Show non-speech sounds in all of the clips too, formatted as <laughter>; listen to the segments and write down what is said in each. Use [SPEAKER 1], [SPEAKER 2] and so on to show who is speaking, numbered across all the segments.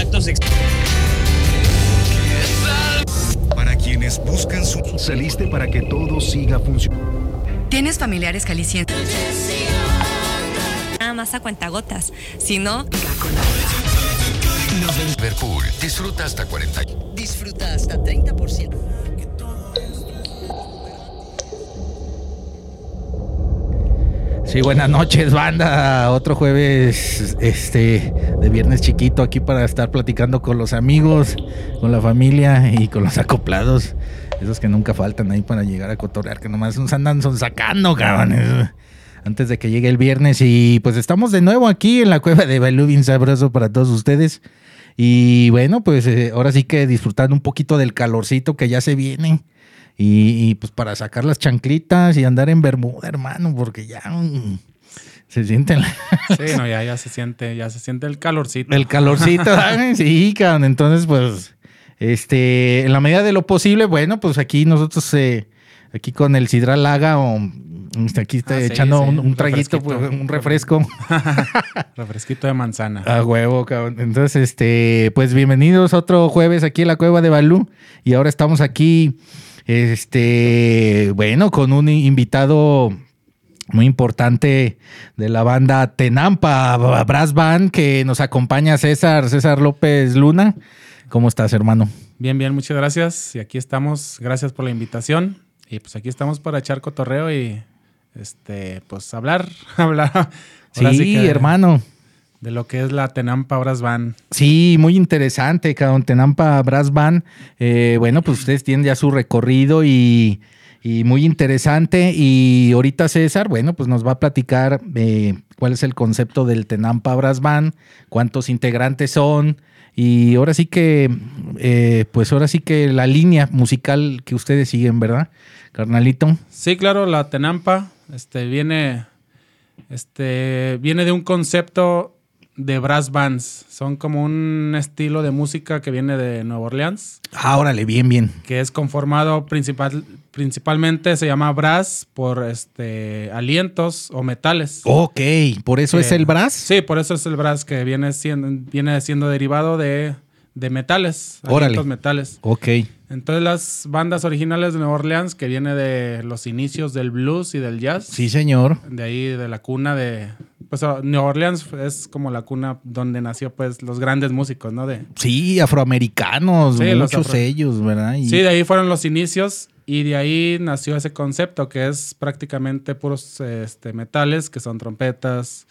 [SPEAKER 1] actos
[SPEAKER 2] Para quienes buscan su... Saliste para que todo siga funcionando.
[SPEAKER 3] ¿Tienes familiares calicientes? Nada más a cuentagotas. Si no...
[SPEAKER 4] Liverpool disfruta hasta 40.
[SPEAKER 5] Disfruta hasta 30%.
[SPEAKER 6] Sí, buenas noches, banda. Otro jueves este de viernes chiquito aquí para estar platicando con los amigos, con la familia y con los acoplados. Esos que nunca faltan ahí para llegar a cotorrear, que nomás nos andan sacando, cabrones. Antes de que llegue el viernes y pues estamos de nuevo aquí en la cueva de Bailú, bien sabroso para todos ustedes. Y bueno, pues eh, ahora sí que disfrutando un poquito del calorcito que ya se viene. Y, y, pues para sacar las chanclitas y andar en Bermuda, hermano, porque ya mm, se sienten la-
[SPEAKER 7] Sí, no, ya, ya se siente, ya se siente el calorcito.
[SPEAKER 6] el
[SPEAKER 7] <laughs>
[SPEAKER 6] calorcito. ¿saben? sí, cabrón. Entonces, pues, este, en la medida de lo posible, bueno, pues aquí nosotros, eh, aquí con el Sidral Laga, o mm, aquí está
[SPEAKER 7] Ah, sí,
[SPEAKER 6] echando
[SPEAKER 7] sí,
[SPEAKER 6] un, un
[SPEAKER 7] un
[SPEAKER 6] traguito,
[SPEAKER 7] refresquito.
[SPEAKER 6] pues, un refresco.
[SPEAKER 7] Refresquito de manzana.
[SPEAKER 6] A huevo, cabrón. Entonces, este, pues bienvenidos otro jueves aquí en la cueva de Balú. Y ahora estamos aquí, este, bueno, con un invitado muy importante de la banda Tenampa, b- Brass Band, que nos acompaña César, César López Luna. ¿Cómo estás, hermano?
[SPEAKER 7] Bien, bien, muchas gracias. Y aquí estamos. Gracias por la invitación. Y pues aquí estamos para echar cotorreo y este, pues hablar, <laughs> hablar.
[SPEAKER 6] Sí,
[SPEAKER 7] Ahora que-
[SPEAKER 6] hermano.
[SPEAKER 7] De lo que es la Tenampa Obras Van.
[SPEAKER 6] Sí, muy interesante, cabrón. Tenampa Brass Band. eh, bueno, pues ustedes tienen ya su recorrido y, y muy interesante. Y ahorita César, bueno, pues nos va a platicar eh, cuál es el concepto del Tenampa Brass Band, cuántos integrantes son. Y ahora sí que, eh, pues ahora sí que la línea musical que ustedes siguen, ¿verdad, carnalito?
[SPEAKER 7] Sí, claro, la Tenampa este, viene, este, viene de un concepto de brass bands. Son como un estilo de música que viene de Nueva Orleans,
[SPEAKER 6] Ah, órale, bien, bien.
[SPEAKER 7] que es conformado principal, principalmente, se llama brass por este, alientos o metales.
[SPEAKER 6] Ok, por Oh, eso es
[SPEAKER 7] Eh,
[SPEAKER 6] el brass.
[SPEAKER 7] Sí, por eso es el brass que viene siendo, viene siendo derivado de, de metales,
[SPEAKER 6] Órale.
[SPEAKER 7] alientos metales.
[SPEAKER 6] Ok,
[SPEAKER 7] Entonces las bandas originales de Nueva Orleans, que viene de los inicios del blues y del jazz,
[SPEAKER 6] sí, señor.
[SPEAKER 7] de ahí de la cuna de... Pues ah, Nueva Orleans es como la cuna donde nació pues los grandes músicos, ¿no? De,
[SPEAKER 6] Sí, afroamericanos,
[SPEAKER 7] Sí, los
[SPEAKER 6] muchos
[SPEAKER 7] afro-
[SPEAKER 6] sellos, ¿verdad? Y-
[SPEAKER 7] sí, de ahí fueron los inicios y de ahí nació ese concepto que es prácticamente puros este, metales, que son trompetas,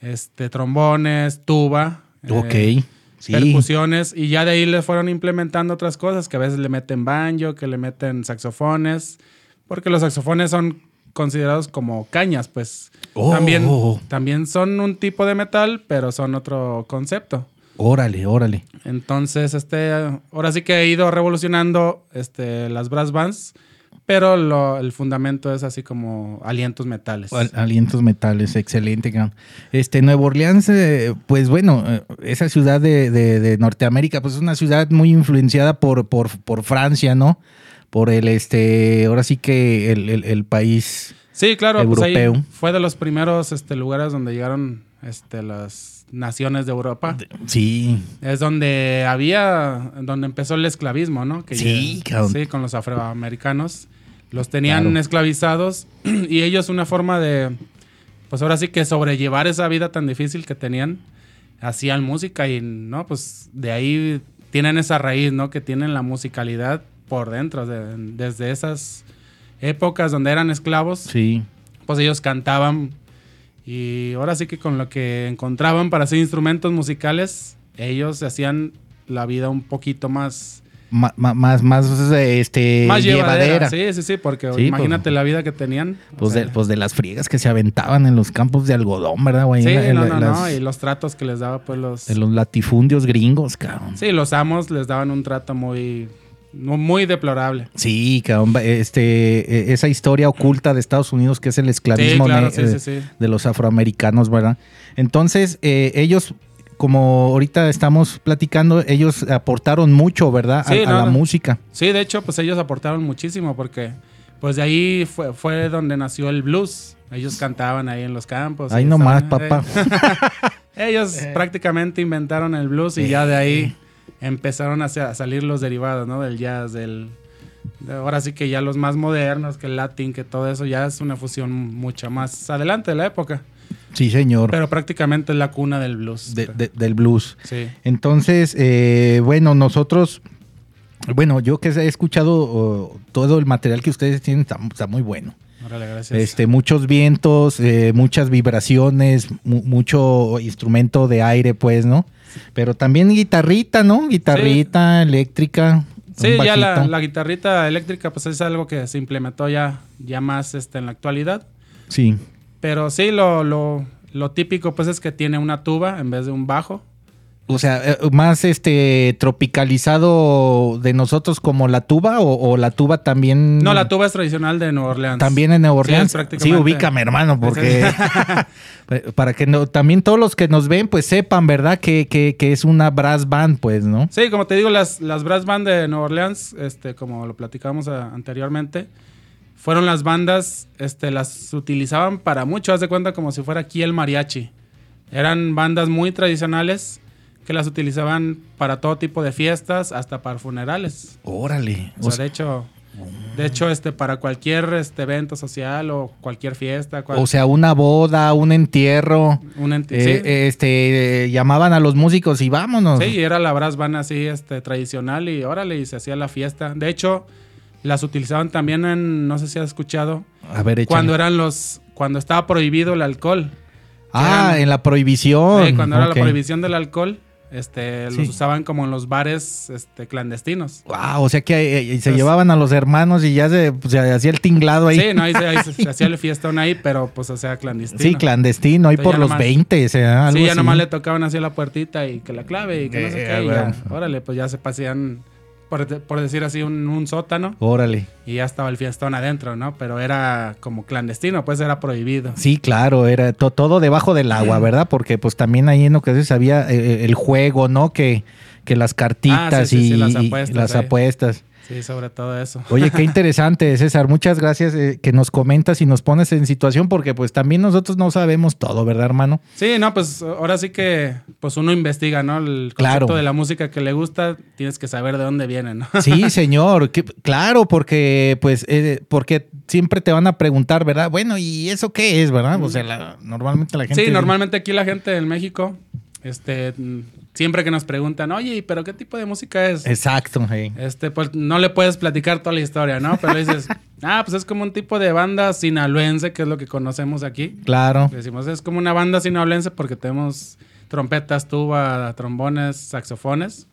[SPEAKER 7] este, trombones, tuba. eh,
[SPEAKER 6] ok, sí.
[SPEAKER 7] percusiones y ya de ahí le fueron implementando otras cosas que a veces le meten banjo, que le meten saxofones, porque los saxofones son considerados como cañas, pues
[SPEAKER 6] Oh.
[SPEAKER 7] también, también son un tipo de metal, pero son otro concepto.
[SPEAKER 6] Órale, órale.
[SPEAKER 7] Entonces, este, ahora sí que he ido revolucionando este, las brass bands, pero lo- el fundamento es así como alientos metales.
[SPEAKER 6] Al- Alientos metales, excelente. cabrón. Este, Nueva Orleans, eh, pues bueno, eh, esa ciudad de, de- de Norteamérica, pues es una ciudad muy influenciada por, por, por Francia, ¿no? Por el, este, ahora sí que el, el- el país.
[SPEAKER 7] Sí, claro, pues ahí
[SPEAKER 6] Europeo.
[SPEAKER 7] fue de los primeros este, lugares donde llegaron este, las naciones de Europa.
[SPEAKER 6] Sí,
[SPEAKER 7] Es donde había, donde empezó el esclavismo, ¿no? Que
[SPEAKER 6] Sí,
[SPEAKER 7] ya-
[SPEAKER 6] cabrón.
[SPEAKER 7] Sí, con los afroamericanos. Los tenían
[SPEAKER 6] Claro.
[SPEAKER 7] esclavizados <clears throat> y ellos una forma de, pues ahora sí que sobrellevar esa vida tan difícil que tenían, hacían música y, ¿no? Pues de ahí tienen esa raíz, ¿no? Que tienen la musicalidad por dentro, de- desde esas épocas donde eran esclavos
[SPEAKER 6] sí.
[SPEAKER 7] pues ellos cantaban y ahora sí que con lo que encontraban para hacer instrumentos musicales, ellos hacían la vida un poquito más,
[SPEAKER 6] Ma- ma- más, más, este,
[SPEAKER 7] más llevadera.
[SPEAKER 6] llevadera.
[SPEAKER 7] Sí, sí, sí, porque
[SPEAKER 6] Sí,
[SPEAKER 7] imagínate
[SPEAKER 6] pues.
[SPEAKER 7] la vida que tenían. o
[SPEAKER 6] Pues, de,
[SPEAKER 7] sea,
[SPEAKER 6] pues de las friegas que se aventaban en los campos de algodón, ¿verdad, güey?
[SPEAKER 7] sí,
[SPEAKER 6] La-
[SPEAKER 7] no,
[SPEAKER 6] la-
[SPEAKER 7] no,
[SPEAKER 6] eh, las-
[SPEAKER 7] no, y los tratos que les daba pues los...
[SPEAKER 6] De los latifundios gringos, cabrón.
[SPEAKER 7] Sí, los amos les daban un trato muy, mu- muy deplorable.
[SPEAKER 6] Sí, cabrón. Este, eh, esa historia oculta de Estados Unidos que es el
[SPEAKER 7] Sí,
[SPEAKER 6] esclavismo
[SPEAKER 7] claro,
[SPEAKER 6] ne-
[SPEAKER 7] sí,
[SPEAKER 6] eh,
[SPEAKER 7] sí, sí.
[SPEAKER 6] de los afroamericanos, ¿verdad? Entonces, eh, ellos, como ahorita estamos platicando, ellos aportaron mucho, ¿verdad? A,
[SPEAKER 7] Sí,
[SPEAKER 6] a
[SPEAKER 7] no,
[SPEAKER 6] la
[SPEAKER 7] no.
[SPEAKER 6] música.
[SPEAKER 7] Sí, de hecho, pues ellos aportaron muchísimo porque pues de ahí fue, fue donde nació el blues. Ellos cantaban ahí en los campos.
[SPEAKER 6] Ahí
[SPEAKER 7] y
[SPEAKER 6] nomás,
[SPEAKER 7] <laughs> estaban, eh,
[SPEAKER 6] papá.
[SPEAKER 7] Ellos prácticamente inventaron el blues y ya de
[SPEAKER 6] Eh.
[SPEAKER 7] ahí empezaron a, sa- a salir los derivados, ¿no? Del jazz, del... de ahora sí que ya los más modernos, que el latín, que todo eso, ya es una fusión mucha más adelante de la época.
[SPEAKER 6] Sí, señor.
[SPEAKER 7] Pero este. prácticamente es la cuna del blues.
[SPEAKER 6] De- de- del blues.
[SPEAKER 7] Sí.
[SPEAKER 6] Entonces, eh, bueno, nosotros, bueno, yo que he escuchado oh, todo el material que ustedes tienen está, está muy bueno.
[SPEAKER 7] Órale, gracias.
[SPEAKER 6] Este, muchos vientos, eh, muchas vibraciones, mu- mucho instrumento de aire, pues, ¿no? Pero también guitarrita, ¿no? Guitarrita eléctrica.
[SPEAKER 7] Sí,
[SPEAKER 6] un
[SPEAKER 7] ya la,
[SPEAKER 6] bajito.
[SPEAKER 7] la guitarrita eléctrica pues es algo que se implementó ya, ya más este, en la actualidad.
[SPEAKER 6] Sí,
[SPEAKER 7] Pero sí, lo, lo, lo típico pues es que tiene una tuba en vez de un bajo.
[SPEAKER 6] O sea, eh, más este tropicalizado de nosotros como la tuba o, o la tuba también.
[SPEAKER 7] No, la tuba es tradicional de Nueva Orleans.
[SPEAKER 6] Mm. También en Nueva
[SPEAKER 7] Sí,
[SPEAKER 6] Orleans.
[SPEAKER 7] es
[SPEAKER 6] Sí,
[SPEAKER 7] prácticamente-
[SPEAKER 6] ubícame, hermano, porque <laughs> para que no, también todos los que nos ven, pues sepan, ¿verdad? Que, que, que es una brass band, pues, ¿no?
[SPEAKER 7] Sí, como te digo, las, las brass band de Nueva Orleans, este, como lo platicábamos a- anteriormente, fueron las bandas, este, las utilizaban para mucho, haz de cuenta como si fuera aquí el mariachi. Eran bandas muy tradicionales que las utilizaban para todo tipo de fiestas, hasta para funerales.
[SPEAKER 6] Órale.
[SPEAKER 7] O sea, de hecho, de hecho, este, para cualquier este, evento social o cualquier fiesta, cual-
[SPEAKER 6] o sea, una boda, un entierro.
[SPEAKER 7] un enti-
[SPEAKER 6] eh,
[SPEAKER 7] sí.
[SPEAKER 6] Este eh, llamaban a los músicos y vámonos.
[SPEAKER 7] Sí, era la brass band así este, tradicional y órale, y se hacía la fiesta. De hecho, las utilizaban también en, no sé si has escuchado,
[SPEAKER 6] A ver, échale.
[SPEAKER 7] cuando eran los, cuando estaba prohibido el alcohol.
[SPEAKER 6] Ah,
[SPEAKER 7] eran-
[SPEAKER 6] en la prohibición.
[SPEAKER 7] Sí, cuando era
[SPEAKER 6] Oh, Ok.
[SPEAKER 7] la prohibición del alcohol, este, los
[SPEAKER 6] Sí.
[SPEAKER 7] usaban como en los bares este, clandestinos.
[SPEAKER 6] Ah, o sea que eh, eh, se
[SPEAKER 7] Entonces-
[SPEAKER 6] llevaban a los hermanos y ya se, pues, se hacía el tinglado ahí.
[SPEAKER 7] Sí, no, ahí se, ahí
[SPEAKER 6] <laughs>
[SPEAKER 7] se- se hacía el fiestón ahí, pero pues o sea clandestino.
[SPEAKER 6] Sí, clandestino, ahí
[SPEAKER 7] Entonces
[SPEAKER 6] por
[SPEAKER 7] ya
[SPEAKER 6] los
[SPEAKER 7] nomás-
[SPEAKER 6] 20, o sea, algo
[SPEAKER 7] Sí, ya
[SPEAKER 6] así.
[SPEAKER 7] nomás le tocaban así a la puertita y que la clave y que no sé
[SPEAKER 6] Eh,
[SPEAKER 7] qué. y
[SPEAKER 6] bueno.
[SPEAKER 7] ya, órale, pues ya se pasean, por, por decir así, un, un sótano.
[SPEAKER 6] Órale.
[SPEAKER 7] y ya estaba el fiestón adentro, ¿no? Pero era como clandestino, pues era prohibido.
[SPEAKER 6] Sí, claro, era to- todo debajo del agua, ¿verdad? Porque pues también ahí en ocasiones había eh, el juego, ¿no? Que, que las cartitas
[SPEAKER 7] Ah, sí, sí, sí,
[SPEAKER 6] y
[SPEAKER 7] las
[SPEAKER 6] y
[SPEAKER 7] apuestas
[SPEAKER 6] las
[SPEAKER 7] ahí.
[SPEAKER 6] apuestas.
[SPEAKER 7] Sí, sobre todo eso.
[SPEAKER 6] Oye, qué interesante, César. Muchas gracias eh, que nos comentas y nos pones en situación porque pues también nosotros no sabemos todo, ¿verdad, hermano?
[SPEAKER 7] Sí, no, pues ahora sí que pues uno investiga, ¿no? El concepto
[SPEAKER 6] Claro.
[SPEAKER 7] de la música que le gusta, tienes que saber de dónde viene, ¿no?
[SPEAKER 6] Sí, señor, que- claro, porque pues eh, porque siempre te van a preguntar, ¿verdad? Bueno, ¿y eso qué es, verdad? O sea, la- normalmente la gente
[SPEAKER 7] Sí, normalmente aquí la gente en México, este, mm, siempre que nos preguntan, oye, ¿y ¿pero qué tipo de música es?
[SPEAKER 6] Exacto, sí.
[SPEAKER 7] Este, pues no le puedes platicar toda la historia, ¿no? Pero dices, <laughs> ah, pues es como un tipo de banda sinaloense, que es lo que conocemos aquí.
[SPEAKER 6] Claro.
[SPEAKER 7] Decimos, es como una banda sinaloense porque tenemos trompetas, tuba, trombones, saxofones.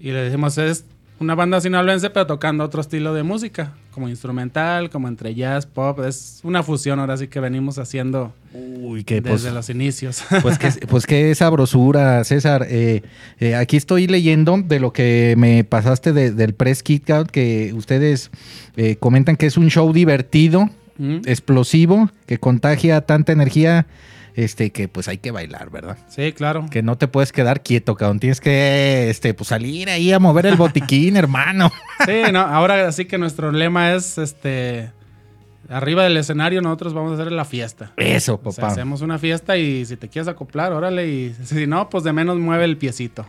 [SPEAKER 7] Y le decimos, es una banda sinaloense pero tocando otro estilo de música, como instrumental, como entre jazz, pop. Es una fusión ahora sí que venimos haciendo
[SPEAKER 6] Uy, que pues,
[SPEAKER 7] desde los inicios. <laughs>
[SPEAKER 6] pues qué, pues qué sabrosura, César. Eh, eh, aquí estoy leyendo de lo que me pasaste de- del Press Kit Kat, que ustedes eh, comentan que es un show divertido,
[SPEAKER 7] ¿Mm?
[SPEAKER 6] explosivo, que contagia tanta energía, este, que pues hay que bailar, ¿verdad?
[SPEAKER 7] Sí, claro.
[SPEAKER 6] Que no te puedes quedar quieto, cabrón. Tienes que este, pues, salir ahí a mover el botiquín, <laughs> hermano.
[SPEAKER 7] Sí, no, ahora sí que nuestro lema es este arriba del escenario nosotros vamos a hacer la fiesta.
[SPEAKER 6] Eso,
[SPEAKER 7] O sea,
[SPEAKER 6] papá.
[SPEAKER 7] hacemos una fiesta y si te quieres acoplar, órale, y si no, pues de menos mueve el piecito.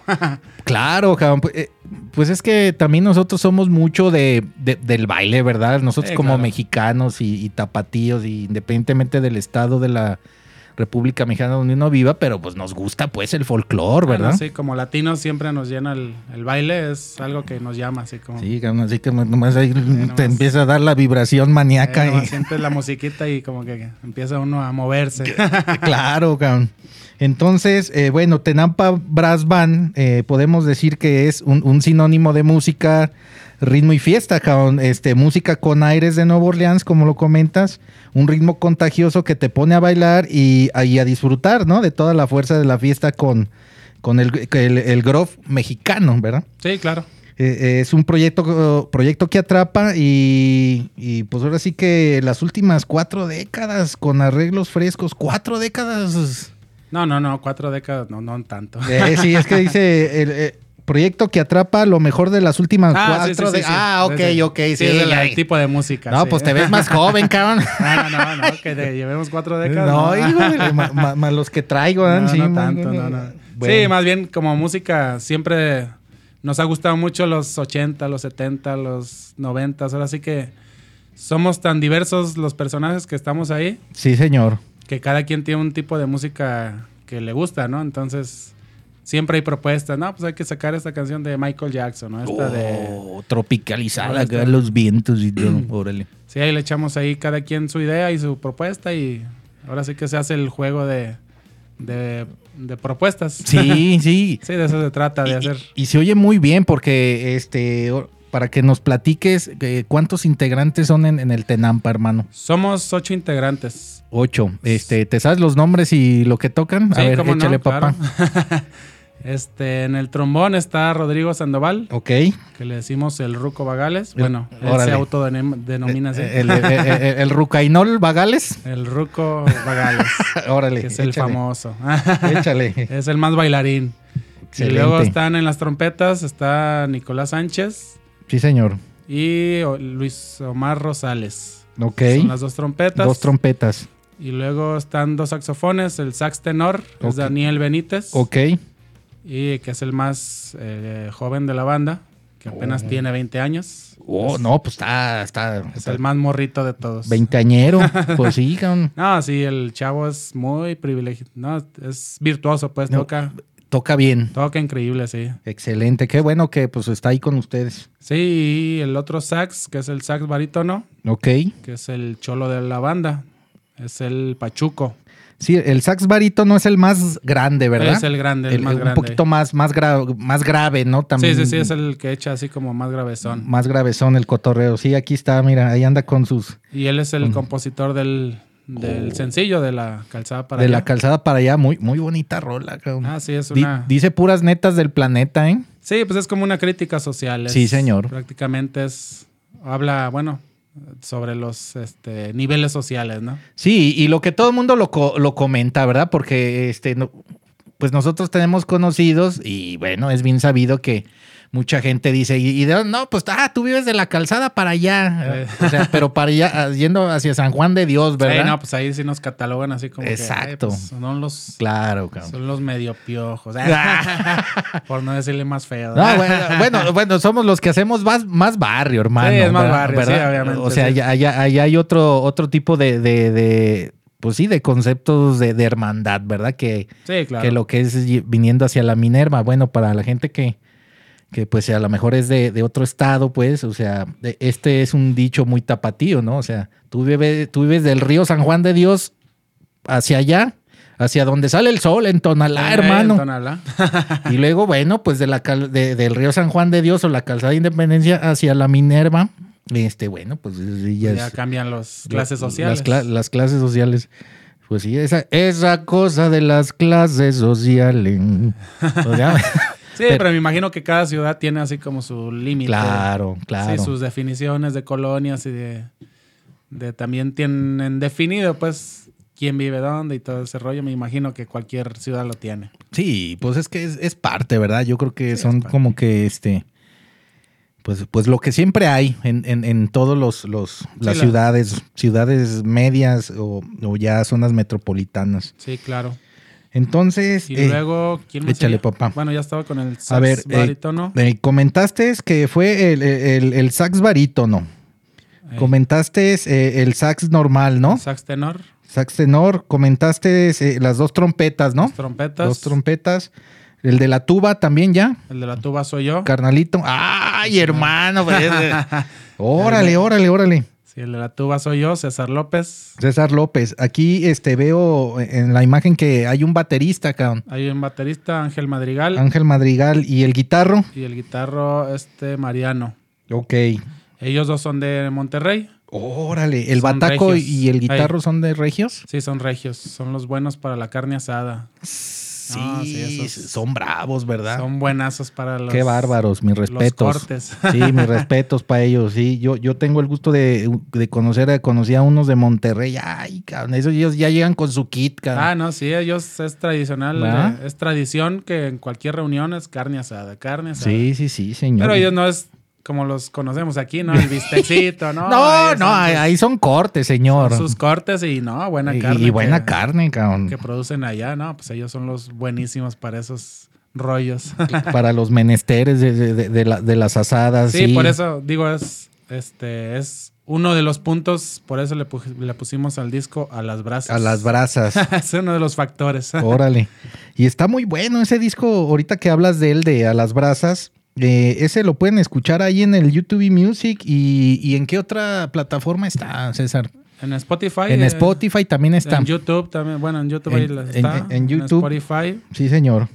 [SPEAKER 6] Claro, cabrón. Pues, eh, pues es que también nosotros somos mucho de, de- del baile, ¿verdad? Nosotros
[SPEAKER 7] Sí,
[SPEAKER 6] como
[SPEAKER 7] claro.
[SPEAKER 6] mexicanos y, y tapatíos, y independientemente del estado de la República Mexicana donde uno viva, pero pues nos gusta pues el folclore, ¿verdad?
[SPEAKER 7] Bueno, Ah, sí, como latinos siempre nos llena el, el baile, es algo que nos llama, así como.
[SPEAKER 6] Sí, cabrón, así que nomás ahí
[SPEAKER 7] nomás.
[SPEAKER 6] te empieza a dar la vibración
[SPEAKER 7] Eh,
[SPEAKER 6] maníaca.
[SPEAKER 7] nomás
[SPEAKER 6] y-
[SPEAKER 7] sientes la musiquita y como que empieza uno a moverse.
[SPEAKER 6] Claro, cabrón. Entonces, eh, bueno, Tenampa Brass Band, eh, podemos decir que es un, un sinónimo de música, ritmo y fiesta, cabrón. Este, música con aires de Nueva Orleans, como lo comentas, un ritmo contagioso que te pone a bailar y, a- y a disfrutar, ¿no? De toda la fuerza de la fiesta con, con el, el, el groove mexicano, ¿verdad?
[SPEAKER 7] <laughs> Sí, claro.
[SPEAKER 6] Eh, eh, es un proyecto, proyecto que atrapa y, y, pues ahora sí que las últimas cuatro décadas con arreglos frescos, cuatro décadas.
[SPEAKER 7] No, no, no, cuatro décadas, no, no tanto.
[SPEAKER 6] Eh, sí, es que dice el, eh, Proyecto que atrapa lo mejor de las últimas
[SPEAKER 7] <laughs> Ah,
[SPEAKER 6] cuatro.
[SPEAKER 7] sí, sí, sí,
[SPEAKER 6] de-
[SPEAKER 7] sí.
[SPEAKER 6] Ah, ok,
[SPEAKER 7] Desde-
[SPEAKER 6] ok. Sí,
[SPEAKER 7] Sí, es
[SPEAKER 6] ya.
[SPEAKER 7] el tipo de música.
[SPEAKER 6] No,
[SPEAKER 7] sí.
[SPEAKER 6] pues
[SPEAKER 7] <laughs>
[SPEAKER 6] te ves más joven, cabrón.
[SPEAKER 7] No, no, no, no, que te llevemos
[SPEAKER 6] <laughs>
[SPEAKER 7] cuatro décadas.
[SPEAKER 6] No, hijo,
[SPEAKER 7] <laughs>
[SPEAKER 6] de- ma- ma- ma- los que traigo, ¿eh?
[SPEAKER 7] No,
[SPEAKER 6] sí,
[SPEAKER 7] no
[SPEAKER 6] ma-
[SPEAKER 7] tanto, no, no.
[SPEAKER 6] Bueno.
[SPEAKER 7] Sí, más bien como música siempre nos ha gustado mucho los 80, los 70, los 90, ahora sí que somos tan diversos los personajes que estamos ahí
[SPEAKER 6] Sí, señor.
[SPEAKER 7] que cada quien tiene un tipo de música que le gusta, ¿no? Entonces, siempre hay propuestas, no, pues hay que sacar esta canción de Michael Jackson, ¿no? Esta de
[SPEAKER 6] Oh, tropicalizada,
[SPEAKER 7] Esta-
[SPEAKER 6] acá los vientos y todo. Órale.
[SPEAKER 7] Sí, ahí le echamos ahí cada quien su idea y su propuesta y ahora sí que se hace el juego de de, de propuestas.
[SPEAKER 6] Sí, sí.
[SPEAKER 7] <laughs> Sí, de eso se trata, de
[SPEAKER 6] Y-
[SPEAKER 7] hacer.
[SPEAKER 6] Y, y se oye muy bien porque, este, o- para que nos platiques eh, cuántos integrantes son en, en el Tenampa, hermano.
[SPEAKER 7] Somos ocho integrantes.
[SPEAKER 6] Ocho. Este, ¿te sabes los nombres y lo que tocan? A
[SPEAKER 7] Sí,
[SPEAKER 6] ver,
[SPEAKER 7] cómo no,
[SPEAKER 6] échale, papá.
[SPEAKER 7] claro. <laughs> este, en el trombón está Rodrigo Sandoval,
[SPEAKER 6] Ok.
[SPEAKER 7] que le decimos el Ruco Bagales.
[SPEAKER 6] El-
[SPEAKER 7] Bueno, él
[SPEAKER 6] órale. Eh,
[SPEAKER 7] se autodenomina así.
[SPEAKER 6] El, el, el- el- el Rucainol Bagales.
[SPEAKER 7] <laughs> El Ruco Bagales,
[SPEAKER 6] <laughs> Órale.
[SPEAKER 7] que es el
[SPEAKER 6] échale,
[SPEAKER 7] famoso.
[SPEAKER 6] Échale.
[SPEAKER 7] <laughs> es el más bailarín. Y luego
[SPEAKER 6] Excelente.
[SPEAKER 7] están en las trompetas, está Nicolás Sánchez
[SPEAKER 6] Sí, señor.
[SPEAKER 7] y o- Luis Omar Rosales.
[SPEAKER 6] Ok.
[SPEAKER 7] Son las dos trompetas.
[SPEAKER 6] Dos trompetas.
[SPEAKER 7] y luego están dos saxofones, el sax tenor, que
[SPEAKER 6] Ok.
[SPEAKER 7] es Daniel Benítez.
[SPEAKER 6] Ok.
[SPEAKER 7] y que es el más eh, joven de la banda, que apenas tiene 20 años.
[SPEAKER 6] Oh, no, pues está, está,
[SPEAKER 7] Es
[SPEAKER 6] está
[SPEAKER 7] el más morrito de todos. <laughs>
[SPEAKER 6] veinteañero. pues sí, cabrón.
[SPEAKER 7] No, sí, el chavo es muy privilegiado. No, es virtuoso, pues
[SPEAKER 6] No.
[SPEAKER 7] toca,
[SPEAKER 6] Toca bien.
[SPEAKER 7] toca increíble, sí.
[SPEAKER 6] Excelente. Qué bueno que pues está ahí con ustedes.
[SPEAKER 7] Sí, y el otro sax, que es el sax barítono,
[SPEAKER 6] Ok.
[SPEAKER 7] que es el cholo de la banda, es el Pachuco.
[SPEAKER 6] Sí, el sax barítono es el más grande, ¿verdad?
[SPEAKER 7] Es el grande, el,
[SPEAKER 6] El-
[SPEAKER 7] más
[SPEAKER 6] un
[SPEAKER 7] grande.
[SPEAKER 6] poquito más, más, gra- más grave, ¿no?
[SPEAKER 7] sí,
[SPEAKER 6] También.
[SPEAKER 7] sí, sí, es el que echa así como más gravezón.
[SPEAKER 6] Más gravezón el cotorreo. Sí, aquí está, mira, ahí anda con sus.
[SPEAKER 7] Y él es el
[SPEAKER 6] Mm.
[SPEAKER 7] compositor del, del sencillo de la calzada para
[SPEAKER 6] Oh. de la
[SPEAKER 7] allá.
[SPEAKER 6] calzada para allá. Muy, muy bonita rola, cabrón.
[SPEAKER 7] Ah, sí, es
[SPEAKER 6] Di-
[SPEAKER 7] una...
[SPEAKER 6] dice puras netas del planeta, ¿eh?
[SPEAKER 7] Sí, pues es como una crítica social. es-
[SPEAKER 6] Sí, señor.
[SPEAKER 7] Prácticamente es. Habla, bueno, sobre los este, niveles sociales, ¿no?
[SPEAKER 6] Sí, y lo que todo el mundo lo, co- lo comenta, ¿verdad? Porque este, no- pues nosotros tenemos conocidos y bueno, es bien sabido que mucha gente dice, y, y de dónde? no, pues, ah, tú vives de la calzada para allá,
[SPEAKER 7] Eh.
[SPEAKER 6] o sea, pero para allá, ah, yendo hacia San Juan de Dios, ¿verdad?
[SPEAKER 7] Sí, no, pues ahí sí nos catalogan así como. que, ay,
[SPEAKER 6] Exacto.
[SPEAKER 7] pues, son los.
[SPEAKER 6] Claro, cabrón.
[SPEAKER 7] Son los medio
[SPEAKER 6] <laughs>
[SPEAKER 7] piojos. <laughs> Por no decirle más feo.
[SPEAKER 6] No, bueno, bueno, bueno, somos los que hacemos más, más barrio, hermano.
[SPEAKER 7] Sí, es más
[SPEAKER 6] ¿verdad?
[SPEAKER 7] barrio, sí,
[SPEAKER 6] ¿verdad?
[SPEAKER 7] obviamente,
[SPEAKER 6] O sea,
[SPEAKER 7] sí.
[SPEAKER 6] allá, allá- allá hay otro, otro tipo de, de- de, pues sí, de conceptos de, de hermandad, ¿verdad? Que,
[SPEAKER 7] Sí, claro.
[SPEAKER 6] que lo que es y- viniendo hacia la Minerva. Bueno, para la gente que, que pues a lo mejor es de, de otro estado, pues, o sea, de- este es un dicho muy tapatío, ¿no? O sea, tú vives, tú vives del río San Juan de Dios hacia allá, hacia donde sale el sol, en Tonalá,
[SPEAKER 7] Eh,
[SPEAKER 6] hermano.
[SPEAKER 7] Tonalá.
[SPEAKER 6] Y luego, bueno, pues de la cal- de- del río San Juan de Dios o la calzada de Independencia hacia la Minerva. Este, bueno, pues ya
[SPEAKER 7] ya
[SPEAKER 6] es-
[SPEAKER 7] cambian las clases
[SPEAKER 6] las
[SPEAKER 7] sociales.
[SPEAKER 6] cla- Las, clases sociales. Pues sí, esa, esa cosa de las clases
[SPEAKER 7] <laughs>
[SPEAKER 6] sociales. Pues O sea,
[SPEAKER 7] sí, pero, me imagino que cada ciudad tiene así como su límite.
[SPEAKER 6] claro,
[SPEAKER 7] Sí,
[SPEAKER 6] claro.
[SPEAKER 7] sus definiciones de colonias y de, de también tienen definido, pues, quién vive dónde y todo ese rollo. Me imagino que cualquier ciudad lo tiene.
[SPEAKER 6] Sí, pues es que es, es parte, ¿verdad? Yo creo que
[SPEAKER 7] Sí,
[SPEAKER 6] son
[SPEAKER 7] es parte.
[SPEAKER 6] como que este. Pues, pues lo que siempre hay en, en, en todos los, los las
[SPEAKER 7] la-
[SPEAKER 6] ciudades, ciudades medias o, o ya zonas metropolitanas.
[SPEAKER 7] Sí, claro.
[SPEAKER 6] Entonces,
[SPEAKER 7] Y
[SPEAKER 6] eh,
[SPEAKER 7] luego, ¿quién más?
[SPEAKER 6] échale,
[SPEAKER 7] sería?
[SPEAKER 6] papá.
[SPEAKER 7] Bueno, ya estaba con el sax
[SPEAKER 6] a ver, eh,
[SPEAKER 7] barítono.
[SPEAKER 6] eh, comentaste que fue el, el, el sax barítono.
[SPEAKER 7] eh,
[SPEAKER 6] Comentaste eh, el sax normal, ¿no?
[SPEAKER 7] Sax tenor,
[SPEAKER 6] Sax tenor, comentaste eh, las dos trompetas, ¿no?
[SPEAKER 7] dos trompetas.
[SPEAKER 6] Dos trompetas. El de la tuba también ya,
[SPEAKER 7] el de la tuba soy yo.
[SPEAKER 6] carnalito. ¡Ay, hermano! pues,
[SPEAKER 7] <laughs>
[SPEAKER 6] eh, órale, órale, órale.
[SPEAKER 7] Sí, el de la tuba soy yo, César López.
[SPEAKER 6] César López, aquí este, veo en la imagen que hay un baterista, cabrón.
[SPEAKER 7] Hay un baterista, Ángel Madrigal.
[SPEAKER 6] Ángel Madrigal y el guitarro.
[SPEAKER 7] Y el guitarro, este, Mariano.
[SPEAKER 6] Ok.
[SPEAKER 7] Ellos dos son de Monterrey.
[SPEAKER 6] Órale, el
[SPEAKER 7] Son
[SPEAKER 6] bataco
[SPEAKER 7] regios.
[SPEAKER 6] y el guitarro
[SPEAKER 7] Ahí.
[SPEAKER 6] son de regios.
[SPEAKER 7] Sí, son regios. Son los buenos para la carne asada.
[SPEAKER 6] Sí,
[SPEAKER 7] No, sí, esos-
[SPEAKER 6] son bravos, ¿verdad?
[SPEAKER 7] Son buenazos para los.
[SPEAKER 6] Qué bárbaros, mis respetos.
[SPEAKER 7] cortes.
[SPEAKER 6] Sí, mis respetos para ellos. Sí, yo, yo tengo el gusto de, de conocer, a- conocí a unos de Monterrey. Ay, cabrón, esos ellos ya llegan con su kit, cabrón.
[SPEAKER 7] <laughs> Ah, no, sí, ellos es tradicional.
[SPEAKER 6] ¿Va?
[SPEAKER 7] eh, es tradición que en cualquier reunión es carne asada, carne asada.
[SPEAKER 6] sí, sí, sí, señor.
[SPEAKER 7] Pero ellos no es como los conocemos aquí, ¿no?
[SPEAKER 6] <laughs>
[SPEAKER 7] El bistecito, ¿no?
[SPEAKER 6] no, no,
[SPEAKER 7] Ellos son
[SPEAKER 6] ahí,
[SPEAKER 7] sus-
[SPEAKER 6] ahí son cortes, señor.
[SPEAKER 7] Sus cortes y no, buena
[SPEAKER 6] Y-
[SPEAKER 7] carne.
[SPEAKER 6] y, buena
[SPEAKER 7] que-
[SPEAKER 6] carne, cabrón.
[SPEAKER 7] que producen allá, ¿no? Pues ellos son los buenísimos para esos rollos.
[SPEAKER 6] para los menesteres de, de- de- de la- de las asadas.
[SPEAKER 7] <laughs> sí,
[SPEAKER 6] Pues Sí,
[SPEAKER 7] por eso digo, es este es uno de los puntos, por eso le, pu- le pusimos al disco a las brasas.
[SPEAKER 6] A las Oh, brasas.
[SPEAKER 7] <laughs> es uno de los factores.
[SPEAKER 6] Órale. Y está muy bueno ese disco, ahorita que hablas de él, de A las Brasas. eh, ese lo pueden escuchar ahí en el YouTube Music. Y, y en qué otra plataforma está, César?
[SPEAKER 7] en Spotify.
[SPEAKER 6] en
[SPEAKER 7] eh,
[SPEAKER 6] Spotify también está.
[SPEAKER 7] En YouTube también. Bueno, en YouTube ahí
[SPEAKER 6] En-
[SPEAKER 7] las
[SPEAKER 6] en-
[SPEAKER 7] está.
[SPEAKER 6] en YouTube.
[SPEAKER 7] Spotify.
[SPEAKER 6] Sí, señor.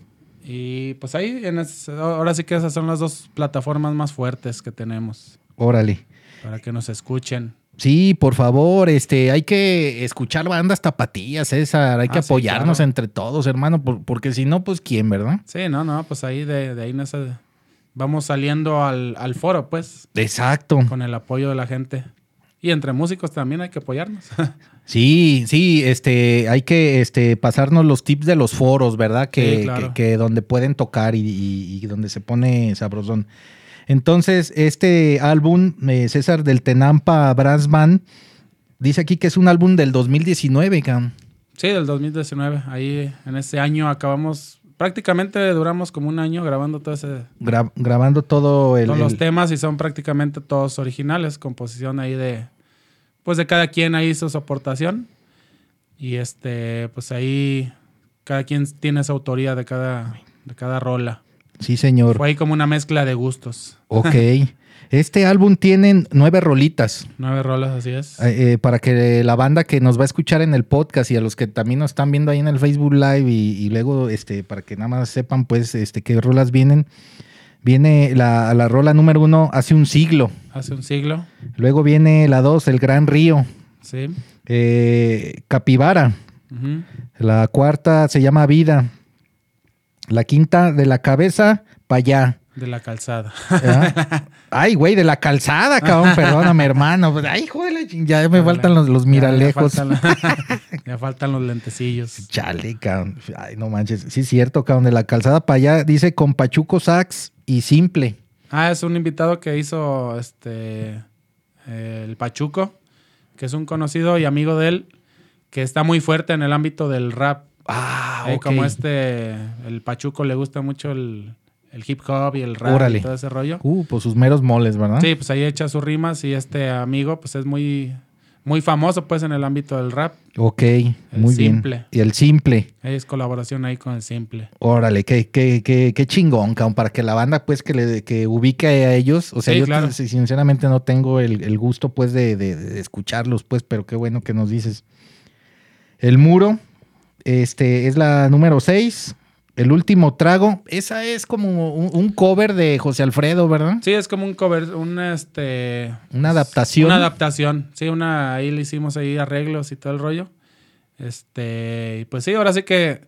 [SPEAKER 7] Y pues ahí, en es- ahora sí que esas son las dos plataformas más fuertes que tenemos
[SPEAKER 6] Órale.
[SPEAKER 7] para que nos escuchen.
[SPEAKER 6] Sí, por favor, este, hay que escuchar bandas tapatías, César. Hay que
[SPEAKER 7] Ah, sí,
[SPEAKER 6] apoyarnos
[SPEAKER 7] claro.
[SPEAKER 6] entre todos, hermano, por- porque si no, pues quién, ¿verdad?
[SPEAKER 7] Sí, no, no, pues ahí de, de ahí nos, eh, vamos saliendo al, al foro, pues,
[SPEAKER 6] Exacto.
[SPEAKER 7] con el apoyo de la gente. Y entre músicos también hay que apoyarnos. <laughs>
[SPEAKER 6] Sí, sí, este, hay que este, pasarnos los tips de los foros, ¿verdad? Que,
[SPEAKER 7] Sí, claro.
[SPEAKER 6] que, que donde pueden tocar y, y- y donde se pone sabrosón. Entonces, este álbum, eh, César del Tenampa Brass Band, dice aquí que es un álbum del 2019, cabrón.
[SPEAKER 7] sí, del 2019, ahí en ese año acabamos, prácticamente duramos como un año grabando todo ese,
[SPEAKER 6] Gra- grabando todo el...
[SPEAKER 7] todos los
[SPEAKER 6] el-
[SPEAKER 7] temas y son prácticamente todos originales, composición ahí de, pues de cada quien ahí hizo su aportación. Y este, pues ahí cada quien tiene su autoría de cada, de cada rola.
[SPEAKER 6] Sí, señor.
[SPEAKER 7] Fue ahí como una mezcla de gustos. <laughs>
[SPEAKER 6] Ok. Este álbum tiene nueve rolitas.
[SPEAKER 7] Nueve rolas, así es.
[SPEAKER 6] Eh, eh, para que la banda que nos va a escuchar en el podcast y a los que también nos están viendo ahí en el Facebook Live y, y luego este para que nada más sepan pues este qué rolas vienen viene la, la rola número uno hace un siglo
[SPEAKER 7] Hace un siglo,
[SPEAKER 6] luego viene la dos el gran río
[SPEAKER 7] sí.
[SPEAKER 6] eh, capibara
[SPEAKER 7] Ujú.
[SPEAKER 6] la cuarta se llama vida la quinta de la cabeza para allá
[SPEAKER 7] De la calzada.
[SPEAKER 6] ¿verdad?
[SPEAKER 7] <laughs>
[SPEAKER 6] Ay, güey, de la calzada, cabrón, perdóname, hermano. Pues, Ay, joder, ya me faltan los, los miralejos.
[SPEAKER 7] Ya
[SPEAKER 6] <laughs>
[SPEAKER 7] me faltan, me faltan los lentecillos.
[SPEAKER 6] Chale, cabrón. Ay, no manches. Sí, es cierto, cabrón. De la calzada para allá dice con Pachuco Sax y simple.
[SPEAKER 7] Ah, es un invitado que hizo este el Pachuco, que es un conocido y amigo de él, que está muy fuerte en el ámbito del rap.
[SPEAKER 6] Ah,
[SPEAKER 7] Eh,
[SPEAKER 6] ok.
[SPEAKER 7] Como este, el Pachuco le gusta mucho el, el hip hop y el rap
[SPEAKER 6] Órale.
[SPEAKER 7] y todo ese rollo.
[SPEAKER 6] Uh, pues sus meros moles, ¿verdad?
[SPEAKER 7] Sí, pues ahí echa sus rimas y este amigo pues es muy, muy famoso pues en el ámbito del rap.
[SPEAKER 6] Ok, muy
[SPEAKER 7] simple.
[SPEAKER 6] bien. Y el simple.
[SPEAKER 7] Es colaboración ahí con el Simple.
[SPEAKER 6] Órale, qué, qué, qué, qué chingón, cabrón. Para que la banda, pues, que, le, que ubique a ellos. O sea,
[SPEAKER 7] Sí,
[SPEAKER 6] yo
[SPEAKER 7] claro.
[SPEAKER 6] sin- sinceramente no tengo el, el gusto, pues, de, de- de escucharlos, pues, pero qué bueno que nos dices. El muro, este, es la número 6. El último trago. Esa es como un, un cover de José Alfredo, ¿verdad?
[SPEAKER 7] Sí, es como un cover, un este...
[SPEAKER 6] Una adaptación.
[SPEAKER 7] Una adaptación, sí, una, ahí le hicimos ahí arreglos y todo el rollo. Este, y pues sí, ahora sí que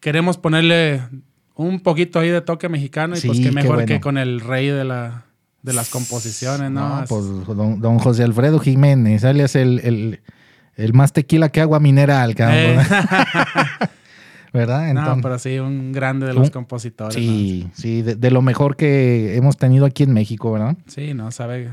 [SPEAKER 7] queremos ponerle un poquito ahí de toque mexicano y pues
[SPEAKER 6] Sí,
[SPEAKER 7] que
[SPEAKER 6] qué
[SPEAKER 7] mejor
[SPEAKER 6] bueno.
[SPEAKER 7] que con el rey de la de las composiciones, ¿no?
[SPEAKER 6] No,
[SPEAKER 7] Es-
[SPEAKER 6] pues, don, don José Alfredo Jiménez, alias el, el, el más tequila que agua mineral, cabrón. <laughs>
[SPEAKER 7] Eh,
[SPEAKER 6] ¿Verdad?
[SPEAKER 7] <laughs> no, pues,
[SPEAKER 6] Entonces-
[SPEAKER 7] pero sí, un grande de los
[SPEAKER 6] Un-
[SPEAKER 7] compositores.
[SPEAKER 6] Sí, sí, de, de lo mejor que hemos tenido aquí en México, ¿verdad?
[SPEAKER 7] ¿no? Sí, no, sabe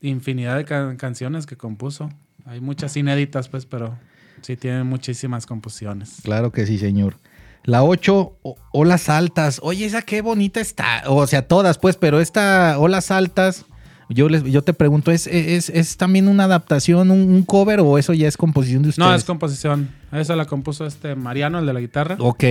[SPEAKER 7] infinidad de can- canciones que compuso. Hay muchas inéditas, pues, pero sí tiene muchísimas composiciones.
[SPEAKER 6] Claro que sí, señor. La 8, olas altas. Oye, esa qué bonita está. O sea, todas, pues, pero esta olas altas, yo les, yo te pregunto, ¿es, es, es también una adaptación, un, un cover o eso ya es composición de ustedes?
[SPEAKER 7] No, es composición. Esa la compuso este Mariano, el de la guitarra.
[SPEAKER 6] Ok.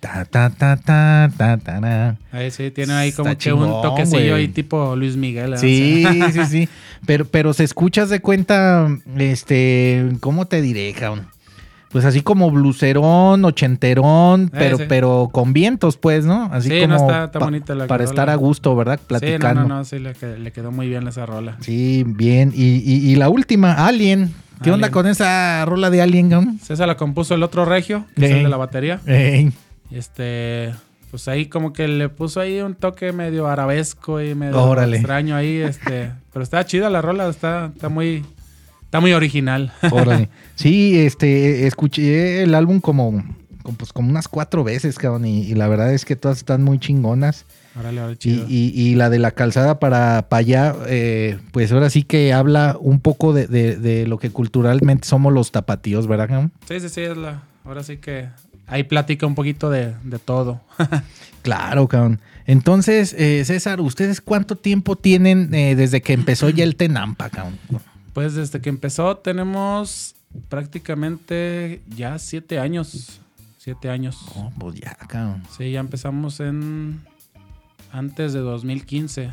[SPEAKER 6] Ta, ta, ta, ta, ta, tará.
[SPEAKER 7] Ahí sí, tiene ahí
[SPEAKER 6] Está
[SPEAKER 7] como que
[SPEAKER 6] chingón,
[SPEAKER 7] un toquecillo
[SPEAKER 6] güey.
[SPEAKER 7] ahí tipo Luis Miguel. ¿eh?
[SPEAKER 6] Sí,
[SPEAKER 7] O sea,
[SPEAKER 6] sí,
[SPEAKER 7] <laughs>
[SPEAKER 6] sí. Pero, pero se escuchas de cuenta, este, ¿cómo te diré, cabrón? Pues así como blucerón, ochenterón, pero,
[SPEAKER 7] Eh, sí.
[SPEAKER 6] pero con vientos, pues, ¿no? Así
[SPEAKER 7] Sí,
[SPEAKER 6] como
[SPEAKER 7] no, está- está bonita la
[SPEAKER 6] para
[SPEAKER 7] rola.
[SPEAKER 6] estar a gusto, ¿verdad? Platicando.
[SPEAKER 7] Sí, no, no, no, sí, le, que- le quedó muy bien esa rola.
[SPEAKER 6] Sí, bien. Y, y- y la última, Alien. ¿Qué onda
[SPEAKER 7] Alien.
[SPEAKER 6] con esa rola de Alien, cabrón?
[SPEAKER 7] Esa la compuso el otro regio, que es
[SPEAKER 6] Sí.
[SPEAKER 7] el de la batería.
[SPEAKER 6] Ey,
[SPEAKER 7] Este, pues ahí como que le puso ahí un toque medio arabesco y medio
[SPEAKER 6] Órale.
[SPEAKER 7] extraño
[SPEAKER 6] <laughs>
[SPEAKER 7] ahí, este, pero está chida la rola, está, está muy, está muy original.
[SPEAKER 6] <laughs> Órale. Sí, este, escuché el álbum como, como, pues, como unas cuatro veces, cabrón, y, y la verdad es que todas están muy chingonas.
[SPEAKER 7] Órale, órale,
[SPEAKER 6] Y,
[SPEAKER 7] chido.
[SPEAKER 6] y- y la de la calzada para, para allá, eh, pues ahora sí que habla un poco de, de- de lo que culturalmente somos los tapatíos, ¿verdad? cabrón?
[SPEAKER 7] Sí, sí, sí, es la, ahora sí que ahí platica un poquito de, de todo.
[SPEAKER 6] Claro, cabrón. Entonces, eh, César, ¿ustedes cuánto tiempo tienen eh, desde que empezó ya el Tenampa, cabrón?
[SPEAKER 7] Pues desde que empezó tenemos prácticamente ya siete años, siete años.
[SPEAKER 6] Oh, pues ya, cabrón.
[SPEAKER 7] Sí, ya empezamos en. Antes de 2015.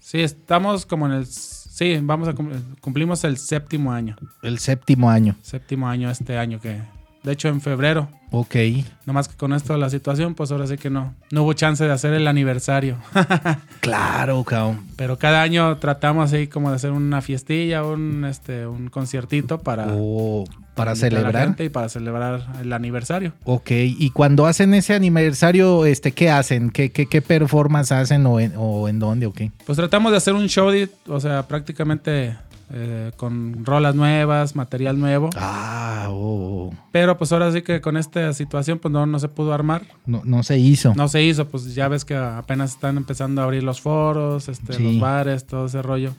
[SPEAKER 7] Sí, estamos como en el. Sí, vamos a cum- cumplimos el séptimo año.
[SPEAKER 6] El séptimo año.
[SPEAKER 7] Séptimo año este año que. De hecho, en febrero.
[SPEAKER 6] Ok.
[SPEAKER 7] Nomás que con esto de la situación, pues ahora sí que no. No hubo chance de hacer el aniversario. <laughs>
[SPEAKER 6] Claro, cabrón.
[SPEAKER 7] Pero cada año tratamos así como de hacer una fiestilla, un, este, un conciertito para.
[SPEAKER 6] Oh, para
[SPEAKER 7] invitar a la
[SPEAKER 6] celebrar.
[SPEAKER 7] gente y para celebrar el aniversario.
[SPEAKER 6] Ok, y cuando hacen ese aniversario, este, ¿qué hacen? ¿Qué, qué, qué performance hacen o en, o en dónde? Ok.
[SPEAKER 7] Pues tratamos de hacer un show, de- o sea, prácticamente eh, con rolas nuevas, material nuevo.
[SPEAKER 6] Ah, oh, oh.
[SPEAKER 7] Pero pues ahora sí que con esta situación pues no, no se pudo armar.
[SPEAKER 6] No, no se hizo.
[SPEAKER 7] No se hizo, pues ya ves que apenas están empezando a abrir los foros, este,
[SPEAKER 6] Sí.
[SPEAKER 7] los bares, todo ese rollo.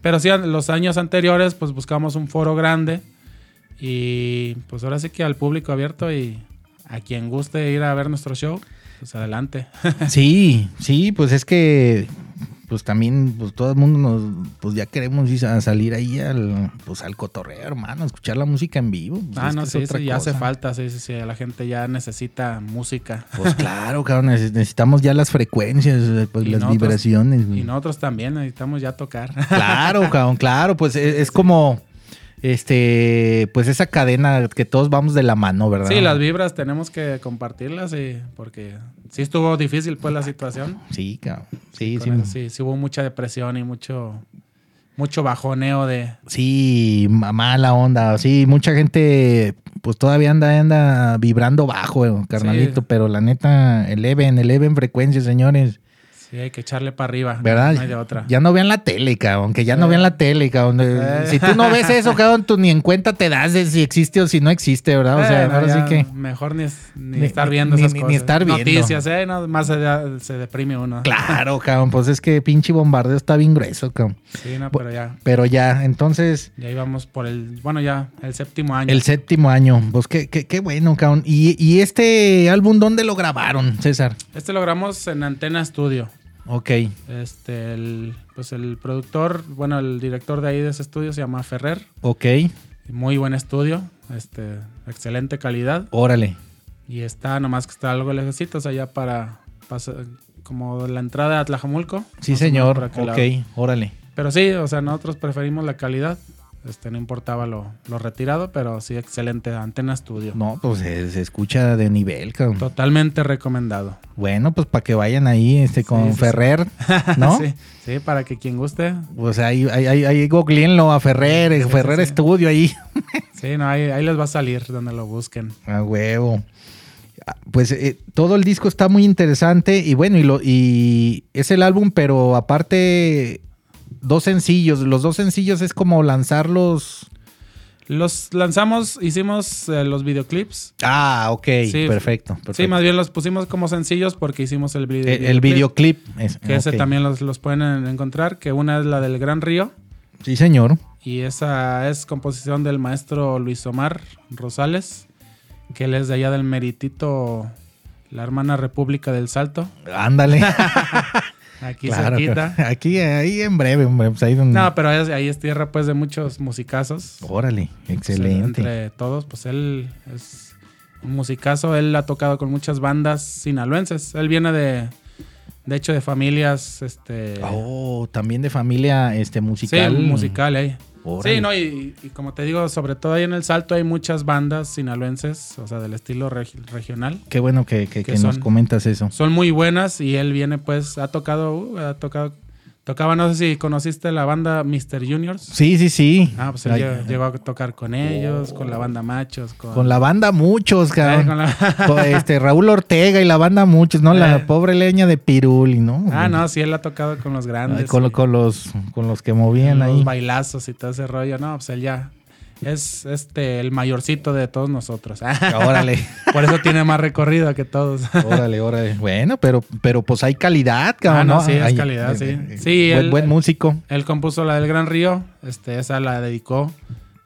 [SPEAKER 7] Pero sí, en los años anteriores pues buscamos un foro grande y pues ahora sí que al público abierto y a quien guste ir a ver nuestro show, pues adelante.
[SPEAKER 6] Sí, sí, pues es que pues también pues todo el mundo nos pues ya queremos ir a salir ahí al pues al cotorreo, hermano, a escuchar la música en vivo. Pues
[SPEAKER 7] ah,
[SPEAKER 6] es
[SPEAKER 7] no,
[SPEAKER 6] que es
[SPEAKER 7] sí,
[SPEAKER 6] otra
[SPEAKER 7] sí, ya hace
[SPEAKER 6] cosa.
[SPEAKER 7] falta, sí, sí, sí, la gente ya necesita música.
[SPEAKER 6] Pues claro, cabrón, neces- necesitamos ya las frecuencias, eh, pues
[SPEAKER 7] Y
[SPEAKER 6] las
[SPEAKER 7] nosotros-
[SPEAKER 6] vibraciones.
[SPEAKER 7] Y nosotros también necesitamos ya tocar.
[SPEAKER 6] Mm.
[SPEAKER 7] <laughs>
[SPEAKER 6] Claro, cabrón, claro, pues es, es como este, pues esa cadena que todos vamos de la mano, ¿verdad?
[SPEAKER 7] Sí, las vibras tenemos que compartirlas y porque sí estuvo difícil pues la situación.
[SPEAKER 6] Sí, cabrón. Sí, sí.
[SPEAKER 7] Con eso, sí, sí hubo mucha depresión y mucho mucho bajoneo de
[SPEAKER 6] Sí, ma- mala onda. Sí, mucha gente, pues todavía anda, anda vibrando bajo, eh, carnalito,
[SPEAKER 7] Sí.
[SPEAKER 6] pero la neta, eleven, eleven frecuencia, señores.
[SPEAKER 7] sí hay que echarle para arriba,
[SPEAKER 6] ¿Verdad?
[SPEAKER 7] Ah, no hay de otra.
[SPEAKER 6] Ya no vean la tele, cabrón, que ya no
[SPEAKER 7] Sí.
[SPEAKER 6] vean la tele, cabrón. Eh, Si
[SPEAKER 7] Sí.
[SPEAKER 6] tú no ves eso, cabrón, tú ni en cuenta te das de si existe o si no existe, ¿verdad? O sea,
[SPEAKER 7] Eh, no,
[SPEAKER 6] ahora
[SPEAKER 7] ya
[SPEAKER 6] sí que.
[SPEAKER 7] mejor ni, es- ni
[SPEAKER 6] Ni-
[SPEAKER 7] estar viendo
[SPEAKER 6] ni-
[SPEAKER 7] esas
[SPEAKER 6] ni- ni
[SPEAKER 7] cosas.
[SPEAKER 6] estar viendo.
[SPEAKER 7] Noticias, eh, no, más se, se deprime uno.
[SPEAKER 6] Claro, cabrón, pues es que pinche bombardeo está bien grueso, cabrón.
[SPEAKER 7] Sí, no, pero ya
[SPEAKER 6] Pero ya, entonces,
[SPEAKER 7] ya íbamos por el bueno, ya el séptimo año.
[SPEAKER 6] el séptimo año, pues qué, qué, qué bueno, cabrón. ¿Y, ¿Y este álbum dónde lo grabaron, César?
[SPEAKER 7] Este logramos en Antena Studio.
[SPEAKER 6] Ok.
[SPEAKER 7] Este, el, pues el productor, bueno, el director de ahí de ese estudio se llama Ferrer.
[SPEAKER 6] Ok,
[SPEAKER 7] Muy buen estudio, este, excelente calidad.
[SPEAKER 6] órale.
[SPEAKER 7] Y está, nomás que está algo lejecitos allá para, pasar- como la entrada a Tlajamulco.
[SPEAKER 6] Sí,
[SPEAKER 7] Más o menos
[SPEAKER 6] señor.
[SPEAKER 7] por aquel
[SPEAKER 6] Ok,
[SPEAKER 7] lado.
[SPEAKER 6] órale.
[SPEAKER 7] Pero sí, o sea, nosotros preferimos la calidad. Este, no importaba lo, lo retirado, pero sí, excelente. Antena Studio.
[SPEAKER 6] No, pues se, se escucha de nivel, cabrón.
[SPEAKER 7] Totalmente recomendado.
[SPEAKER 6] Bueno, pues para que vayan ahí este, con
[SPEAKER 7] Sí, sí, sí. <laughs>
[SPEAKER 6] Ferrer, ¿no?
[SPEAKER 7] sí, sí, para que quien guste.
[SPEAKER 6] Pues ahí, ahí, ahí, ahí googleenlo a Ferrer, eh,
[SPEAKER 7] Sí,
[SPEAKER 6] Ferrer
[SPEAKER 7] sí, sí.
[SPEAKER 6] Estudio ahí. <laughs>
[SPEAKER 7] Sí, no, ahí, ahí les va a salir donde lo busquen.
[SPEAKER 6] A huevo. Ah, Pues eh, todo el disco está muy interesante y bueno, y, lo, y es el álbum, pero aparte dos sencillos. Los dos sencillos es como lanzarlos.
[SPEAKER 7] Los lanzamos, hicimos eh, los videoclips.
[SPEAKER 6] Ah, ok.
[SPEAKER 7] Sí.
[SPEAKER 6] perfecto,
[SPEAKER 7] Sí,
[SPEAKER 6] perfecto.
[SPEAKER 7] más bien los pusimos como sencillos porque hicimos el video.
[SPEAKER 6] Eh, el, videoclip. es-
[SPEAKER 7] Que ese
[SPEAKER 6] ok.
[SPEAKER 7] también los, los pueden encontrar, que una es la del Gran Río
[SPEAKER 6] Sí, señor.
[SPEAKER 7] y esa es composición del maestro Luis Omar Rosales, que él es de allá del meritito, la hermana República del Salto,
[SPEAKER 6] Ándale.
[SPEAKER 7] <laughs> aquí
[SPEAKER 6] claro.
[SPEAKER 7] cerquita.
[SPEAKER 6] pero <laughs> Aquí, ahí en breve, hombre. pues ahí donde-
[SPEAKER 7] No, pero es- ahí es tierra pues de muchos musicazos.
[SPEAKER 6] Órale,
[SPEAKER 7] Pues,
[SPEAKER 6] excelente.
[SPEAKER 7] Entre todos, pues él es un musicazo. Él ha tocado con muchas bandas sinaloenses. Él viene de, de hecho, de familias, este...
[SPEAKER 6] Oh, también de familia este, musical.
[SPEAKER 7] Sí, musical, eh.
[SPEAKER 6] Órale.
[SPEAKER 7] Sí, no, y, y como te digo, sobre todo ahí en El Salto hay muchas bandas sinaloenses, o sea, del estilo reg- regional.
[SPEAKER 6] Qué bueno que, que-
[SPEAKER 7] Que
[SPEAKER 6] que nos
[SPEAKER 7] son-
[SPEAKER 6] comentas eso.
[SPEAKER 7] Son muy buenas y él viene, pues, ha tocado, uh, ha tocado Tocaba, no sé si conociste la banda Mr. Juniors.
[SPEAKER 6] Sí, sí, sí.
[SPEAKER 7] Ah, pues él
[SPEAKER 6] Ay,
[SPEAKER 7] llegó, llegó a tocar con ellos, con la banda Machos, con,
[SPEAKER 6] Con la banda muchos,
[SPEAKER 7] Eh,
[SPEAKER 6] cabrón.
[SPEAKER 7] con la- <laughs>
[SPEAKER 6] Con este Raúl Ortega y la banda muchos, ¿no?
[SPEAKER 7] Eh.
[SPEAKER 6] La pobre leña de Piruli, ¿no?
[SPEAKER 7] Ah, no, sí, él ha tocado con los
[SPEAKER 6] Ay,
[SPEAKER 7] grandes.
[SPEAKER 6] con, lo-
[SPEAKER 7] y-
[SPEAKER 6] con los con los que movían
[SPEAKER 7] los
[SPEAKER 6] ahí.
[SPEAKER 7] bailazos y todo ese rollo. No, pues él ya es este el mayorcito de todos nosotros. <laughs>
[SPEAKER 6] Órale.
[SPEAKER 7] Por eso tiene más recorrido que todos. <laughs>
[SPEAKER 6] Órale, órale. <laughs> Bueno, pero, pero pues hay calidad, cabrón.
[SPEAKER 7] Ah, no, sí, es calidad, sí. Sí,
[SPEAKER 6] buen,
[SPEAKER 7] el-
[SPEAKER 6] buen músico.
[SPEAKER 7] Él compuso la del Gran Río, este, esa la dedicó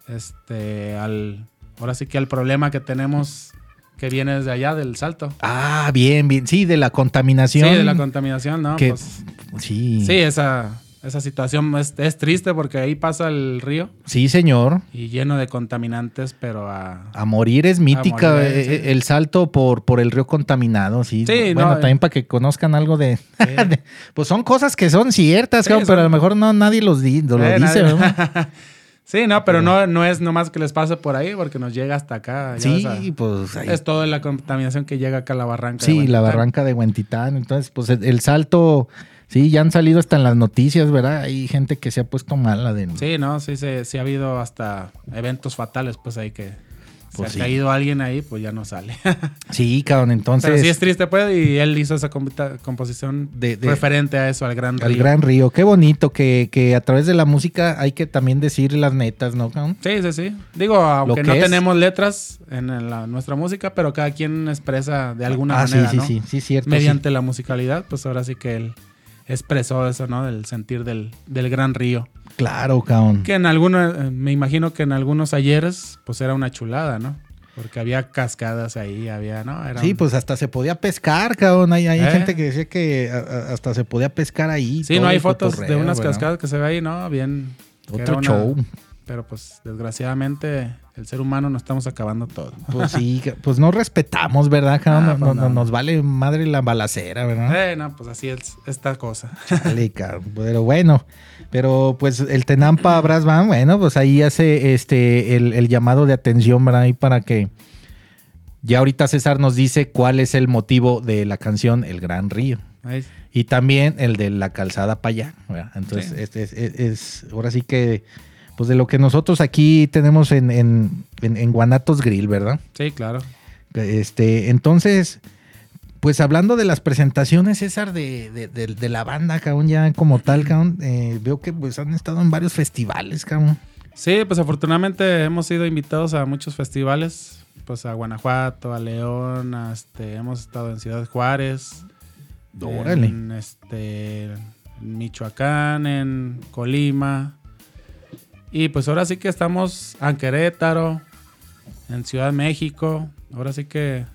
[SPEAKER 7] este, al. Ahora sí que al problema que tenemos que viene desde allá, del salto.
[SPEAKER 6] Ah, bien, bien. Sí, de la
[SPEAKER 7] Sí,
[SPEAKER 6] contaminación.
[SPEAKER 7] de la contaminación, ¿no?
[SPEAKER 6] que-
[SPEAKER 7] Pues,
[SPEAKER 6] sí.
[SPEAKER 7] sí,
[SPEAKER 6] sí.
[SPEAKER 7] esa, esa situación es, es triste porque ahí pasa el río
[SPEAKER 6] señor.
[SPEAKER 7] y lleno de contaminantes, pero a.
[SPEAKER 6] A morir es mítica.
[SPEAKER 7] morir,
[SPEAKER 6] eh,
[SPEAKER 7] sí.
[SPEAKER 6] eh, El salto por, por el río contaminado, sí.
[SPEAKER 7] Sí,
[SPEAKER 6] bueno,
[SPEAKER 7] no,
[SPEAKER 6] también
[SPEAKER 7] eh.
[SPEAKER 6] para que conozcan algo de, <laughs> de- Pues son cosas que son ciertas,
[SPEAKER 7] Sí,
[SPEAKER 6] cabrón, pero a lo
[SPEAKER 7] son-
[SPEAKER 6] mejor no nadie los di- lo
[SPEAKER 7] Eh,
[SPEAKER 6] dice,
[SPEAKER 7] nadie-
[SPEAKER 6] ¿verdad?
[SPEAKER 7] Sí, no, pero no, no es nomás que les pase por ahí porque nos llega hasta acá. <laughs> ya
[SPEAKER 6] Sí,
[SPEAKER 7] ves, a-
[SPEAKER 6] pues ahí
[SPEAKER 7] es toda la contaminación que llega acá a la barranca. de
[SPEAKER 6] Sí, la
[SPEAKER 7] Huentitán.
[SPEAKER 6] barranca de Huentitán. Entonces, pues el, el salto, sí, ya han salido hasta en las noticias, ¿verdad? Hay gente que se ha puesto mala de...
[SPEAKER 7] Sí, no, sí, se- sí ha habido hasta eventos fatales, pues ahí que se
[SPEAKER 6] Pues
[SPEAKER 7] ha
[SPEAKER 6] sí.
[SPEAKER 7] caído alguien ahí, pues ya no sale. <laughs>
[SPEAKER 6] Sí, cabrón, entonces...
[SPEAKER 7] Pero sí es triste, pues, y él hizo esa compita- composición
[SPEAKER 6] De- de-
[SPEAKER 7] referente a eso, al gran
[SPEAKER 6] Al
[SPEAKER 7] río.
[SPEAKER 6] Gran Río, qué bonito que, que a través de la música hay que también decir las netas, ¿no? cabrón?
[SPEAKER 7] Sí, sí, sí. Digo,
[SPEAKER 6] que
[SPEAKER 7] aunque no
[SPEAKER 6] es.
[SPEAKER 7] tenemos letras en, la- nuestra música, pero cada quien expresa de alguna
[SPEAKER 6] ah,
[SPEAKER 7] manera,
[SPEAKER 6] sí,
[SPEAKER 7] ¿no?
[SPEAKER 6] sí, sí, sí, cierto.
[SPEAKER 7] Mediante la musicalidad, pues ahora sí que él expresó eso, ¿no? Del sentir del, del gran río.
[SPEAKER 6] sí. Claro, cabrón.
[SPEAKER 7] Que en algunos, eh, me imagino que en algunos ayeres, pues era una chulada, ¿no? Porque había cascadas ahí, había, ¿no? Era
[SPEAKER 6] Sí,
[SPEAKER 7] un-
[SPEAKER 6] pues hasta se podía pescar, cabrón. Hay, hay
[SPEAKER 7] ¿Eh?
[SPEAKER 6] gente que decía que a- a- hasta se podía pescar ahí.
[SPEAKER 7] Sí,
[SPEAKER 6] todo
[SPEAKER 7] no hay
[SPEAKER 6] el
[SPEAKER 7] fotos de
[SPEAKER 6] cotorreo,
[SPEAKER 7] unas
[SPEAKER 6] ¿verdad?
[SPEAKER 7] cascadas que se ve ahí, ¿no? Bien. que era
[SPEAKER 6] Otro
[SPEAKER 7] una-
[SPEAKER 6] show.
[SPEAKER 7] Pero pues desgraciadamente el ser humano nos estamos acabando todo.
[SPEAKER 6] Pues sí, ca- pues no respetamos, ¿verdad, cabrón?
[SPEAKER 7] Ah,
[SPEAKER 6] No-
[SPEAKER 7] pues
[SPEAKER 6] no-
[SPEAKER 7] no.
[SPEAKER 6] Nos vale madre la balacera, ¿verdad?
[SPEAKER 7] Eh, no, pues así es esta cosa. <laughs>
[SPEAKER 6] Chale, cabrón, pero bueno, pero pues el Tenampa Brass Band, bueno, pues ahí hace este el, el llamado de atención, ¿verdad? Ahí para que ya ahorita César nos dice cuál es el motivo de la canción El Gran Río.
[SPEAKER 7] Ahí-
[SPEAKER 6] Y también el de la calzada para allá. ¿verdad? Entonces,
[SPEAKER 7] Sí.
[SPEAKER 6] este es, es- es- ahora sí que, pues de lo que nosotros aquí tenemos en, en- en- en Guanatos Grill, ¿verdad?
[SPEAKER 7] Sí, claro.
[SPEAKER 6] Este, entonces, pues hablando de las presentaciones, César, de, de- de- de la banda, cabrón, ya como tal, cabrón, eh, veo que pues han estado en varios festivales, cabrón.
[SPEAKER 7] Sí, pues afortunadamente hemos sido invitados a muchos festivales, pues a Guanajuato, a León, a este, hemos estado en Ciudad Juárez,
[SPEAKER 6] Órale.
[SPEAKER 7] en este en Michoacán, en Colima. Y pues ahora sí que estamos en Querétaro, en Ciudad de México, ahora sí que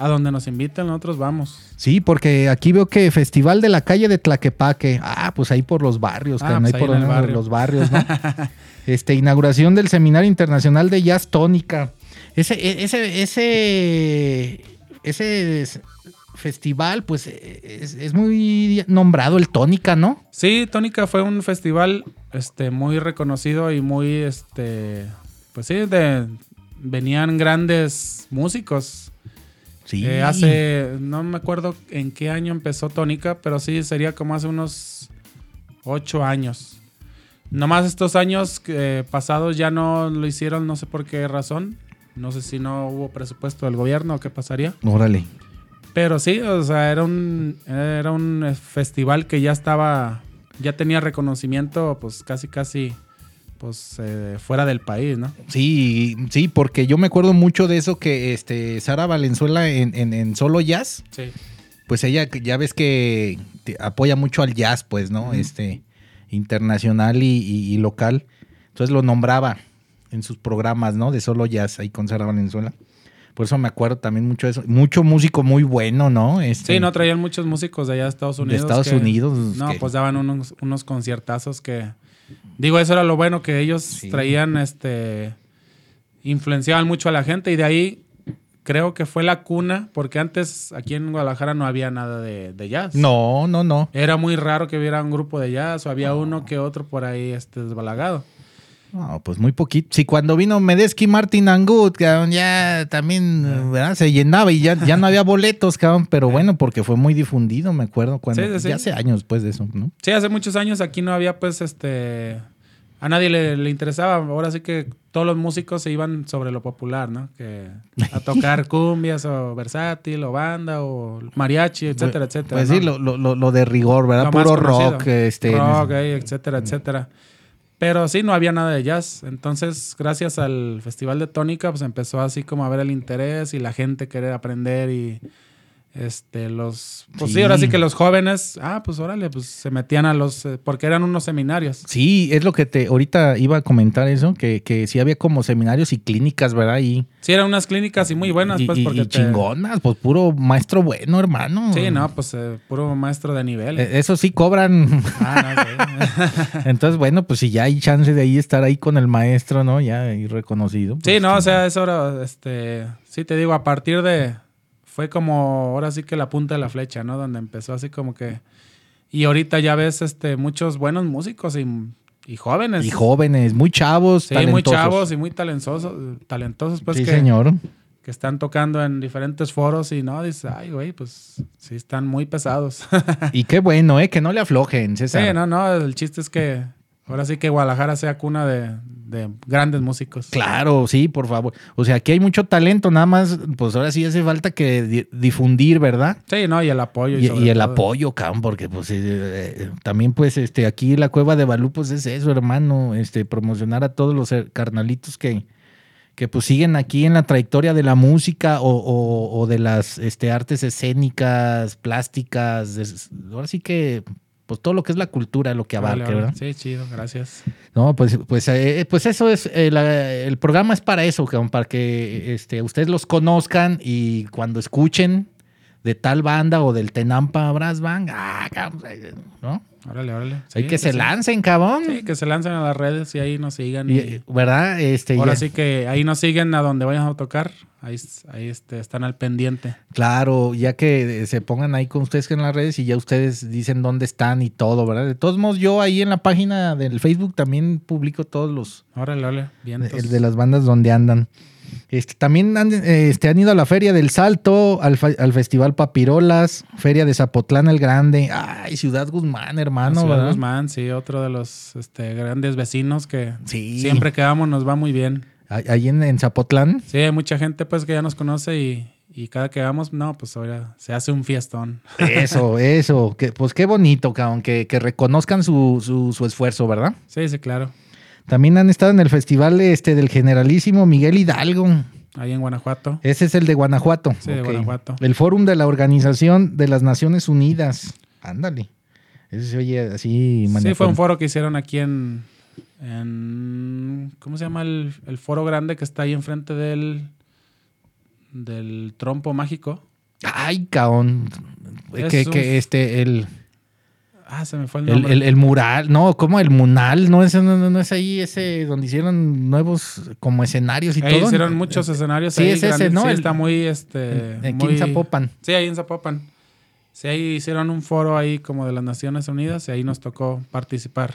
[SPEAKER 7] a donde nos inviten nosotros vamos.
[SPEAKER 6] Sí, porque aquí veo que Festival de la Calle de Tlaquepaque. Ah, pues ahí por los barrios,
[SPEAKER 7] Ah,
[SPEAKER 6] cabrón,
[SPEAKER 7] pues
[SPEAKER 6] ahí
[SPEAKER 7] ahí
[SPEAKER 6] por
[SPEAKER 7] en el
[SPEAKER 6] los-
[SPEAKER 7] barrio.
[SPEAKER 6] los barrios, <laughs> ¿no? este, inauguración del Seminario Internacional de Jazz Tónica. Ese, e- ese, ese, ese es- festival, pues es, es muy nombrado el Tónica, ¿no?
[SPEAKER 7] Sí, Tónica fue un festival este, muy reconocido y muy, este, pues sí, de, venían grandes músicos.
[SPEAKER 6] Sí.
[SPEAKER 7] Eh, hace, no me acuerdo en qué año empezó Tónica, pero sí, sería como hace unos ocho años. Nomás estos años eh, pasados ya no lo hicieron, no sé por qué razón. No sé si no hubo presupuesto del gobierno o qué pasaría.
[SPEAKER 6] Órale.
[SPEAKER 7] Pero sí, o sea, era un, era un eh, festival que ya estaba, ya tenía reconocimiento, pues casi, casi, pues eh, fuera del país, ¿no?
[SPEAKER 6] Sí, sí, porque yo me acuerdo mucho de eso que este, Sara Valenzuela en, en- en Solo Jazz,
[SPEAKER 7] Sí.
[SPEAKER 6] pues ella ya ves que te- apoya mucho al jazz, pues, ¿no? Este, internacional y, y- y local. Entonces lo nombraba en sus programas, ¿no? De Solo Jazz ahí con Sara Valenzuela. Por eso me acuerdo también mucho de eso. Mucho músico muy bueno, ¿no? Este,
[SPEAKER 7] Sí, no traían muchos músicos de allá de Estados
[SPEAKER 6] De
[SPEAKER 7] Unidos.
[SPEAKER 6] Estados Unidos,
[SPEAKER 7] No,
[SPEAKER 6] que-
[SPEAKER 7] pues daban unos, unos conciertazos que. Digo, eso era lo bueno que ellos
[SPEAKER 6] Sí.
[SPEAKER 7] traían, este. Influenciaban mucho a la gente y de ahí creo que fue la cuna, porque antes aquí en Guadalajara no había nada de, de jazz.
[SPEAKER 6] No, no, no.
[SPEAKER 7] Era muy raro que hubiera un grupo de jazz o había uno que otro por ahí este, desbalagado.
[SPEAKER 6] No, pues muy poquito. Si cuando vino Medeski Martin Angut, cabrón, ya también ¿verdad? se llenaba y ya, ya no había boletos, cabrón, pero bueno, porque fue muy difundido, me acuerdo, cuando
[SPEAKER 7] Sí, sí, sí.
[SPEAKER 6] ya hace años después de eso, ¿no?
[SPEAKER 7] Sí, hace muchos años aquí no había, pues, este. A nadie le, le interesaba. Ahora sí que todos los músicos se iban sobre lo popular, ¿no? Que a
[SPEAKER 6] <laughs>
[SPEAKER 7] tocar cumbias o versátil o banda o mariachi, etcétera, etcétera.
[SPEAKER 6] Pues
[SPEAKER 7] ¿no?
[SPEAKER 6] sí, lo, lo- lo- lo de rigor, ¿verdad?
[SPEAKER 7] Lo más
[SPEAKER 6] Puro
[SPEAKER 7] conocido.
[SPEAKER 6] rock, este.
[SPEAKER 7] Rock, eh, etcétera, etcétera. Pero sí, no había nada de jazz. Entonces, gracias al Festival de Tónica, pues empezó así como a ver el interés y la gente querer aprender y este los pues sí,
[SPEAKER 6] Sí.
[SPEAKER 7] ahora sí que los jóvenes, ah, pues órale, pues se metían a los eh, porque eran unos seminarios.
[SPEAKER 6] Sí, es lo que te ahorita iba a comentar eso, que, que sí había como seminarios y clínicas, ¿verdad? Ahí.
[SPEAKER 7] Sí, eran unas clínicas y muy buenas,
[SPEAKER 6] y,
[SPEAKER 7] pues
[SPEAKER 6] y-
[SPEAKER 7] porque
[SPEAKER 6] y
[SPEAKER 7] te-
[SPEAKER 6] chingonas, pues puro maestro bueno, hermano.
[SPEAKER 7] Sí, no, pues eh, puro maestro de nivel.
[SPEAKER 6] Eh, Eso sí cobran.
[SPEAKER 7] Ah, no, <laughs> sí.
[SPEAKER 6] Entonces, bueno, pues si ya hay chance de ahí estar ahí con el maestro, ¿no? Ya ahí reconocido. pues,
[SPEAKER 7] Sí, no, o sea, eso era, este, sí te digo, a partir de, fue como, ahora sí que la punta de la flecha, ¿no? Donde empezó así como que, y ahorita ya ves, este, muchos buenos músicos y, y jóvenes.
[SPEAKER 6] Y jóvenes, muy chavos,
[SPEAKER 7] Sí,
[SPEAKER 6] talentosos.
[SPEAKER 7] muy chavos y muy talentosos, talentosos pues
[SPEAKER 6] sí,
[SPEAKER 7] que,
[SPEAKER 6] señor.
[SPEAKER 7] que están tocando en diferentes foros y no, dices, ay, güey, pues sí están muy pesados. <laughs>
[SPEAKER 6] Y qué bueno, ¿eh? Que no le aflojen,
[SPEAKER 7] sí,
[SPEAKER 6] César.
[SPEAKER 7] no, no, el chiste es que ahora sí que Guadalajara sea cuna de, de grandes músicos.
[SPEAKER 6] Claro, sí, por favor. O sea, aquí hay mucho talento, nada más, pues ahora sí hace falta que di- difundir, ¿verdad?
[SPEAKER 7] Sí, no, y el apoyo.
[SPEAKER 6] Y,
[SPEAKER 7] sobre
[SPEAKER 6] y el
[SPEAKER 7] todo.
[SPEAKER 6] apoyo, cabrón, porque pues eh, eh, también pues este aquí la cueva de Balú pues es eso, hermano, este promocionar a todos los eh, carnalitos que, que pues siguen aquí en la trayectoria de la música o, o- o de las este, artes escénicas, plásticas, es- ahora sí que pues todo lo que es la cultura, lo que
[SPEAKER 7] Vale,
[SPEAKER 6] abarca,
[SPEAKER 7] vale.
[SPEAKER 6] ¿verdad?
[SPEAKER 7] Sí, chido, gracias.
[SPEAKER 6] No, pues, pues, eh, pues eso es, eh, la- el programa es para eso, cabrón, para que este, ustedes los conozcan y cuando escuchen de tal banda o del Tenampa Brass Band, ah, cabrón, eh, ¿no?
[SPEAKER 7] Órale, órale.
[SPEAKER 6] Hay
[SPEAKER 7] Sí,
[SPEAKER 6] que se
[SPEAKER 7] sí.
[SPEAKER 6] lancen, cabrón.
[SPEAKER 7] Sí, que se lancen a las redes y ahí nos sigan.
[SPEAKER 6] Y,
[SPEAKER 7] Y,
[SPEAKER 6] eh, ¿Verdad? Este,
[SPEAKER 7] ahora
[SPEAKER 6] ya-
[SPEAKER 7] sí que ahí nos siguen a donde vayan a tocar. Ahí, s- ahí este, están al pendiente.
[SPEAKER 6] Claro, ya que eh, se pongan ahí con ustedes en las redes y ya ustedes dicen dónde están y todo, ¿verdad? De todos modos, yo ahí en la página del Facebook también publico todos los,
[SPEAKER 7] Órale, órale. Vientos.
[SPEAKER 6] El de las bandas donde andan. Este, también han, eh, este, han ido a la Feria del Salto, al, fa- al Festival Papirolas, Feria de Zapotlán el Grande. Ay, Ciudad Guzmán,
[SPEAKER 7] Ah,
[SPEAKER 6] hermano.
[SPEAKER 7] Ciudad
[SPEAKER 6] ¿verdad?
[SPEAKER 7] Guzmán, sí, otro de los este, grandes vecinos que
[SPEAKER 6] Sí.
[SPEAKER 7] siempre que vamos nos va muy bien.
[SPEAKER 6] Ah- Ahí en, en Zapotlán.
[SPEAKER 7] Sí, hay mucha gente pues que ya nos conoce y, y cada que vamos, no, pues ahora se hace un fiestón. <laughs>
[SPEAKER 6] Eso, eso. Que, pues qué bonito, cabrón, que, que reconozcan su, su- su esfuerzo, ¿verdad?
[SPEAKER 7] Sí, sí, claro.
[SPEAKER 6] También han estado en el Festival este, del Generalísimo Miguel Hidalgo.
[SPEAKER 7] Ahí en Guanajuato.
[SPEAKER 6] Ese es el de Guanajuato.
[SPEAKER 7] Sí, de
[SPEAKER 6] Ok.
[SPEAKER 7] Guanajuato.
[SPEAKER 6] El Fórum de la Organización de las Naciones Unidas. Ándale. Eso se oye así.
[SPEAKER 7] Sí,
[SPEAKER 6] maniacón.
[SPEAKER 7] fue un foro que hicieron aquí en. en- ¿Cómo se llama el, el foro grande que está ahí enfrente del. del trompo mágico?
[SPEAKER 6] Ay, caón.
[SPEAKER 7] Es
[SPEAKER 6] Que,
[SPEAKER 7] un-
[SPEAKER 6] que este, el,
[SPEAKER 7] Ah, se me fue el
[SPEAKER 6] el,
[SPEAKER 7] nombre.
[SPEAKER 6] el- el mural, no, como el munal, no es, no, no, no es ahí ese donde hicieron nuevos como escenarios y
[SPEAKER 7] Ahí
[SPEAKER 6] todo.
[SPEAKER 7] hicieron muchos escenarios.
[SPEAKER 6] Eh, sí,
[SPEAKER 7] ahí
[SPEAKER 6] es ese,
[SPEAKER 7] grandes.
[SPEAKER 6] ¿no?
[SPEAKER 7] Sí,
[SPEAKER 6] El-
[SPEAKER 7] está muy. Este,
[SPEAKER 6] en- aquí en
[SPEAKER 7] muy,
[SPEAKER 6] Zapopan.
[SPEAKER 7] Sí, ahí en Zapopan. Sí, ahí hicieron un foro ahí como de las Naciones Unidas y ahí nos tocó participar.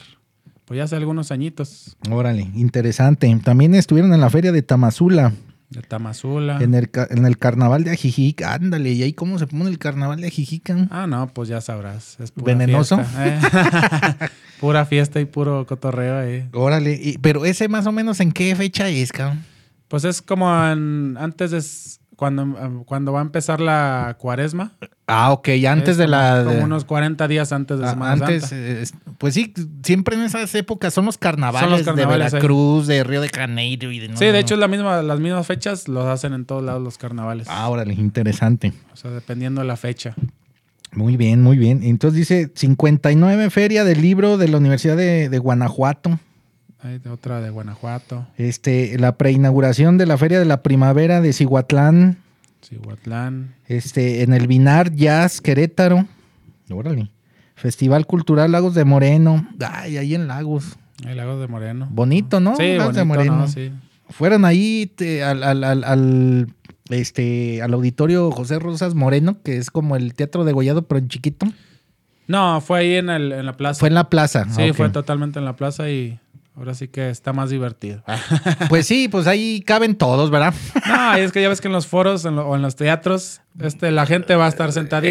[SPEAKER 7] Pues ya hace algunos añitos.
[SPEAKER 6] Órale, interesante. También estuvieron en la feria de Tamazula,
[SPEAKER 7] De Tamazula.
[SPEAKER 6] en el, ca- en el carnaval de Ajijica. Ándale, y ahí cómo se pone el carnaval de Ajijica.
[SPEAKER 7] Ah, no, pues ya sabrás. Es pura
[SPEAKER 6] ¿Venenoso?
[SPEAKER 7] fiesta,
[SPEAKER 6] <laughs>
[SPEAKER 7] eh. pura fiesta y puro cotorreo ahí.
[SPEAKER 6] Órale, y- pero ese más o menos en qué fecha es, cabrón.
[SPEAKER 7] Pues es como en- antes de s- cuando, em, cuando va a empezar la cuaresma.
[SPEAKER 6] Ah, ok, antes
[SPEAKER 7] Es
[SPEAKER 6] de
[SPEAKER 7] como-
[SPEAKER 6] la.
[SPEAKER 7] Como
[SPEAKER 6] de-
[SPEAKER 7] unos 40 días antes de
[SPEAKER 6] Ah,
[SPEAKER 7] Semana
[SPEAKER 6] antes,
[SPEAKER 7] Santa.
[SPEAKER 6] eh, es- pues sí, siempre en esas épocas son los carnavales,
[SPEAKER 7] carnavales,
[SPEAKER 6] de
[SPEAKER 7] ahí.
[SPEAKER 6] Veracruz, de Río de Janeiro y de... no,
[SPEAKER 7] Sí,
[SPEAKER 6] no.
[SPEAKER 7] de hecho es la misma, las mismas fechas los hacen en todos lados los carnavales.
[SPEAKER 6] Ah, órale, interesante.
[SPEAKER 7] O sea, dependiendo de la fecha.
[SPEAKER 6] Muy bien, muy bien. Entonces dice 59 Feria del Libro de la Universidad de, de Guanajuato.
[SPEAKER 7] Hay otra de Guanajuato,
[SPEAKER 6] Este, la preinauguración de la Feria de la Primavera de Cihuatlán,
[SPEAKER 7] Cihuatlán.
[SPEAKER 6] este, en el Binar Jazz Querétaro. Órale. Festival Cultural Lagos de Moreno. Ay, ahí en Lagos.
[SPEAKER 7] El lago de Moreno.
[SPEAKER 6] Bonito, ¿no?
[SPEAKER 7] Sí,
[SPEAKER 6] Lagos
[SPEAKER 7] bonito,
[SPEAKER 6] de Moreno.
[SPEAKER 7] ¿no? Sí.
[SPEAKER 6] Fueron ahí te- al, al- al- al, este, al auditorio José Rosas Moreno, que es como el teatro de Gollado, pero en chiquito.
[SPEAKER 7] No, fue ahí en, el- en la plaza.
[SPEAKER 6] Fue en la plaza.
[SPEAKER 7] Sí,
[SPEAKER 6] Ah, ok.
[SPEAKER 7] fue totalmente en la plaza y Ahora sí que está más divertido. <laughs>
[SPEAKER 6] Pues sí, pues ahí caben todos, ¿verdad?
[SPEAKER 7] No, es que ya ves que en los foros en lo- o en los teatros, este, la gente va a estar sentadita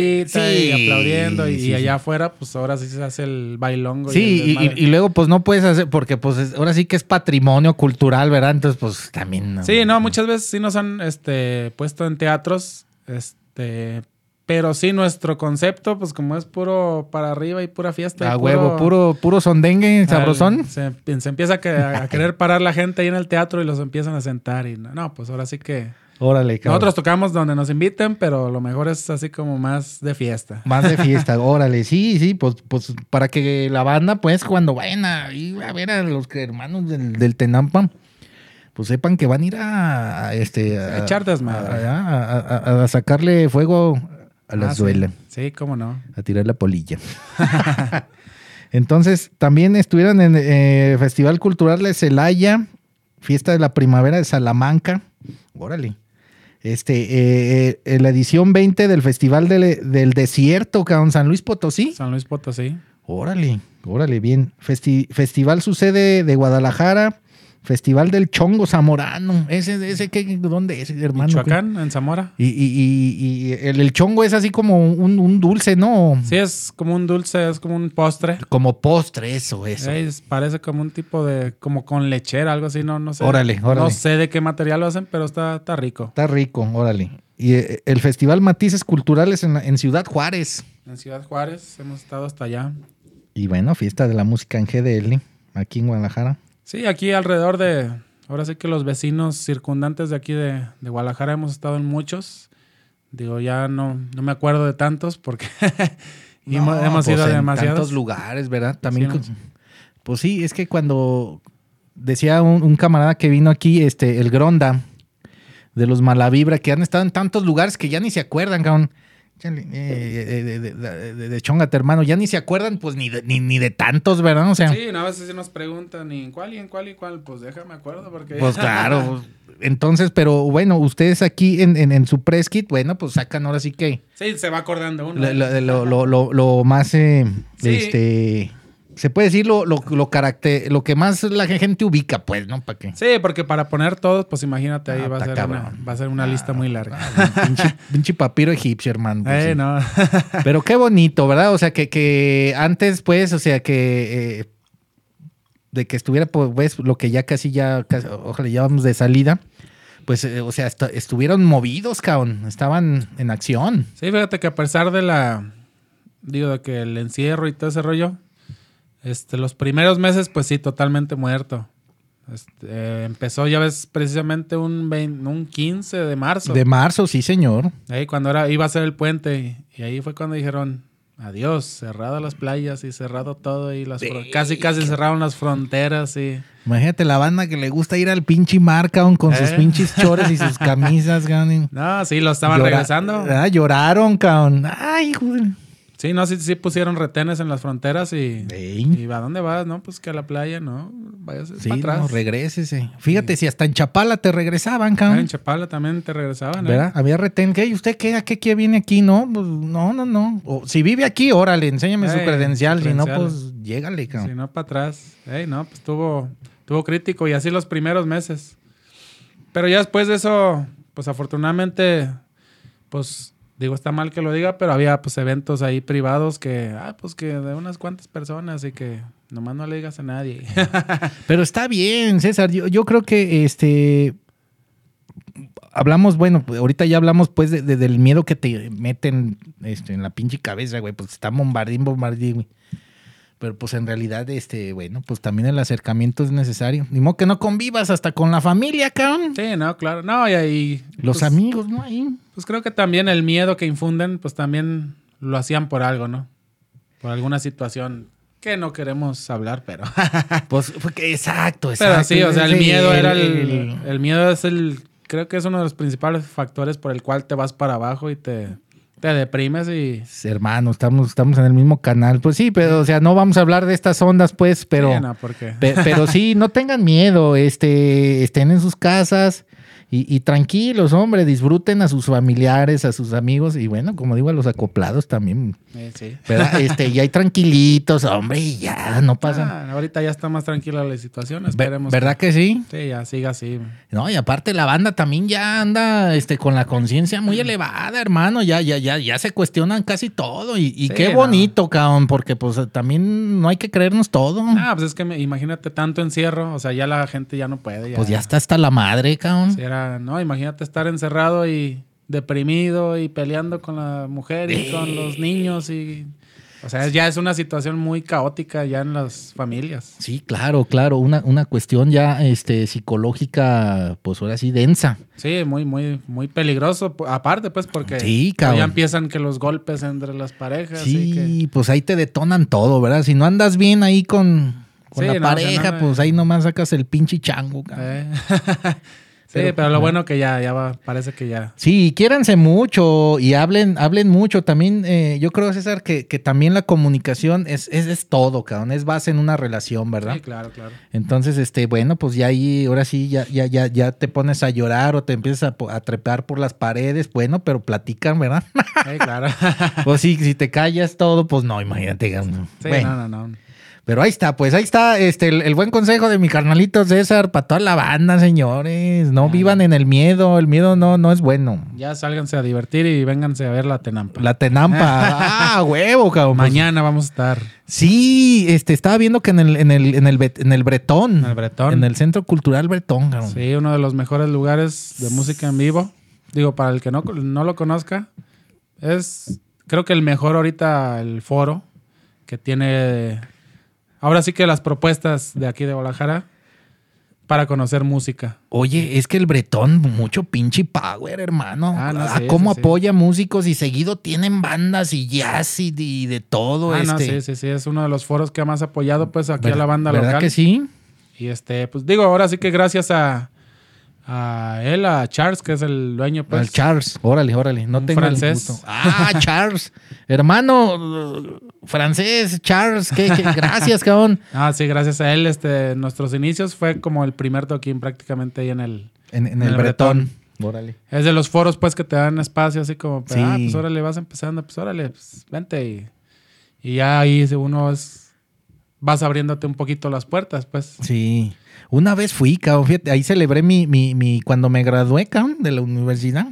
[SPEAKER 6] Eh, Sí,
[SPEAKER 7] y aplaudiendo. Y,
[SPEAKER 6] sí, sí.
[SPEAKER 7] allá afuera, pues ahora sí se hace el bailongo. y
[SPEAKER 6] Sí,
[SPEAKER 7] el
[SPEAKER 6] y,
[SPEAKER 7] desmadre.
[SPEAKER 6] y- y luego pues no puedes hacer, porque pues es- ahora sí que es patrimonio cultural, ¿verdad? Entonces pues también...
[SPEAKER 7] Sí, no, muchas veces sí nos han este, puesto en teatros, este, pero sí nuestro concepto, pues como es puro para arriba y pura fiesta. y
[SPEAKER 6] A huevo, puro, puro sondengue,
[SPEAKER 7] al-
[SPEAKER 6] sabrosón.
[SPEAKER 7] Se, se empieza a,
[SPEAKER 6] <laughs>
[SPEAKER 7] que- a querer parar la gente ahí en el teatro y los empiezan a sentar y no, no, pues ahora sí que
[SPEAKER 6] Órale, cabrón.
[SPEAKER 7] nosotros tocamos donde nos inviten, pero lo mejor es así como más de fiesta.
[SPEAKER 6] Más
[SPEAKER 7] <laughs>
[SPEAKER 6] de fiesta, órale, sí, sí, pues, pues para que la banda, pues cuando vayan a, ir a ver a los que- hermanos del, del Tenampa, pues sepan que van a ir a, a, este, a,
[SPEAKER 7] A echar desmadre.
[SPEAKER 6] a- a- a- a sacarle fuego a
[SPEAKER 7] Ah,
[SPEAKER 6] las
[SPEAKER 7] sí.
[SPEAKER 6] duelas,
[SPEAKER 7] Sí, cómo no.
[SPEAKER 6] a tirar la polilla. Entonces, también estuvieron en eh, Festival Cultural de Celaya, Fiesta de la Primavera de Salamanca. Órale. Este, eh, eh, eh, la edición 20 del Festival del, del Desierto, cabrón, San Luis Potosí.
[SPEAKER 7] San Luis Potosí.
[SPEAKER 6] Órale, órale, bien. Festi- Festival Sucede de Guadalajara, Festival del Chongo Zamorano. ¿Ese, ese qué, dónde es, hermano?
[SPEAKER 7] Michoacán, en Zamora.
[SPEAKER 6] Y, y- y- y el, el chongo es así como un, un dulce, ¿no?
[SPEAKER 7] Sí, es como un dulce, es como un postre.
[SPEAKER 6] Como postre, eso, eso.
[SPEAKER 7] Ey, es- parece como un tipo de, como con lechera, algo así, no, no sé.
[SPEAKER 6] Órale, órale.
[SPEAKER 7] No sé de qué material lo hacen, pero está, está rico.
[SPEAKER 6] Está rico, órale. Y eh, el Festival Matices Culturales en, la- en Ciudad Juárez.
[SPEAKER 7] En Ciudad Juárez hemos estado hasta allá.
[SPEAKER 6] Y bueno, fiesta de la música en GDL, aquí en Guadalajara.
[SPEAKER 7] Sí, aquí alrededor de, ahora sí que los vecinos circundantes de aquí de, de Guadalajara hemos estado en muchos. Digo, ya no, no me acuerdo de tantos porque <laughs> hemos,
[SPEAKER 6] No,
[SPEAKER 7] hemos
[SPEAKER 6] pues,
[SPEAKER 7] ido a
[SPEAKER 6] en
[SPEAKER 7] demasiados.
[SPEAKER 6] tantos lugares, ¿verdad? También.
[SPEAKER 7] Sí,
[SPEAKER 6] con- Pues sí, es que cuando decía un, un camarada que vino aquí, este, el Gronda, de los Malavibra, que han estado en tantos lugares que ya ni se acuerdan, cabrón. Chale, eh, eh, de, de- de- de- de chóngate, hermano. Ya ni se acuerdan, pues, ni de, ni, ni de tantos, ¿verdad? O sea,
[SPEAKER 7] Sí, no, a veces sí nos preguntan, ¿y en cuál, y en cuál, y cuál? Pues déjame acuerdo porque...
[SPEAKER 6] Pues claro. Entonces, pero bueno, ustedes aquí en, en- en su press kit, bueno, pues sacan ahora sí que
[SPEAKER 7] <laughs> Sí, se va acordando uno.
[SPEAKER 6] lo, lo- lo- lo- lo- lo más, eh,
[SPEAKER 7] Sí.
[SPEAKER 6] este, se puede decir lo, lo, lo, caracter- lo que más la gente ubica, pues, ¿no? ¿Para qué?
[SPEAKER 7] Sí, porque para poner todos, pues imagínate, ahí
[SPEAKER 6] Ah,
[SPEAKER 7] va, a
[SPEAKER 6] está
[SPEAKER 7] ser una,
[SPEAKER 6] cabrón. Ah,
[SPEAKER 7] va a ser una lista muy larga.
[SPEAKER 6] Pinche, pinche papiro egipcio, hermano. pues,
[SPEAKER 7] Eh,
[SPEAKER 6] sí.
[SPEAKER 7] no.
[SPEAKER 6] Pero qué bonito, ¿verdad? O sea, que, que antes, pues, o sea, que eh, de que estuviera, pues, ves, lo que ya casi ya, casi- ojalá ya vamos de salida, pues, eh, o sea, est- estuvieron movidos, cabrón, estaban en acción.
[SPEAKER 7] Sí, fíjate que a pesar de la. Digo, de que el encierro y todo ese rollo. Este, los primeros meses, pues sí, totalmente muerto. Este, eh, empezó, ya ves, precisamente un, 20 un 15 de marzo.
[SPEAKER 6] De marzo, sí, señor.
[SPEAKER 7] Ahí cuando era, iba a ser el puente. Y ahí fue cuando dijeron, adiós, cerradas las playas y cerrado todo. Y las fron- casi, casi cerraron las fronteras y...
[SPEAKER 6] Imagínate la banda que le gusta ir al pinche mar, cabrón, con sus
[SPEAKER 7] Eh.
[SPEAKER 6] pinches chores y sus camisas, cabrón.
[SPEAKER 7] No, sí, lo estaban
[SPEAKER 6] Llora-
[SPEAKER 7] regresando.
[SPEAKER 6] Ah, lloraron, cabrón. Ay, joder.
[SPEAKER 7] Sí, no, sí, sí pusieron retenes en las fronteras y...
[SPEAKER 6] Ey.
[SPEAKER 7] ¿Y a dónde vas? No, pues que a la playa, ¿no? Váyase
[SPEAKER 6] Sí,
[SPEAKER 7] para atrás.
[SPEAKER 6] no, regrésese. Fíjate, si hasta en Chapala te regresaban, cabrón.
[SPEAKER 7] Ah, en Chapala también te regresaban, ¿eh?
[SPEAKER 6] ¿Verdad? Ah, Había retén. ¿Qué? ¿Y usted qué? ¿A qué, qué viene aquí? No, pues, no, no, no. O, si vive aquí, órale, enséñame su
[SPEAKER 7] Ey,
[SPEAKER 6] credencial.
[SPEAKER 7] su
[SPEAKER 6] Si no,
[SPEAKER 7] credencial.
[SPEAKER 6] pues, llégale, cabrón.
[SPEAKER 7] Si no, para atrás. Ey, no, pues tuvo, tuvo crítico y así los primeros meses. Pero ya después de eso, pues afortunadamente, pues digo, está mal que lo diga, pero había pues eventos ahí privados que, ah, pues que de unas cuantas personas y que nomás no le digas a nadie. <laughs>
[SPEAKER 6] Pero está bien, César. Yo, yo creo que, este... Hablamos, bueno, pues, ahorita ya hablamos, pues, de- de- del miedo que te meten este, en la pinche cabeza, güey. Pues está bombardín, bombardín, güey. Pero pues en realidad, este, bueno, pues también el acercamiento es necesario. Ni modo que no convivas hasta con la familia, cabrón.
[SPEAKER 7] sí, no, claro. No, y ahí...
[SPEAKER 6] Los
[SPEAKER 7] pues,
[SPEAKER 6] amigos, ¿no? Ahí.
[SPEAKER 7] Pues creo que también el miedo que infunden, pues también lo hacían por algo, ¿no? Por alguna situación que no queremos hablar, pero...
[SPEAKER 6] Pues fue que- exacto, exacto.
[SPEAKER 7] pero sí, o sea, el
[SPEAKER 6] Sí,
[SPEAKER 7] miedo era el,
[SPEAKER 6] el-
[SPEAKER 7] el miedo es el... Creo que es uno de los principales factores por el cual te vas para abajo y te, te deprimes y...
[SPEAKER 6] Hermano, estamos, estamos en el mismo canal. Pues sí, pero, o sea, no vamos a hablar de estas ondas, pues, pero...
[SPEAKER 7] Sí, no, porque...
[SPEAKER 6] pe- pero sí, no tengan miedo, este, estén en sus casas Y, y tranquilos, hombre, disfruten a sus familiares, a sus amigos y bueno, como digo, a los acoplados también.
[SPEAKER 7] Eh, sí.
[SPEAKER 6] ¿verdad? Este, y ahí tranquilitos, hombre, y ya, no pasa.
[SPEAKER 7] Ah, ahorita ya está más tranquila la situación,
[SPEAKER 6] Ve-
[SPEAKER 7] esperemos.
[SPEAKER 6] ¿Verdad que sí?
[SPEAKER 7] Sí, ya siga así.
[SPEAKER 6] No, y aparte la banda también ya anda este, con la conciencia
[SPEAKER 7] Mm.
[SPEAKER 6] muy elevada, hermano. Ya, ya, ya, ya se cuestionan casi todo. Y, y
[SPEAKER 7] Sí,
[SPEAKER 6] qué
[SPEAKER 7] no.
[SPEAKER 6] bonito, cabrón, porque pues también no hay que creernos todo.
[SPEAKER 7] Ah, pues es que me- imagínate tanto encierro, o sea, ya la gente ya no puede.
[SPEAKER 6] Pues ya está hasta la madre, cabrón.
[SPEAKER 7] Sí, era, no, imagínate estar encerrado y deprimido y peleando con la mujer y con los niños y... O sea, ya es una situación muy caótica ya en las familias.
[SPEAKER 6] Sí, claro, claro. Una, una cuestión ya este, psicológica, pues ahora sí, densa.
[SPEAKER 7] Sí, muy, muy, muy peligroso. po- Aparte, pues, porque
[SPEAKER 6] Sí,
[SPEAKER 7] pues,
[SPEAKER 6] cabrón.
[SPEAKER 7] ya empiezan que los golpes entre las parejas. y que-
[SPEAKER 6] Sí, pues ahí te detonan todo, ¿verdad? Si no andas bien ahí con, con
[SPEAKER 7] Sí,
[SPEAKER 6] la
[SPEAKER 7] no, o sea,
[SPEAKER 6] pareja,
[SPEAKER 7] no, no.
[SPEAKER 6] pues ahí nomás sacas el pinche chango, cabrón.
[SPEAKER 7] Eh. <laughs> sí, pero, lo bueno que ya, ya va, parece que ya.
[SPEAKER 6] Sí, quiéranse mucho y hablen, hablen mucho. También, eh, yo creo, César, que, que también la comunicación es, es, es todo, cabrón. Es base en una relación, ¿verdad?
[SPEAKER 7] Sí, claro, claro.
[SPEAKER 6] Entonces, este, bueno, pues ya ahí, ahora sí, ya, ya, ya, ya te pones a llorar o te empiezas a po- a, trepar por las paredes, bueno, pero platican, ¿verdad? <laughs>
[SPEAKER 7] Sí, claro. <laughs>
[SPEAKER 6] o sí, si te callas todo, pues no, imagínate, cabrón.
[SPEAKER 7] Sí,
[SPEAKER 6] Bueno.
[SPEAKER 7] no, no, no.
[SPEAKER 6] Pero ahí está, pues ahí está este, el, el buen consejo de mi carnalito César para toda la banda, señores. No vivan en el miedo, el miedo no, no es bueno.
[SPEAKER 7] Ya sálganse a divertir y vénganse a ver la tenampa.
[SPEAKER 6] La
[SPEAKER 7] <laughs>
[SPEAKER 6] tenampa. ah, huevo, cabrón. Pues,
[SPEAKER 7] Mañana vamos a estar.
[SPEAKER 6] Sí, este, estaba viendo que en el, en el, en el, Bet- en el Bretón.
[SPEAKER 7] En el Bretón.
[SPEAKER 6] En el Centro Cultural Bretón, cabrón.
[SPEAKER 7] Sí, uno de los mejores lugares de música en vivo. Digo, para el que no, no lo conozca, es creo que el mejor ahorita el foro que tiene. Ahora sí que las propuestas de aquí de Guadalajara para conocer música.
[SPEAKER 6] Oye, es que el Bretón, mucho pinche power, hermano.
[SPEAKER 7] Ah, no,
[SPEAKER 6] Ah,
[SPEAKER 7] sí,
[SPEAKER 6] cómo
[SPEAKER 7] sí, sí.
[SPEAKER 6] apoya músicos y seguido tienen bandas y jazz y de, y de todo
[SPEAKER 7] Ah,
[SPEAKER 6] este.
[SPEAKER 7] no, sí, sí, sí, es uno de los foros que ha más apoyado pues aquí a la banda
[SPEAKER 6] ¿Verdad
[SPEAKER 7] local.
[SPEAKER 6] que sí?
[SPEAKER 7] Y este, pues digo, ahora sí que gracias a, a él, a Charles, que es el dueño, pues.
[SPEAKER 6] Al Charles, órale, órale, no
[SPEAKER 7] un
[SPEAKER 6] tengo el
[SPEAKER 7] francés.
[SPEAKER 6] gusto. Ah,
[SPEAKER 7] <laughs>
[SPEAKER 6] Charles, hermano eh, francés, Charles, qué, qué- gracias, cabrón.
[SPEAKER 7] Ah, sí, gracias a él, este, nuestros inicios fue como el primer toquín prácticamente ahí en el...
[SPEAKER 6] En, en
[SPEAKER 7] el
[SPEAKER 6] el Bretón. Órale.
[SPEAKER 7] Es de los foros, pues, que te dan espacio así como, pues,
[SPEAKER 6] Sí.
[SPEAKER 7] ah, pues, órale, vas empezando, pues, órale, pues, vente. Y, y ya ahí si uno es... Vas abriéndote un poquito las puertas, pues.
[SPEAKER 6] Sí. Una vez fui, cabrón, fíjate, ahí celebré mi, mi, mi, cuando me gradué, cabrón, de la universidad.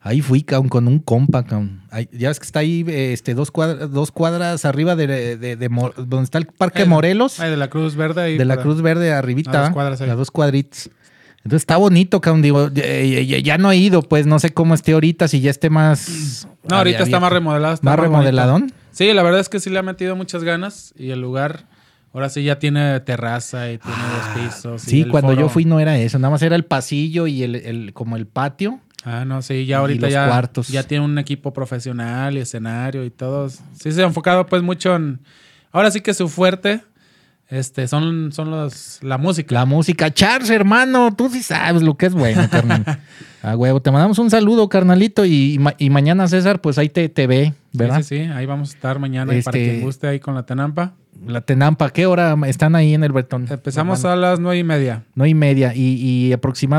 [SPEAKER 6] Ahí fui, cabrón, con un compa, cabrón. Ahí- ya ves que está ahí, eh, este, dos cuadras, dos cuadras arriba de, de, de Mor- donde está el Parque
[SPEAKER 7] Eh,
[SPEAKER 6] Morelos.
[SPEAKER 7] Ay, de la Cruz Verde. ahí
[SPEAKER 6] de la
[SPEAKER 7] para-
[SPEAKER 6] Cruz Verde arribita.
[SPEAKER 7] A dos cuadras ahí.
[SPEAKER 6] a dos cuadritas. Entonces está bonito, cabrón. Digo, eh, ya, ya no he ido, pues no sé cómo esté ahorita, si ya esté más.
[SPEAKER 7] No, ahorita está más
[SPEAKER 6] remodelado.
[SPEAKER 7] remodelado. está
[SPEAKER 6] ¿Más
[SPEAKER 7] bonito.
[SPEAKER 6] remodeladón?
[SPEAKER 7] Sí, la verdad es que sí le ha metido muchas ganas y el lugar ahora sí ya tiene terraza y tiene dos pisos. y
[SPEAKER 6] Ah, Sí,
[SPEAKER 7] el
[SPEAKER 6] cuando yo
[SPEAKER 7] foro.
[SPEAKER 6] fui no era eso, nada más era el pasillo y el, el- como el patio.
[SPEAKER 7] Ah, no, sí, ya
[SPEAKER 6] Y
[SPEAKER 7] ahorita
[SPEAKER 6] los
[SPEAKER 7] ya,
[SPEAKER 6] cuartos.
[SPEAKER 7] ya tiene un equipo profesional y escenario y todo. Sí, se ha enfocado pues mucho en... Ahora sí que su fuerte este, son, son los, la música.
[SPEAKER 6] La música, Charles, hermano, tú sí sabes lo que es <laughs> bueno, carnal. A huevo, te mandamos un saludo, carnalito, y, ma- y mañana César, pues ahí te, te ve,
[SPEAKER 7] Sí,
[SPEAKER 6] ¿verdad?
[SPEAKER 7] Sí, sí, ahí vamos a estar mañana y para
[SPEAKER 6] Este-
[SPEAKER 7] quien guste ahí con la Tenampa.
[SPEAKER 6] La Tenampa, ¿qué hora están ahí en el Bertón?
[SPEAKER 7] Empezamos a las nueve y media,
[SPEAKER 6] No y media. Y, y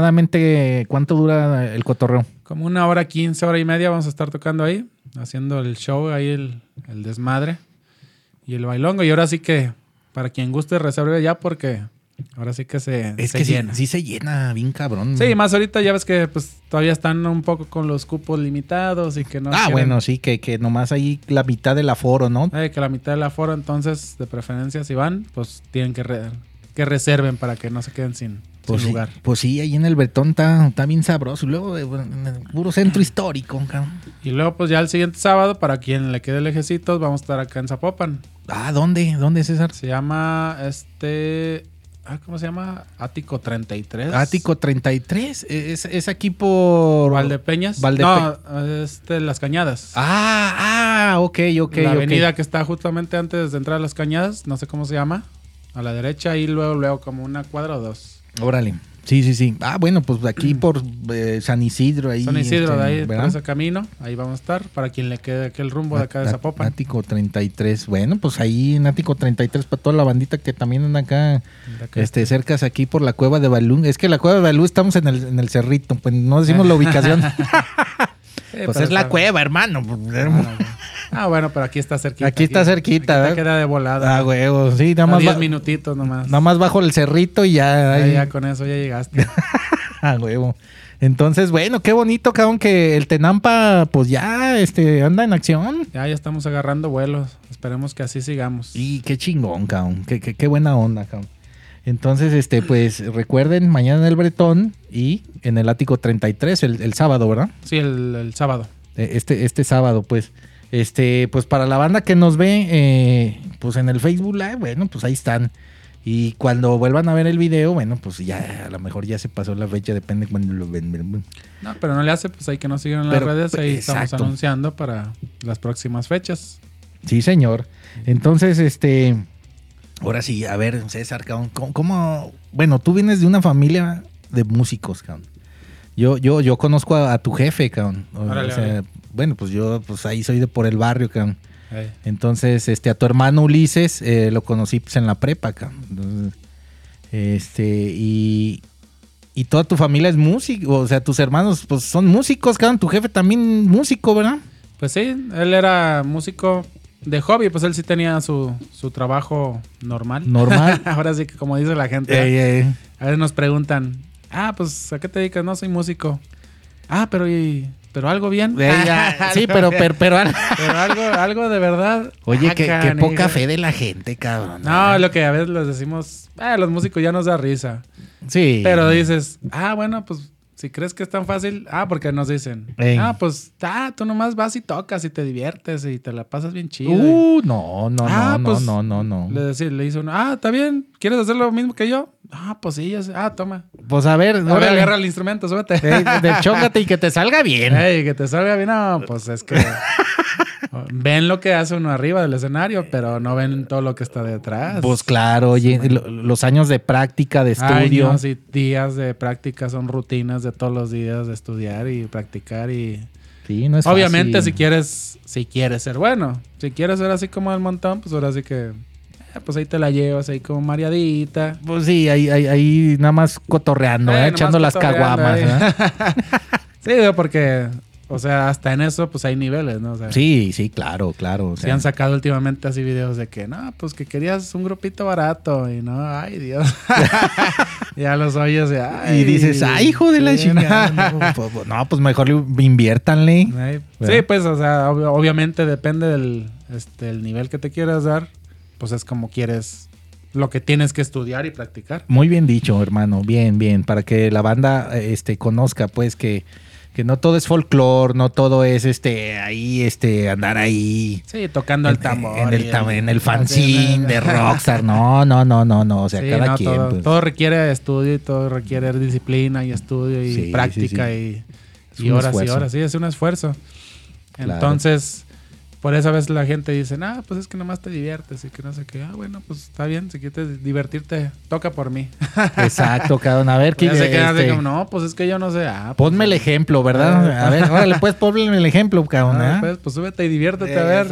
[SPEAKER 6] aproximadamente, ¿cuánto dura el cotorreo?
[SPEAKER 7] como una hora quince, hora y media vamos a estar tocando ahí, haciendo el show, ahí el, el desmadre y el bailongo. Y ahora sí que para quien guste reserve ya porque ahora sí que se, se
[SPEAKER 6] sí-
[SPEAKER 7] llena.
[SPEAKER 6] Sí, se llena, bien cabrón.
[SPEAKER 7] Sí, más ahorita ya ves que pues todavía están un poco con los cupos limitados y que no.
[SPEAKER 6] ah,
[SPEAKER 7] quieren-
[SPEAKER 6] bueno, sí, que, que nomás ahí la mitad del aforo, ¿no?
[SPEAKER 7] Eh, que la mitad del aforo, entonces, de preferencia, si van, pues tienen que, re- que reserven para que no se queden sin,
[SPEAKER 6] Pues
[SPEAKER 7] sin
[SPEAKER 6] sí,
[SPEAKER 7] lugar.
[SPEAKER 6] pues sí, ahí en el Bertón está, está bien sabroso. Y luego, eh, bueno, en el puro <clears throat> centro histórico, cabrón.
[SPEAKER 7] Y luego, pues ya el siguiente sábado, para quien le quede lejecitos, vamos a estar acá en Zapopan.
[SPEAKER 6] Ah, ¿dónde? ¿Dónde, César?
[SPEAKER 7] Se llama este. ah, ¿Cómo se llama? Ático 33.
[SPEAKER 6] Ático 33. e-, Es, es aquí por...
[SPEAKER 7] Valdepeñas.
[SPEAKER 6] Valdepe-
[SPEAKER 7] No, este, Las Cañadas.
[SPEAKER 6] Ah, ah, ok, ok,
[SPEAKER 7] la
[SPEAKER 6] ok.
[SPEAKER 7] avenida que está justamente antes de entrar a las cañadas, no sé cómo se llama, a la derecha y luego, luego como una cuadra o dos.
[SPEAKER 6] Órale. Sí, sí, sí. Ah, bueno, pues aquí por eh, San Isidro, ahí.
[SPEAKER 7] Mm. San Isidro,
[SPEAKER 6] este,
[SPEAKER 7] de ahí, por
[SPEAKER 6] ¿verdad?
[SPEAKER 7] ese camino, ahí vamos a estar, para quien le quede aquel rumbo de acá de
[SPEAKER 6] Na-
[SPEAKER 7] Zapopan.
[SPEAKER 6] Nático 33. Bueno, pues ahí en Nático 33 para toda la bandita que también anda acá,
[SPEAKER 7] De acá.
[SPEAKER 6] este, cercas aquí por la cueva de Balú. Es que la cueva de Balú estamos en el, en el cerrito, pues no decimos
[SPEAKER 7] <laughs>
[SPEAKER 6] la ubicación.
[SPEAKER 7] Sí,
[SPEAKER 6] <laughs> pues
[SPEAKER 7] pero
[SPEAKER 6] es la
[SPEAKER 7] está-
[SPEAKER 6] cueva, hermano. pues,
[SPEAKER 7] Ah, bueno. Ah, bueno, pero aquí está cerquita.
[SPEAKER 6] Aquí está cerquita,
[SPEAKER 7] aquí te
[SPEAKER 6] ¿verdad?
[SPEAKER 7] queda de volada.
[SPEAKER 6] Ah, huevo, sí, nada
[SPEAKER 7] Nada
[SPEAKER 6] más, ba-
[SPEAKER 7] minutitos nomás.
[SPEAKER 6] nada más bajo el cerrito y ya.
[SPEAKER 7] Ah,
[SPEAKER 6] ahí-
[SPEAKER 7] ya con eso
[SPEAKER 6] <laughs>
[SPEAKER 7] ya llegaste.
[SPEAKER 6] Ah, huevo. Entonces, bueno, qué bonito, cabrón, que el Tenampa, pues ya, este, anda en acción.
[SPEAKER 7] ya, ya estamos agarrando vuelos. Esperemos que así sigamos.
[SPEAKER 6] Y qué chingón, cabrón. Qué, qué, qué buena onda, cabrón. Entonces, este, pues recuerden, mañana en el Bretón y en el ático 33, el, el sábado, ¿verdad?
[SPEAKER 7] Sí, el, el sábado.
[SPEAKER 6] Eh, Este, este sábado, pues. Este, pues para la banda que nos ve, eh, pues en el Facebook Live, bueno, pues ahí están. Y cuando vuelvan a ver el video, bueno, pues ya, a lo mejor ya se pasó la fecha, depende cuando lo ven.
[SPEAKER 7] No, pero no le hace, pues hay que nos sigan en las
[SPEAKER 6] Pero,
[SPEAKER 7] redes. Ahí
[SPEAKER 6] pues,
[SPEAKER 7] estamos
[SPEAKER 6] exacto.
[SPEAKER 7] anunciando para las próximas fechas.
[SPEAKER 6] Sí, señor. Entonces, este. Ahora sí, a ver, César, cabrón, ¿cómo, cómo- Bueno, tú vienes de una familia de músicos, cabrón. Yo, yo, yo conozco a, a tu jefe, cabrón. O- o
[SPEAKER 7] Órale,
[SPEAKER 6] sea,
[SPEAKER 7] órale.
[SPEAKER 6] Bueno, pues yo, pues ahí soy de por el barrio, cabrón.
[SPEAKER 7] Eh,
[SPEAKER 6] Entonces, este, a tu hermano Ulises eh, lo conocí pues, en la prepa, cabrón. Entonces, este, y, y toda tu familia es músico, o sea, tus hermanos pues son músicos, cabrón. Tu jefe también músico, ¿verdad?
[SPEAKER 7] Pues sí, él era músico de hobby. Pues él sí tenía su, su trabajo normal.
[SPEAKER 6] Normal.
[SPEAKER 7] <laughs> Ahora sí que, como dice la gente. ¿eh?
[SPEAKER 6] Ey, ey.
[SPEAKER 7] A veces nos preguntan, ah, pues, ¿a qué te dedicas? No, soy músico. Ah, pero, y, pero algo
[SPEAKER 6] <laughs>
[SPEAKER 7] bien.
[SPEAKER 6] Ella- sí, pero, pero, pero-
[SPEAKER 7] <laughs> Pero algo, algo de verdad.
[SPEAKER 6] Oye,
[SPEAKER 7] Ah,
[SPEAKER 6] qué, qué
[SPEAKER 7] canijo.
[SPEAKER 6] poca fe de la gente, cabrón.
[SPEAKER 7] No, es lo que a veces les decimos, ah, los músicos ya nos da risa.
[SPEAKER 6] sí.
[SPEAKER 7] Pero dices, ah, bueno, pues, si crees que es tan fácil, ah, porque nos dicen,
[SPEAKER 6] Ey.
[SPEAKER 7] ah, pues, ah, tú nomás vas y tocas y te diviertes y te la pasas bien chido. Y
[SPEAKER 6] Uh, no, no,
[SPEAKER 7] Ah,
[SPEAKER 6] no,
[SPEAKER 7] pues,
[SPEAKER 6] no, no, no,
[SPEAKER 7] Le,
[SPEAKER 6] no.
[SPEAKER 7] decí- le hizo uno, ah, está bien, ¿quieres hacer lo mismo que yo? Ah, pues sí, ya sé. ah, toma.
[SPEAKER 6] Pues a ver,
[SPEAKER 7] Ahora
[SPEAKER 6] órale.
[SPEAKER 7] agarra el instrumento, súbete.
[SPEAKER 6] Ey,
[SPEAKER 7] <laughs>
[SPEAKER 6] de- chóngate y que te salga bien.
[SPEAKER 7] Ey, que te salga bien. No, pues
[SPEAKER 6] <laughs>
[SPEAKER 7] es que ven lo que hace uno arriba del escenario, pero no ven todo lo que está detrás.
[SPEAKER 6] Pues claro, oye, lo- los años de práctica, de estudio.
[SPEAKER 7] Años y días de práctica son rutinas de todos los días de estudiar y practicar y
[SPEAKER 6] Sí, no es
[SPEAKER 7] obviamente
[SPEAKER 6] fácil.
[SPEAKER 7] si quieres si quieres ser bueno, si quieres ser así como el montón, pues ahora sí que eh, pues ahí te la llevas ahí como mareadita.
[SPEAKER 6] Pues sí, ahí, ahí, ahí nada más cotorreando,
[SPEAKER 7] Eh,
[SPEAKER 6] ¿eh?
[SPEAKER 7] nomás
[SPEAKER 6] echando las
[SPEAKER 7] cotorreando
[SPEAKER 6] caguamas.
[SPEAKER 7] eh.
[SPEAKER 6] ¿eh?
[SPEAKER 7] ahí.
[SPEAKER 6] ¿verdad?
[SPEAKER 7] <laughs> Sí, digo, porque o sea, hasta en eso pues hay niveles, ¿no? O <laughs> sea,
[SPEAKER 6] ¿eh? Sí, sí, claro, claro. o
[SPEAKER 7] Se
[SPEAKER 6] sea.
[SPEAKER 7] han sacado últimamente así videos de que, no, pues que querías un grupito barato y no, ay
[SPEAKER 6] <laughs>
[SPEAKER 7] Dios. <laughs> ya los oyes y, ay,
[SPEAKER 6] y dices, ay, hijo de la
[SPEAKER 7] sí,
[SPEAKER 6] chingada.
[SPEAKER 7] no.
[SPEAKER 6] No, <laughs> pues, pues, no, pues mejor le- inviértanle.
[SPEAKER 7] Ay,
[SPEAKER 6] ¿Verdad?
[SPEAKER 7] Sí, pues, o sea, ob- obviamente depende del este, el nivel que te quieras dar, pues es como quieres, lo que tienes que estudiar y practicar.
[SPEAKER 6] Muy bien dicho, hermano. Bien, bien. Para que la banda eh, este, conozca, pues, que, que no todo es folclore, no todo es este ahí, este, andar ahí.
[SPEAKER 7] Sí, tocando el tambor.
[SPEAKER 6] En
[SPEAKER 7] y
[SPEAKER 6] el, tam-
[SPEAKER 7] <laughs>
[SPEAKER 6] en el
[SPEAKER 7] así,
[SPEAKER 6] fanzine de Rockstar. No, no, no, no, no. O sea,
[SPEAKER 7] Sí,
[SPEAKER 6] cada
[SPEAKER 7] no,
[SPEAKER 6] quien.
[SPEAKER 7] todo,
[SPEAKER 6] pues.
[SPEAKER 7] todo requiere estudio y todo requiere disciplina y estudio y
[SPEAKER 6] Sí, sí,
[SPEAKER 7] práctica
[SPEAKER 6] Es
[SPEAKER 7] y,
[SPEAKER 6] un
[SPEAKER 7] y horas
[SPEAKER 6] esfuerzo.
[SPEAKER 7] y horas. Sí, es un esfuerzo.
[SPEAKER 6] Claro.
[SPEAKER 7] Entonces, por eso a veces la gente dice, ah, pues es que nomás te diviertes y que no sé qué. Ah, bueno, pues está bien, si quieres divertirte, toca por mí.
[SPEAKER 6] Exacto, cabrón. A ver,
[SPEAKER 7] <laughs> Ya se quedan así
[SPEAKER 6] este,
[SPEAKER 7] como, no, pues es que yo no sé. Ah, pues,
[SPEAKER 6] Ponme el ejemplo, ¿verdad? A
[SPEAKER 7] <laughs>
[SPEAKER 6] ver, órale, pues ponme el ejemplo, cabrón.
[SPEAKER 7] ah,
[SPEAKER 6] ¿eh?
[SPEAKER 7] pues, pues súbete y diviértete
[SPEAKER 6] Eh,
[SPEAKER 7] a ver.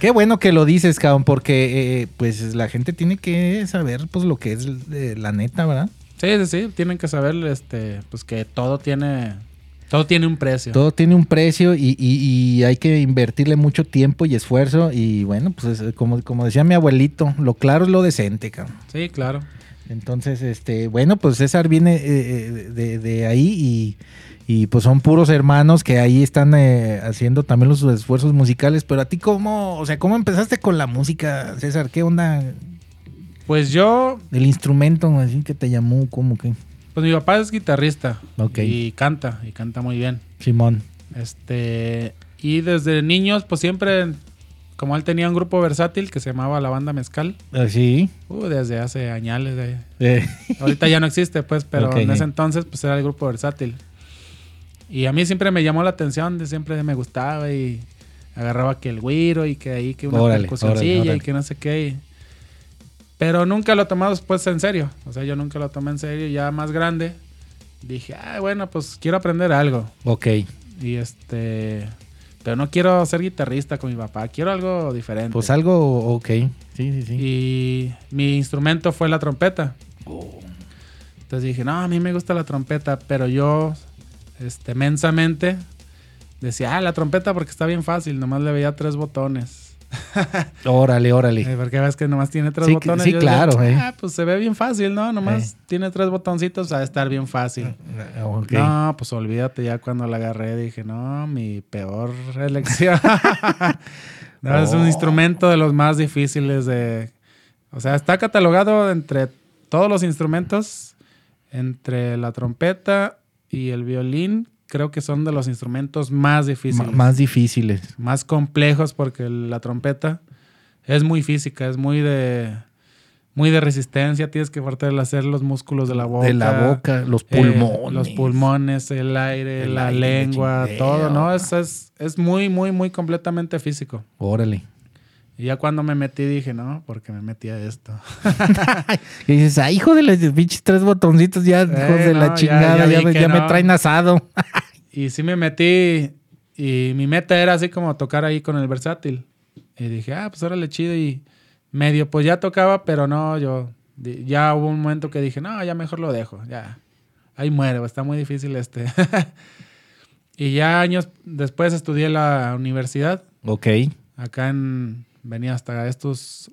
[SPEAKER 6] Qué bueno que lo dices, cabrón, porque eh, pues la gente tiene que saber pues lo que es eh, la neta, ¿verdad?
[SPEAKER 7] <laughs> sí, sí, sí, tienen que saber este, pues que todo tiene, todo tiene un precio.
[SPEAKER 6] Todo tiene un precio y, y- y hay que invertirle mucho tiempo y esfuerzo. Y bueno, pues es como, como decía mi abuelito, lo claro es lo decente, cabrón.
[SPEAKER 7] Sí, claro.
[SPEAKER 6] Entonces, este, bueno, pues César viene eh, eh, de, de ahí y, y, pues son puros hermanos que ahí están eh, haciendo también los esfuerzos musicales. Pero a ti, ¿cómo, o sea, cómo empezaste con la música, César? ¿Qué onda?
[SPEAKER 7] Pues yo
[SPEAKER 6] El instrumento así que te llamó, ¿cómo que?
[SPEAKER 7] Pues mi papá es guitarrista
[SPEAKER 6] Ok.
[SPEAKER 7] y canta, y canta muy bien.
[SPEAKER 6] Simón.
[SPEAKER 7] Este, y desde niños, pues siempre, como él tenía un grupo versátil que se llamaba La Banda Mezcal,
[SPEAKER 6] Así.
[SPEAKER 7] uh, desde hace añales. de-
[SPEAKER 6] <laughs> Eh,
[SPEAKER 7] Ahorita ya no existe, pues, pero
[SPEAKER 6] Ok.
[SPEAKER 7] en ese entonces, pues era el grupo versátil. Y a mí siempre me llamó la atención, de siempre me gustaba y agarraba que el güiro y que ahí que una
[SPEAKER 6] Órale,
[SPEAKER 7] percusioncilla
[SPEAKER 6] órale, órale.
[SPEAKER 7] y que no sé qué. y- Pero nunca lo tomamos pues en serio. O sea, yo nunca lo tomé en serio. Ya más grande, dije, ah, bueno, pues quiero aprender algo.
[SPEAKER 6] Ok.
[SPEAKER 7] Y este. Pero no quiero ser guitarrista con mi papá. Quiero algo diferente.
[SPEAKER 6] Pues algo, ok. Sí, sí, sí.
[SPEAKER 7] Y mi instrumento fue la trompeta. Entonces dije, no, a mí me gusta la trompeta, pero yo, este, mensamente, decía, ah, la trompeta porque está bien fácil, nomás le veía tres botones.
[SPEAKER 6] Órale, órale.
[SPEAKER 7] Eh, Porque ves que nomás tiene tres
[SPEAKER 6] Sí, que-
[SPEAKER 7] botones.
[SPEAKER 6] sí,
[SPEAKER 7] Yo decía,
[SPEAKER 6] claro, eh.
[SPEAKER 7] Ah, pues se ve bien fácil, ¿no? Nomás
[SPEAKER 6] Eh.
[SPEAKER 7] tiene tres botoncitos, ha de estar bien fácil.
[SPEAKER 6] Ok.
[SPEAKER 7] No, pues olvídate, ya cuando la agarré dije, no, mi peor elección. <laughs> No, Es
[SPEAKER 6] Oh.
[SPEAKER 7] un instrumento de los más difíciles de... O sea, está catalogado entre todos los instrumentos, entre la trompeta y el violín, creo que son de los instrumentos más
[SPEAKER 6] Ma-
[SPEAKER 7] difíciles,
[SPEAKER 6] más difíciles.
[SPEAKER 7] más complejos, porque la trompeta es muy física, es muy de... Muy de resistencia, tienes que fortalecer los músculos de la boca.
[SPEAKER 6] De la boca, los
[SPEAKER 7] Eh,
[SPEAKER 6] pulmones.
[SPEAKER 7] los pulmones, el aire,
[SPEAKER 6] El
[SPEAKER 7] la
[SPEAKER 6] aire, la
[SPEAKER 7] lengua,
[SPEAKER 6] chingadera.
[SPEAKER 7] todo, ¿no? Es, es, es muy, muy, muy completamente físico.
[SPEAKER 6] Órale.
[SPEAKER 7] Y ya cuando me metí dije, no, porque me metí a esto. <laughs>
[SPEAKER 6] Y dices, ah, hijo de los pinches tres botoncitos, ya, hijos de
[SPEAKER 7] Eh, no,
[SPEAKER 6] la
[SPEAKER 7] ya-
[SPEAKER 6] chingada, ya,
[SPEAKER 7] ya vi
[SPEAKER 6] me-
[SPEAKER 7] que
[SPEAKER 6] ya me
[SPEAKER 7] no.
[SPEAKER 6] traen asado. <laughs>
[SPEAKER 7] Y sí me metí y mi meta era así como tocar ahí con el versátil. Y dije, ah, pues órale, chido. Y medio, pues ya tocaba, pero no, yo... di- Ya hubo un momento que dije, no, ya mejor lo dejo, ya. Ahí muero, está muy difícil este. <laughs> y ya años después estudié en la universidad.
[SPEAKER 6] Ok,
[SPEAKER 7] Acá en, venía hasta estos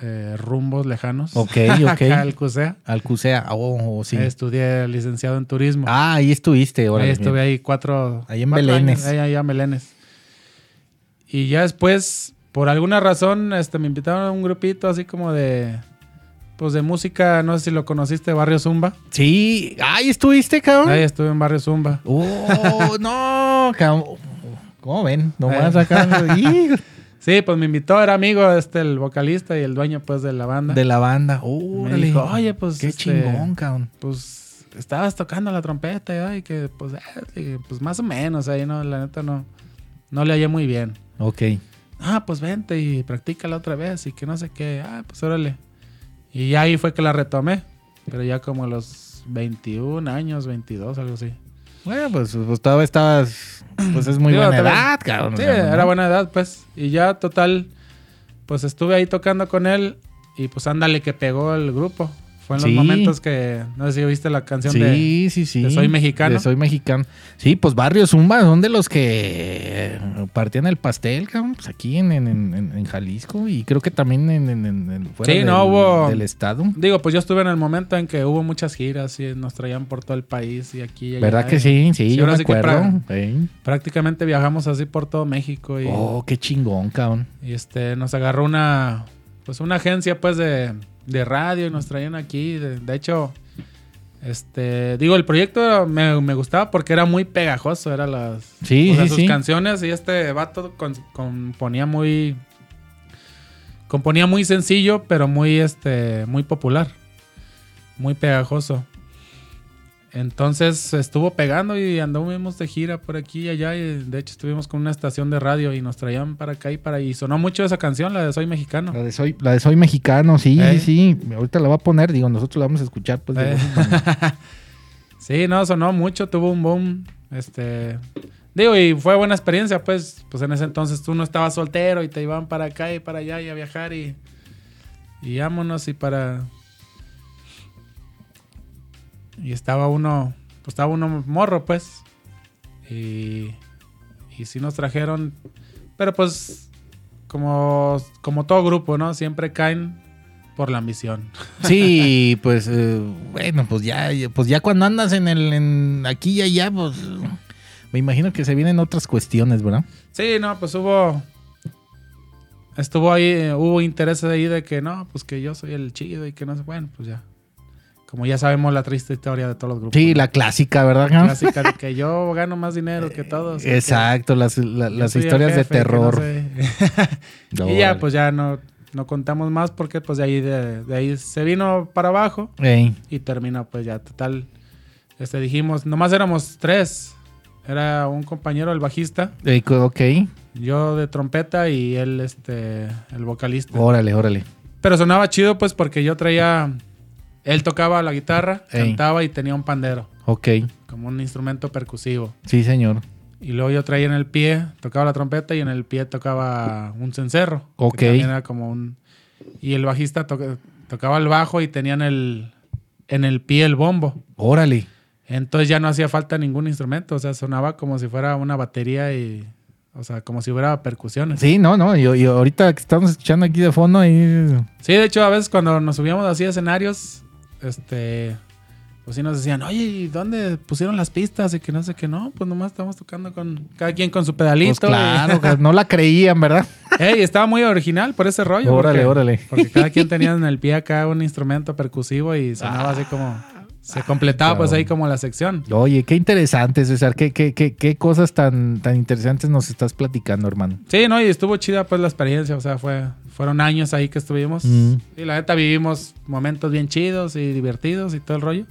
[SPEAKER 7] eh, rumbos lejanos. <laughs>
[SPEAKER 6] ok,
[SPEAKER 7] Acá
[SPEAKER 6] ok.
[SPEAKER 7] al CUSEA.
[SPEAKER 6] Alcucea, oh, sí.
[SPEAKER 7] Estudié licenciado en turismo.
[SPEAKER 6] Ah, ahí estuviste, órale.
[SPEAKER 7] ahí estuve
[SPEAKER 6] mira.
[SPEAKER 7] ahí cuatro.
[SPEAKER 6] Ahí en
[SPEAKER 7] cuatro
[SPEAKER 6] Belénes.
[SPEAKER 7] años, ahí, ahí en Belénes. Y ya después, por alguna razón, este, me invitaron a un grupito así como de. Pues de música, no sé si lo conociste, Barrio Zumba.
[SPEAKER 6] Sí, ahí estuviste, cabrón.
[SPEAKER 7] Ahí estuve en Barrio Zumba. <laughs>
[SPEAKER 6] Oh, no, cabrón. ¿Cómo ven? Nomás
[SPEAKER 7] Eh.
[SPEAKER 6] acá
[SPEAKER 7] <laughs>
[SPEAKER 6] hijo,
[SPEAKER 7] Sí, pues me invitó, era amigo este, el vocalista y el dueño pues de la banda.
[SPEAKER 6] de la banda. Órale.
[SPEAKER 7] dijo, "Oye, pues,
[SPEAKER 6] Qué
[SPEAKER 7] este,
[SPEAKER 6] chingón, cabrón.
[SPEAKER 7] pues estabas tocando la trompeta ¿verdad? y que pues, eh, dije, pues, más o menos ahí no la neta no no le hallé muy bien
[SPEAKER 6] Ok.
[SPEAKER 7] ah pues vente y practícala otra vez y que no sé qué ah pues órale y ya ahí fue que la retomé pero ya como a los 21 años 22 algo así
[SPEAKER 6] Bueno, pues, pues todavía estabas. Pues es muy
[SPEAKER 7] Digo,
[SPEAKER 6] buena
[SPEAKER 7] también-
[SPEAKER 6] edad, cabrón.
[SPEAKER 7] sí
[SPEAKER 6] o sea, ¿no?
[SPEAKER 7] era buena edad pues y ya total pues estuve ahí tocando con él y pues ándale que pegó el grupo fue en
[SPEAKER 6] Sí.
[SPEAKER 7] los momentos que no sé si oíste la canción de
[SPEAKER 6] Sí, sí, sí.
[SPEAKER 7] de Soy Mexicano.
[SPEAKER 6] De soy mexicano. Sí, pues Barrio Zumba son de los que eh, partían el pastel, cabrón, pues aquí en, en- en- en- en Jalisco y creo que también en, en- en- en- fuera
[SPEAKER 7] Sí,
[SPEAKER 6] del,
[SPEAKER 7] no hubo-
[SPEAKER 6] del estado.
[SPEAKER 7] Digo, pues yo estuve en el momento en que hubo muchas giras y nos traían por todo el país y aquí y allá.
[SPEAKER 6] ¿Verdad que sí? Sí,
[SPEAKER 7] Sí,
[SPEAKER 6] yo me
[SPEAKER 7] ahora sí que
[SPEAKER 6] acuerdo. Sí.
[SPEAKER 7] Prácticamente viajamos así por todo México y,
[SPEAKER 6] Oh, qué chingón, cabrón.
[SPEAKER 7] y, este nos agarró una pues una agencia pues de, de radio y nos traían aquí. De, de hecho, este digo, el proyecto me, me gustaba porque era muy pegajoso, era las
[SPEAKER 6] Sí,
[SPEAKER 7] o sea,
[SPEAKER 6] sí,
[SPEAKER 7] sus
[SPEAKER 6] sí.
[SPEAKER 7] canciones y este vato con- componía muy componía muy sencillo, pero muy este muy popular, muy pegajoso. Entonces estuvo pegando y anduvimos de gira por aquí y allá. Y de hecho estuvimos con una estación de radio y nos traían para acá y para ahí. Y sonó mucho esa canción, la de Soy Mexicano.
[SPEAKER 6] La de soy, la de soy mexicano, sí,
[SPEAKER 7] Eh.
[SPEAKER 6] sí, sí. Ahorita la va a poner, digo, nosotros la vamos a escuchar, pues. de
[SPEAKER 7] Eh.
[SPEAKER 6] vez en cuando.
[SPEAKER 7] <laughs> Sí, no, sonó mucho, tuvo un boom. Este. Digo, y fue buena experiencia, pues. Pues en ese entonces tú no estabas soltero y te iban para acá y para allá y a viajar y. Y vámonos y para. Y estaba uno. Pues estaba uno morro, pues. Y. Y sí nos trajeron. Pero pues. Como, como todo grupo, ¿no? Siempre caen por la ambición.
[SPEAKER 6] Sí, <laughs> pues eh, bueno, pues ya, pues ya cuando andas en el en aquí y allá, pues me imagino que se vienen otras cuestiones, ¿verdad?
[SPEAKER 7] Sí, no, pues hubo. Estuvo ahí, eh, hubo interés ahí de que no, pues que yo soy el chido y que no sé. Bueno, pues ya. Como ya sabemos la triste historia de todos los grupos.
[SPEAKER 6] Sí,
[SPEAKER 7] ¿no?
[SPEAKER 6] la clásica, ¿verdad? Cam?
[SPEAKER 7] clásica de que yo gano más dinero que todos. y que
[SPEAKER 6] Exacto, las, la-
[SPEAKER 7] yo
[SPEAKER 6] las
[SPEAKER 7] soy el
[SPEAKER 6] historias de
[SPEAKER 7] jefe y que no
[SPEAKER 6] terror. <laughs>
[SPEAKER 7] sé. y ya, pues ya no, no contamos más porque pues de ahí, de, de ahí se vino para abajo
[SPEAKER 6] Ey,
[SPEAKER 7] y terminó pues ya total. Este dijimos, nomás éramos tres. Era un compañero, el bajista.
[SPEAKER 6] ey, co- ok,
[SPEAKER 7] Yo de trompeta y él, este, el vocalista.
[SPEAKER 6] órale, órale.
[SPEAKER 7] Pero sonaba chido, pues, porque yo traía. Él tocaba la guitarra,
[SPEAKER 6] Ey.
[SPEAKER 7] cantaba y tenía un pandero,
[SPEAKER 6] Ok,
[SPEAKER 7] como un instrumento percusivo.
[SPEAKER 6] sí, señor.
[SPEAKER 7] Y luego yo traía en el pie, tocaba la trompeta y en el pie tocaba un cencerro. que
[SPEAKER 6] Ok.
[SPEAKER 7] también era como un. Y el bajista toca- tocaba el bajo y tenía en el, en el pie el bombo.
[SPEAKER 6] Órale.
[SPEAKER 7] Entonces ya no hacía falta ningún instrumento, o sea, sonaba como si fuera una batería y. O sea, como si hubiera percusiones.
[SPEAKER 6] Sí, no, no, y, y ahorita que estamos escuchando aquí de fondo, ahí...
[SPEAKER 7] Sí, de hecho, a veces cuando nos subíamos así a escenarios, este, pues sí nos decían, oye, ¿y dónde pusieron las pistas? Y que no sé qué, no, pues nomás estamos tocando con cada quien con su pedalito.
[SPEAKER 6] Pues claro,
[SPEAKER 7] y,
[SPEAKER 6] no la creían, ¿verdad?
[SPEAKER 7] <laughs> Ey, estaba muy original por ese rollo.
[SPEAKER 6] Órale,
[SPEAKER 7] porque,
[SPEAKER 6] órale.
[SPEAKER 7] Porque cada quien
[SPEAKER 6] <laughs>
[SPEAKER 7] tenía en el pie acá un instrumento percusivo y sonaba así como, se completaba pues
[SPEAKER 6] cabrón.
[SPEAKER 7] ahí como la sección.
[SPEAKER 6] Oye, qué interesante, César. Qué, qué, qué, qué cosas tan, tan interesantes nos estás platicando, hermano.
[SPEAKER 7] Sí, no, y estuvo chida pues la experiencia, o sea, fue, fueron años ahí que estuvimos
[SPEAKER 6] Mm.
[SPEAKER 7] y la neta vivimos momentos bien chidos y divertidos y todo el rollo.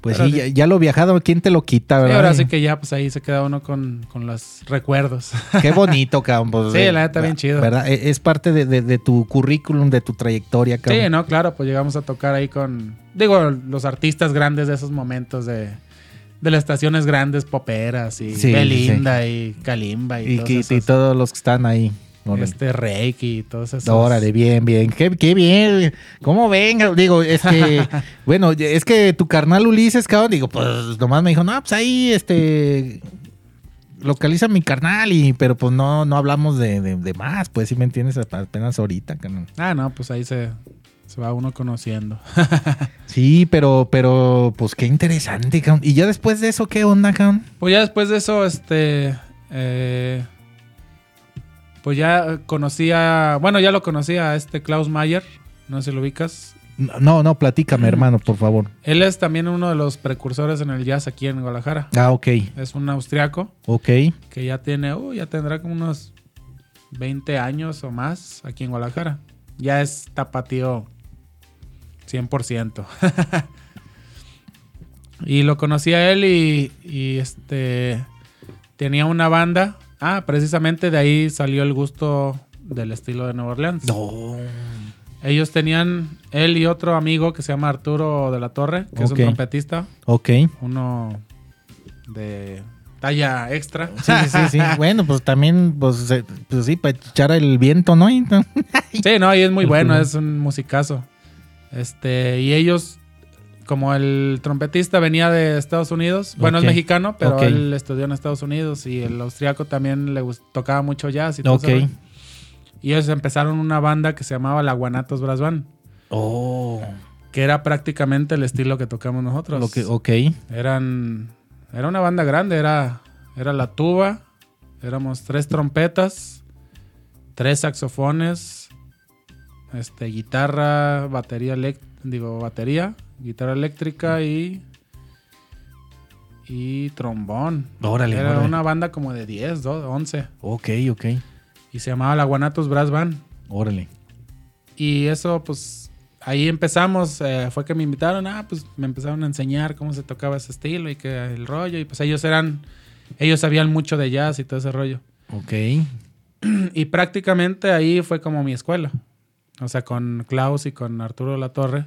[SPEAKER 6] Pues
[SPEAKER 7] Ahora
[SPEAKER 6] sí,
[SPEAKER 7] sí.
[SPEAKER 6] ya, ya lo viajado, ¿quién te lo quita,
[SPEAKER 7] Sí,
[SPEAKER 6] verdad?
[SPEAKER 7] ahora sí que ya, pues ahí se queda uno con, con los
[SPEAKER 6] <laughs>
[SPEAKER 7] recuerdos.
[SPEAKER 6] Qué bonito, Campos.
[SPEAKER 7] <laughs> Sí, la neta, bien chido.
[SPEAKER 6] ¿Verdad? E- Es parte de, de- de tu currículum, de tu trayectoria, Campos.
[SPEAKER 7] sí, no, claro, pues llegamos a tocar ahí con, digo, los artistas grandes de esos momentos de, de las estaciones grandes, poperas y
[SPEAKER 6] Sí, sí,
[SPEAKER 7] Belinda y Kalimba y,
[SPEAKER 6] Y,
[SPEAKER 7] todos
[SPEAKER 6] que- y
[SPEAKER 7] esos,
[SPEAKER 6] todos los que están ahí. Órale.
[SPEAKER 7] este Reiki y todos esos.
[SPEAKER 6] Órale, bien, bien. Qué, qué bien. ¿Cómo venga? Digo, es <laughs> que, bueno, es que tu carnal Ulises, cabrón, digo, pues nomás me dijo, no, pues ahí, este, localiza mi carnal, y, pero pues no, no hablamos de, de- de más, pues si me entiendes, apenas ahorita, carnal.
[SPEAKER 7] Ah, no, pues ahí se, se va uno conociendo.
[SPEAKER 6] Sí, pero, pero, pues qué interesante, cabrón. Y ya después de eso, ¿qué onda, cabrón?
[SPEAKER 7] Pues ya después de eso, este. eh, pues ya conocía. Bueno, ya lo conocía a este Klaus Mayer. No sé si lo ubicas.
[SPEAKER 6] No, no, platícame, hermano, por favor.
[SPEAKER 7] Él es también uno de los precursores en el jazz aquí en Guadalajara.
[SPEAKER 6] Ah, ok,
[SPEAKER 7] Es un austriaco
[SPEAKER 6] ok.
[SPEAKER 7] que ya tiene, uh, ya tendrá como unos 20 años o más aquí en Guadalajara. Ya es tapatío 100%. <laughs> y lo conocí a él y, y, este tenía una banda. Ah, precisamente de ahí salió el gusto del estilo de Nueva Orleans.
[SPEAKER 6] No.
[SPEAKER 7] Ellos tenían él y otro amigo que se llama Arturo de la Torre, que es un
[SPEAKER 6] Ok.
[SPEAKER 7] trompetista
[SPEAKER 6] Ok.
[SPEAKER 7] uno de talla extra.
[SPEAKER 6] Sí, sí, <laughs> sí, sí. Bueno, pues también, pues, eh, pues sí, para echar el viento, ¿no? Y-
[SPEAKER 7] Sí, no, y es muy
[SPEAKER 6] El
[SPEAKER 7] bueno,
[SPEAKER 6] culón.
[SPEAKER 7] es un musicazo. Este, y ellos, como el trompetista venía de Estados Unidos, bueno,
[SPEAKER 6] Ok.
[SPEAKER 7] es mexicano, pero
[SPEAKER 6] Ok.
[SPEAKER 7] él estudió en Estados Unidos y el austriaco también le gust- tocaba mucho jazz y todo
[SPEAKER 6] Ok.
[SPEAKER 7] eso. Y ellos empezaron una banda que se llamaba La Guanatos Brass Band,
[SPEAKER 6] Oh.
[SPEAKER 7] que era prácticamente el estilo que tocamos nosotros.
[SPEAKER 6] Lo que, ok.
[SPEAKER 7] Eran. Era una banda grande, era. Era la tuba. Éramos tres trompetas, tres saxofones, este, guitarra, batería elec- digo, batería, guitarra eléctrica y. y trombón.
[SPEAKER 6] Órale,
[SPEAKER 7] Era
[SPEAKER 6] órale.
[SPEAKER 7] una banda como de 10, 12, 11.
[SPEAKER 6] Ok, ok.
[SPEAKER 7] Y se llamaba La Guanatos Brass Band.
[SPEAKER 6] Órale.
[SPEAKER 7] Y eso, pues, ahí empezamos. eh, fue que me invitaron, ah, pues me empezaron a enseñar cómo se tocaba ese estilo y que el rollo. Y pues ellos eran, ellos sabían mucho de jazz y todo ese rollo.
[SPEAKER 6] Ok.
[SPEAKER 7] Y prácticamente ahí fue como mi escuela. O sea, con Klaus y con Arturo La Torre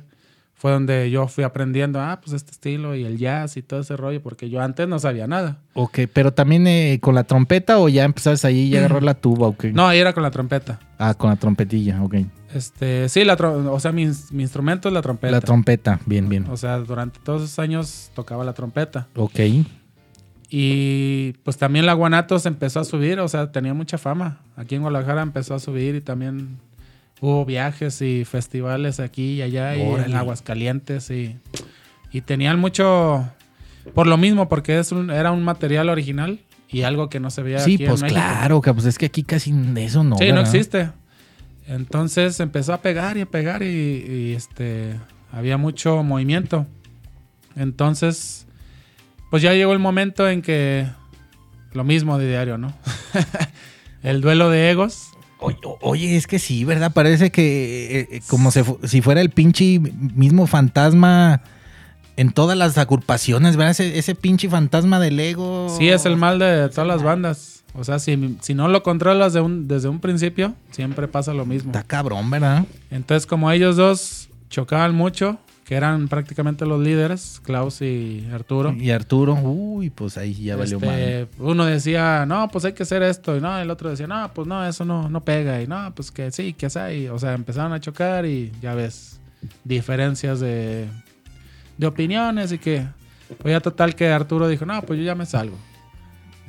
[SPEAKER 7] fue donde yo fui aprendiendo, ah, pues este estilo y el jazz y todo ese rollo, porque yo antes no sabía nada.
[SPEAKER 6] Ok, pero también eh, con la trompeta o ya empezaste ahí y agarró la tuba, ok.
[SPEAKER 7] No, ahí era con la trompeta.
[SPEAKER 6] Ah, con la trompetilla, ok.
[SPEAKER 7] Este, sí, la tro- o sea, mi, ins- mi instrumento es la trompeta.
[SPEAKER 6] La trompeta, bien, bien.
[SPEAKER 7] o sea, durante todos esos años tocaba la trompeta.
[SPEAKER 6] Ok.
[SPEAKER 7] Y pues también la Guanatos empezó a subir, o sea, tenía mucha fama. Aquí en Guadalajara empezó a subir y también hubo viajes y festivales aquí y allá y en
[SPEAKER 6] Órale.
[SPEAKER 7] Aguascalientes y, y tenían mucho por lo mismo porque es un, era un material original y algo que no se veía
[SPEAKER 6] Sí,
[SPEAKER 7] aquí en
[SPEAKER 6] pues
[SPEAKER 7] México.
[SPEAKER 6] claro, que, pues es que aquí casi eso no.
[SPEAKER 7] Sí, no
[SPEAKER 6] ¿verdad?
[SPEAKER 7] existe. Entonces empezó a pegar y a pegar y, y, este había mucho movimiento. Entonces, pues ya llegó el momento en que lo mismo de diario, ¿no? <laughs> el duelo de egos.
[SPEAKER 6] Oye, o- oye, es que sí, ¿verdad? Parece que eh, eh, como se fu- si fuera el pinche mismo fantasma en todas las agrupaciones, ¿verdad? Ese, ese pinche fantasma del ego.
[SPEAKER 7] Sí, es el mal de todas las bandas. O sea, si, si no lo controlas de un, desde un principio, siempre pasa lo mismo.
[SPEAKER 6] Está cabrón, ¿verdad?
[SPEAKER 7] Entonces, como ellos dos chocaban mucho, que eran prácticamente los líderes, Klaus y Arturo.
[SPEAKER 6] Y Arturo, uy, pues ahí ya valió
[SPEAKER 7] este,
[SPEAKER 6] madre.
[SPEAKER 7] uno decía, no, pues hay que hacer esto, y no, el otro decía, no, pues no, eso no, no pega, y no, pues que sí, que así. O sea, empezaron a chocar y ya ves, diferencias de, de opiniones y que, pues ya total que Arturo dijo, no, pues yo ya me salgo.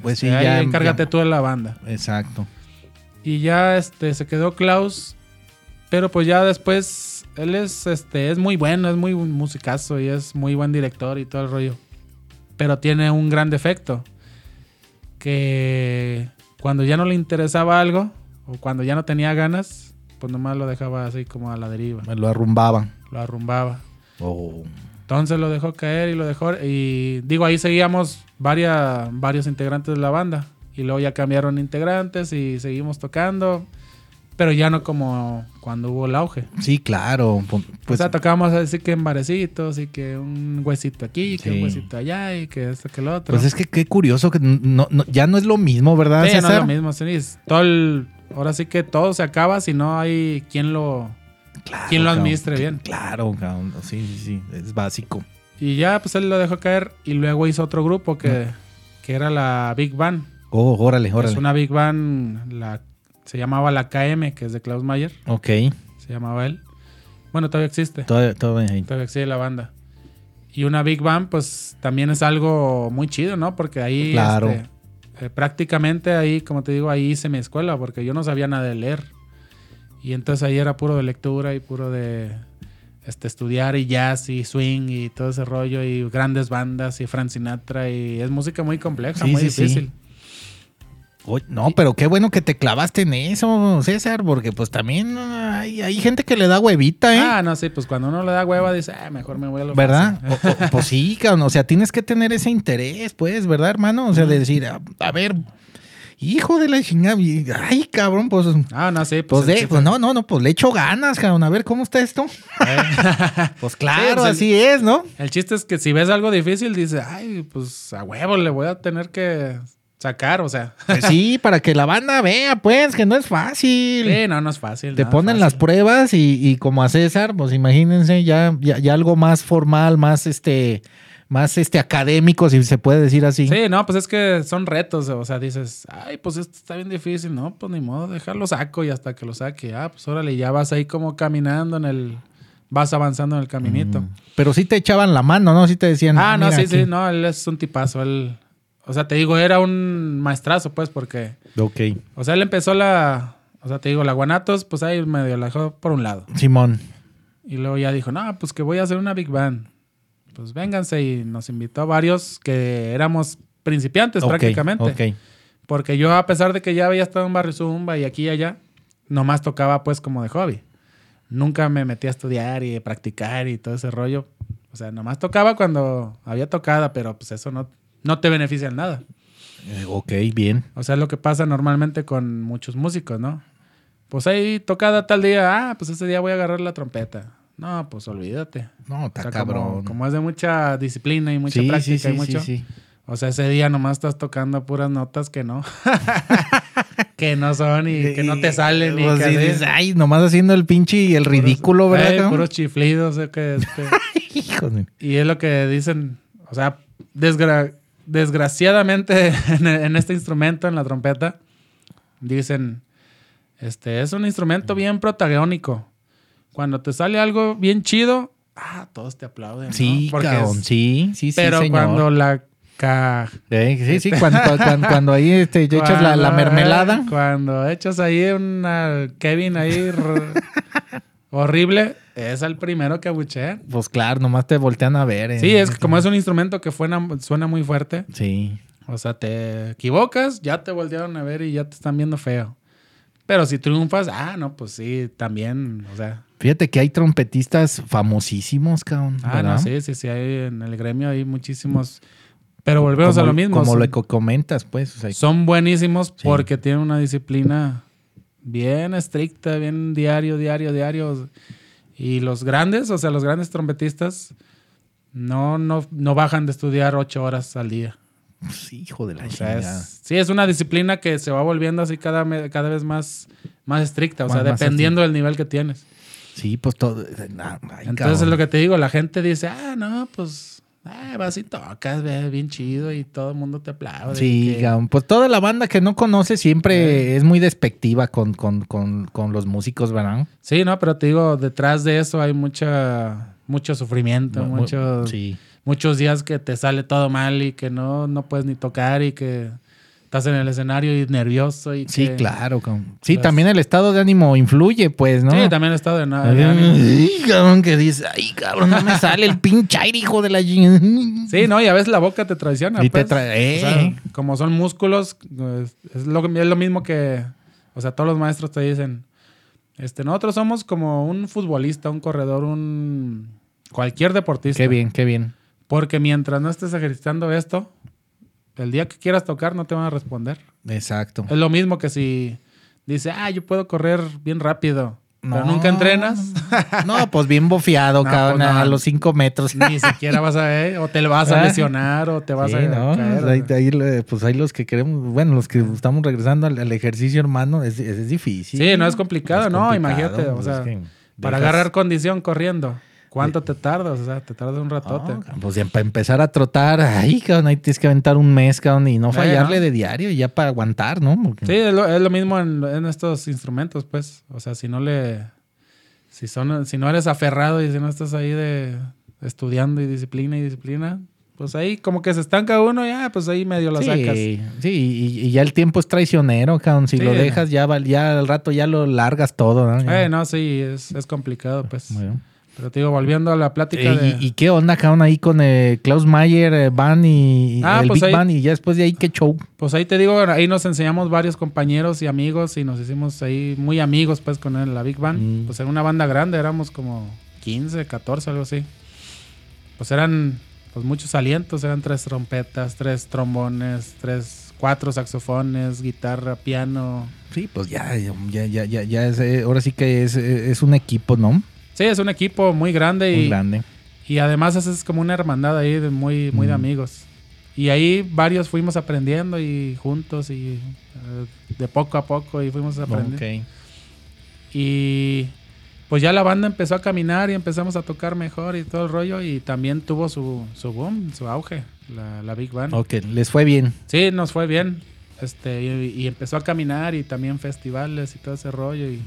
[SPEAKER 6] Pues sí,
[SPEAKER 7] Este, ahí
[SPEAKER 6] ya.
[SPEAKER 7] encárgate
[SPEAKER 6] ya-
[SPEAKER 7] tú de la banda.
[SPEAKER 6] Exacto.
[SPEAKER 7] Y ya este, se quedó Klaus. Pero pues ya después, él es, este, es muy bueno, es muy un musicazo y es muy buen director y todo el rollo. Pero tiene un gran defecto. Que cuando ya no le interesaba algo, o cuando ya no tenía ganas, pues nomás lo dejaba así como a la deriva.
[SPEAKER 6] Me lo arrumbaban.
[SPEAKER 7] Lo arrumbaba.
[SPEAKER 6] Oh.
[SPEAKER 7] Entonces lo dejó caer y lo dejó. Y digo, ahí seguíamos varia- varios integrantes de la banda. Y luego ya cambiaron integrantes y seguimos tocando. Pero ya no como cuando hubo el auge.
[SPEAKER 6] Sí, claro. pu- Pues,
[SPEAKER 7] o sea, tocábamos así que en barecitos y que un huesito aquí, que
[SPEAKER 6] Sí.
[SPEAKER 7] un huesito allá y que esto que lo otro.
[SPEAKER 6] pues es que qué curioso que no, no- ya no es lo mismo, ¿verdad?
[SPEAKER 7] Sí, no es
[SPEAKER 6] César?
[SPEAKER 7] lo mismo, sí, es todo el- ahora sí que todo se acaba si no hay quien lo...
[SPEAKER 6] Claro,
[SPEAKER 7] ¿Quién lo
[SPEAKER 6] cabrón.
[SPEAKER 7] administre bien?
[SPEAKER 6] Claro, cabrón. Sí, sí, sí. Es básico.
[SPEAKER 7] Y ya, pues él lo dejó caer y luego hizo otro grupo que, que era la Big Band.
[SPEAKER 6] Oh, órale, órale.
[SPEAKER 7] Es una Big Band, la, se llamaba la KM, que es de Klaus Mayer,
[SPEAKER 6] Ok.
[SPEAKER 7] se llamaba él. Bueno, todavía existe,
[SPEAKER 6] Todo, todo bien ahí.
[SPEAKER 7] todavía existe la banda. Y una Big Band, pues también es algo muy chido, ¿no? Porque ahí
[SPEAKER 6] Claro.
[SPEAKER 7] este, eh, prácticamente ahí, como te digo, ahí hice mi escuela, porque yo no sabía nada de leer. Y entonces ahí era puro de lectura y puro de este, estudiar y jazz y swing y todo ese rollo y grandes bandas y Frank Sinatra y es música muy compleja,
[SPEAKER 6] Sí,
[SPEAKER 7] muy
[SPEAKER 6] sí, sí.
[SPEAKER 7] difícil.
[SPEAKER 6] Oye, no, pero qué bueno que te clavaste en eso, César, porque pues también ah, hay, hay gente que le da huevita, ¿eh?
[SPEAKER 7] Ah, no, sí, pues cuando uno le da hueva dice, "Ah, mejor me voy a lo
[SPEAKER 6] ¿Verdad?
[SPEAKER 7] fácil".
[SPEAKER 6] O- o- pues sí, <laughs> cabrón. O sea, tienes que tener ese interés, pues, ¿verdad, hermano? O sea, de decir, a, a ver, hijo de la chingada, y- ay, cabrón, pues,
[SPEAKER 7] Ah, no, sí,
[SPEAKER 6] pues, de-
[SPEAKER 7] el- <laughs>
[SPEAKER 6] pues no, no, no, pues le echo ganas, cabrón. A ver, ¿cómo está esto? <laughs> pues claro,
[SPEAKER 7] pues, el-
[SPEAKER 6] así es, ¿no?
[SPEAKER 7] El chiste es que si ves algo difícil, dices, ay, pues a huevo le voy a tener que sacar, o sea.
[SPEAKER 6] Pues sí, <laughs> para que la banda vea, pues, que no es fácil.
[SPEAKER 7] Sí, no, no es fácil.
[SPEAKER 6] Te
[SPEAKER 7] nada
[SPEAKER 6] ponen
[SPEAKER 7] fácil.
[SPEAKER 6] las pruebas y, y como a César, pues imagínense ya, ya, ya algo más formal, más este, más este académico, si se puede decir así.
[SPEAKER 7] Sí, no, pues es que son retos, o sea, dices, ay, pues esto está bien difícil, no, pues ni modo, dejarlo saco y hasta que lo saque, ah, pues órale, ya vas ahí como caminando en el, vas avanzando en el caminito.
[SPEAKER 6] Pero sí te echaban la mano, ¿no? Sí te decían.
[SPEAKER 7] Ah, no,
[SPEAKER 6] mira
[SPEAKER 7] sí, sí,
[SPEAKER 6] aquí.
[SPEAKER 7] no, él es un tipazo, él, o sea, te digo, era un maestrazo, pues, porque...
[SPEAKER 6] Ok.
[SPEAKER 7] O sea, él empezó la. O sea, te digo, la Guanatos, pues ahí medio la dejó por un lado.
[SPEAKER 6] Simón.
[SPEAKER 7] Y luego ya dijo, no, pues que voy a hacer una Big Band. Pues vénganse. Y nos invitó a varios que éramos principiantes
[SPEAKER 6] Ok,
[SPEAKER 7] Pues prácticamente.
[SPEAKER 6] Ok. Eh,
[SPEAKER 7] Porque yo, a pesar de que ya había estado en Barrio Zumba y aquí y allá, nomás tocaba pues como de hobby. Nunca me metí a estudiar y practicar y todo ese rollo. O sea, nomás tocaba cuando había tocada, pero pues eso no, no te beneficia en nada.
[SPEAKER 6] Eh, Ok, bien.
[SPEAKER 7] O sea, es lo que pasa normalmente con muchos músicos, ¿no? Pues ahí tocada tal día, ah, pues ese día voy a agarrar la trompeta. No, pues olvídate.
[SPEAKER 6] No,
[SPEAKER 7] O
[SPEAKER 6] está
[SPEAKER 7] sea,
[SPEAKER 6] cabrón.
[SPEAKER 7] Como, como es de mucha disciplina y mucha práctica y mucho. O sea, ese día nomás estás tocando puras notas que
[SPEAKER 6] <laughs>
[SPEAKER 7] no. que no son y que no te salen. Y
[SPEAKER 6] Pues
[SPEAKER 7] que
[SPEAKER 6] sí,
[SPEAKER 7] así.
[SPEAKER 6] dices, ay, nomás haciendo el pinche y el ridículo,
[SPEAKER 7] Puros-
[SPEAKER 6] ¿verdad?
[SPEAKER 7] eh,
[SPEAKER 6] cabrón?
[SPEAKER 7] puros chiflidos. eh, que este-
[SPEAKER 6] <laughs> Hijo de-
[SPEAKER 7] y es lo que dicen. O sea, desgra- desgraciadamente <laughs> en, en este instrumento, en la trompeta, dicen, este es un instrumento bien protagónico. Cuando te sale algo bien chido, ah, todos te aplauden. ¿no?
[SPEAKER 6] Sí,
[SPEAKER 7] Porque es-
[SPEAKER 6] cabrón. Sí, sí, sí.
[SPEAKER 7] Pero
[SPEAKER 6] señor.
[SPEAKER 7] cuando la ca-
[SPEAKER 6] Eh, sí, sí, cuando, cu- cuando, cuando ahí este, ya echas la, la
[SPEAKER 7] cuando- eh,
[SPEAKER 6] mermelada.
[SPEAKER 7] Cuando echas ahí una Kevin ahí r- horrible, es el primero que abuchean.
[SPEAKER 6] Pues claro, nomás te voltean a ver. eh.
[SPEAKER 7] Sí, es que como es un instrumento que fuena- suena muy fuerte,
[SPEAKER 6] Sí.
[SPEAKER 7] O sea, te equivocas, ya te voltearon a ver y ya te están viendo feo. Pero si triunfas, ah, no, pues sí, también, o sea.
[SPEAKER 6] Fíjate que hay trompetistas famosísimos, cabrón.
[SPEAKER 7] Ah, no,
[SPEAKER 6] ¿verdad?
[SPEAKER 7] sí, sí, sí, hay en el gremio hay muchísimos. Pero volvemos a
[SPEAKER 6] Como-
[SPEAKER 7] lo mismo.
[SPEAKER 6] Como
[SPEAKER 7] son,
[SPEAKER 6] lo que comentas, pues. o sea,
[SPEAKER 7] son buenísimos porque tienen una disciplina bien estricta, bien diario, diario, diario. Y los grandes, o sea, los grandes trompetistas no, no, no bajan de estudiar ocho horas al día.
[SPEAKER 6] Pues, hijo de la
[SPEAKER 7] O sea,
[SPEAKER 6] chingada.
[SPEAKER 7] es, sí, es una disciplina que se va volviendo así cada, me- cada vez más, más estricta, o
[SPEAKER 6] Más-
[SPEAKER 7] sea,
[SPEAKER 6] más
[SPEAKER 7] dependiendo del nivel que tienes.
[SPEAKER 6] Sí, pues todo. na- ay,
[SPEAKER 7] Entonces
[SPEAKER 6] cabrón.
[SPEAKER 7] es lo que te digo, la gente dice, ah, no, pues ah, vas y tocas, ve, bien chido y todo el mundo te aplaude.
[SPEAKER 6] Sí,
[SPEAKER 7] y que- Eh.
[SPEAKER 6] cabrón. Pues toda la banda que no conoce siempre es muy despectiva con, con, con, con los músicos, ¿verdad?
[SPEAKER 7] Sí, no, pero te digo, detrás de eso hay mucha, mucho sufrimiento,
[SPEAKER 6] Mu- mu-
[SPEAKER 7] mucho,
[SPEAKER 6] Sí.
[SPEAKER 7] muchos días que te sale todo mal y que no, no puedes ni tocar y que estás en el escenario y nervioso y
[SPEAKER 6] Sí,
[SPEAKER 7] que-
[SPEAKER 6] claro. cabrón. Sí,
[SPEAKER 7] Las-
[SPEAKER 6] también el estado de ánimo influye, pues, ¿no?
[SPEAKER 7] Sí, también el estado de nada. de ánimo.
[SPEAKER 6] Ay, cabrón, que dice, ay, cabrón, no me sale el pinche aire, hijo de la chingada.
[SPEAKER 7] <laughs> Sí, no, y a veces la boca te traiciona.
[SPEAKER 6] Y te
[SPEAKER 7] pues.
[SPEAKER 6] tra- ¡Eh!
[SPEAKER 7] O sea, como son músculos, pues, es lo, es lo mismo que. O sea, todos los maestros te dicen. Este, nosotros somos como un futbolista, un corredor, un. cualquier deportista.
[SPEAKER 6] Qué bien, qué bien.
[SPEAKER 7] Porque mientras no estés ejercitando esto, el día que quieras tocar no te van a responder.
[SPEAKER 6] Exacto.
[SPEAKER 7] Es lo mismo que si dice, ah, yo puedo correr bien rápido. Pero
[SPEAKER 6] No.
[SPEAKER 7] nunca
[SPEAKER 6] <laughs>
[SPEAKER 7] entrenas,
[SPEAKER 6] No, pues bien bofiado,
[SPEAKER 7] <laughs> No,
[SPEAKER 6] cabrón,
[SPEAKER 7] pues no.
[SPEAKER 6] a los cinco metros.
[SPEAKER 7] ni siquiera vas a ver, o te vas a
[SPEAKER 6] Ah.
[SPEAKER 7] lesionar, o te vas
[SPEAKER 6] Sí,
[SPEAKER 7] a
[SPEAKER 6] ¿no?
[SPEAKER 7] caer.
[SPEAKER 6] Ahí- ahí le- pues hay los que queremos, bueno, los que estamos regresando al, al ejercicio, hermano, es, es- es difícil.
[SPEAKER 7] Sí, no es complicado, no, imagínate, o
[SPEAKER 6] pues,
[SPEAKER 7] sea,
[SPEAKER 6] es que
[SPEAKER 7] Para
[SPEAKER 6] dejas-
[SPEAKER 7] agarrar condición corriendo. ¿Cuánto te tardas? O sea, te tardas un ratote.
[SPEAKER 6] No, pues ya para empezar a trotar, ahí, cabrón, ahí tienes que aventar un mes, cabrón, y no
[SPEAKER 7] Sí,
[SPEAKER 6] fallarle
[SPEAKER 7] ¿no?
[SPEAKER 6] de diario, y ya para aguantar, ¿no? Porque-
[SPEAKER 7] sí, es lo, es lo mismo en, en estos instrumentos, pues. O sea, si no le. Si, son, si no eres aferrado y si no estás ahí de estudiando y disciplina y disciplina, pues ahí como que se estanca uno, ya, pues ahí medio la sacas.
[SPEAKER 6] Sí, sí, y, y ya el tiempo es traicionero, cabrón. Si
[SPEAKER 7] Sí.
[SPEAKER 6] lo dejas, ya, val- ya al rato ya lo largas todo, ¿no?
[SPEAKER 7] Eh, no, sí, es, es complicado, pues.
[SPEAKER 6] Bueno.
[SPEAKER 7] Pero te digo, volviendo a la plática
[SPEAKER 6] Eh,
[SPEAKER 7] de.
[SPEAKER 6] y, y qué onda, cabrón, ahí con eh, Klaus Mayer, eh, Van y y
[SPEAKER 7] Ah,
[SPEAKER 6] el
[SPEAKER 7] pues
[SPEAKER 6] Big
[SPEAKER 7] ahí-
[SPEAKER 6] Van, y ya después de ahí, qué show.
[SPEAKER 7] Pues ahí te digo, ahí nos enseñamos varios compañeros y amigos y nos hicimos ahí muy amigos pues con él, la Big Band.
[SPEAKER 6] Mm.
[SPEAKER 7] Pues era una banda grande, éramos como 15, 14, algo así. Pues eran pues muchos alientos, eran tres trompetas, tres trombones, tres, cuatro saxofones, guitarra, piano.
[SPEAKER 6] Sí, pues ya, ya, ya, ya, ya es, eh, ahora sí que es, eh, es un equipo, ¿no?
[SPEAKER 7] Sí, es un equipo muy grande
[SPEAKER 6] Muy
[SPEAKER 7] y,
[SPEAKER 6] grande.
[SPEAKER 7] y además es, es como una hermandad ahí de muy, muy de
[SPEAKER 6] Mm.
[SPEAKER 7] amigos. Y ahí varios fuimos aprendiendo y juntos y eh, de poco a poco y fuimos aprendiendo.
[SPEAKER 6] Ok.
[SPEAKER 7] Y pues ya la banda empezó a caminar y empezamos a tocar mejor y todo el rollo. Y también tuvo su, su boom, su auge, la, la Big Band.
[SPEAKER 6] Ok, les fue bien.
[SPEAKER 7] Sí, nos fue bien. Este, y, y empezó a caminar y también festivales y todo ese rollo. Y,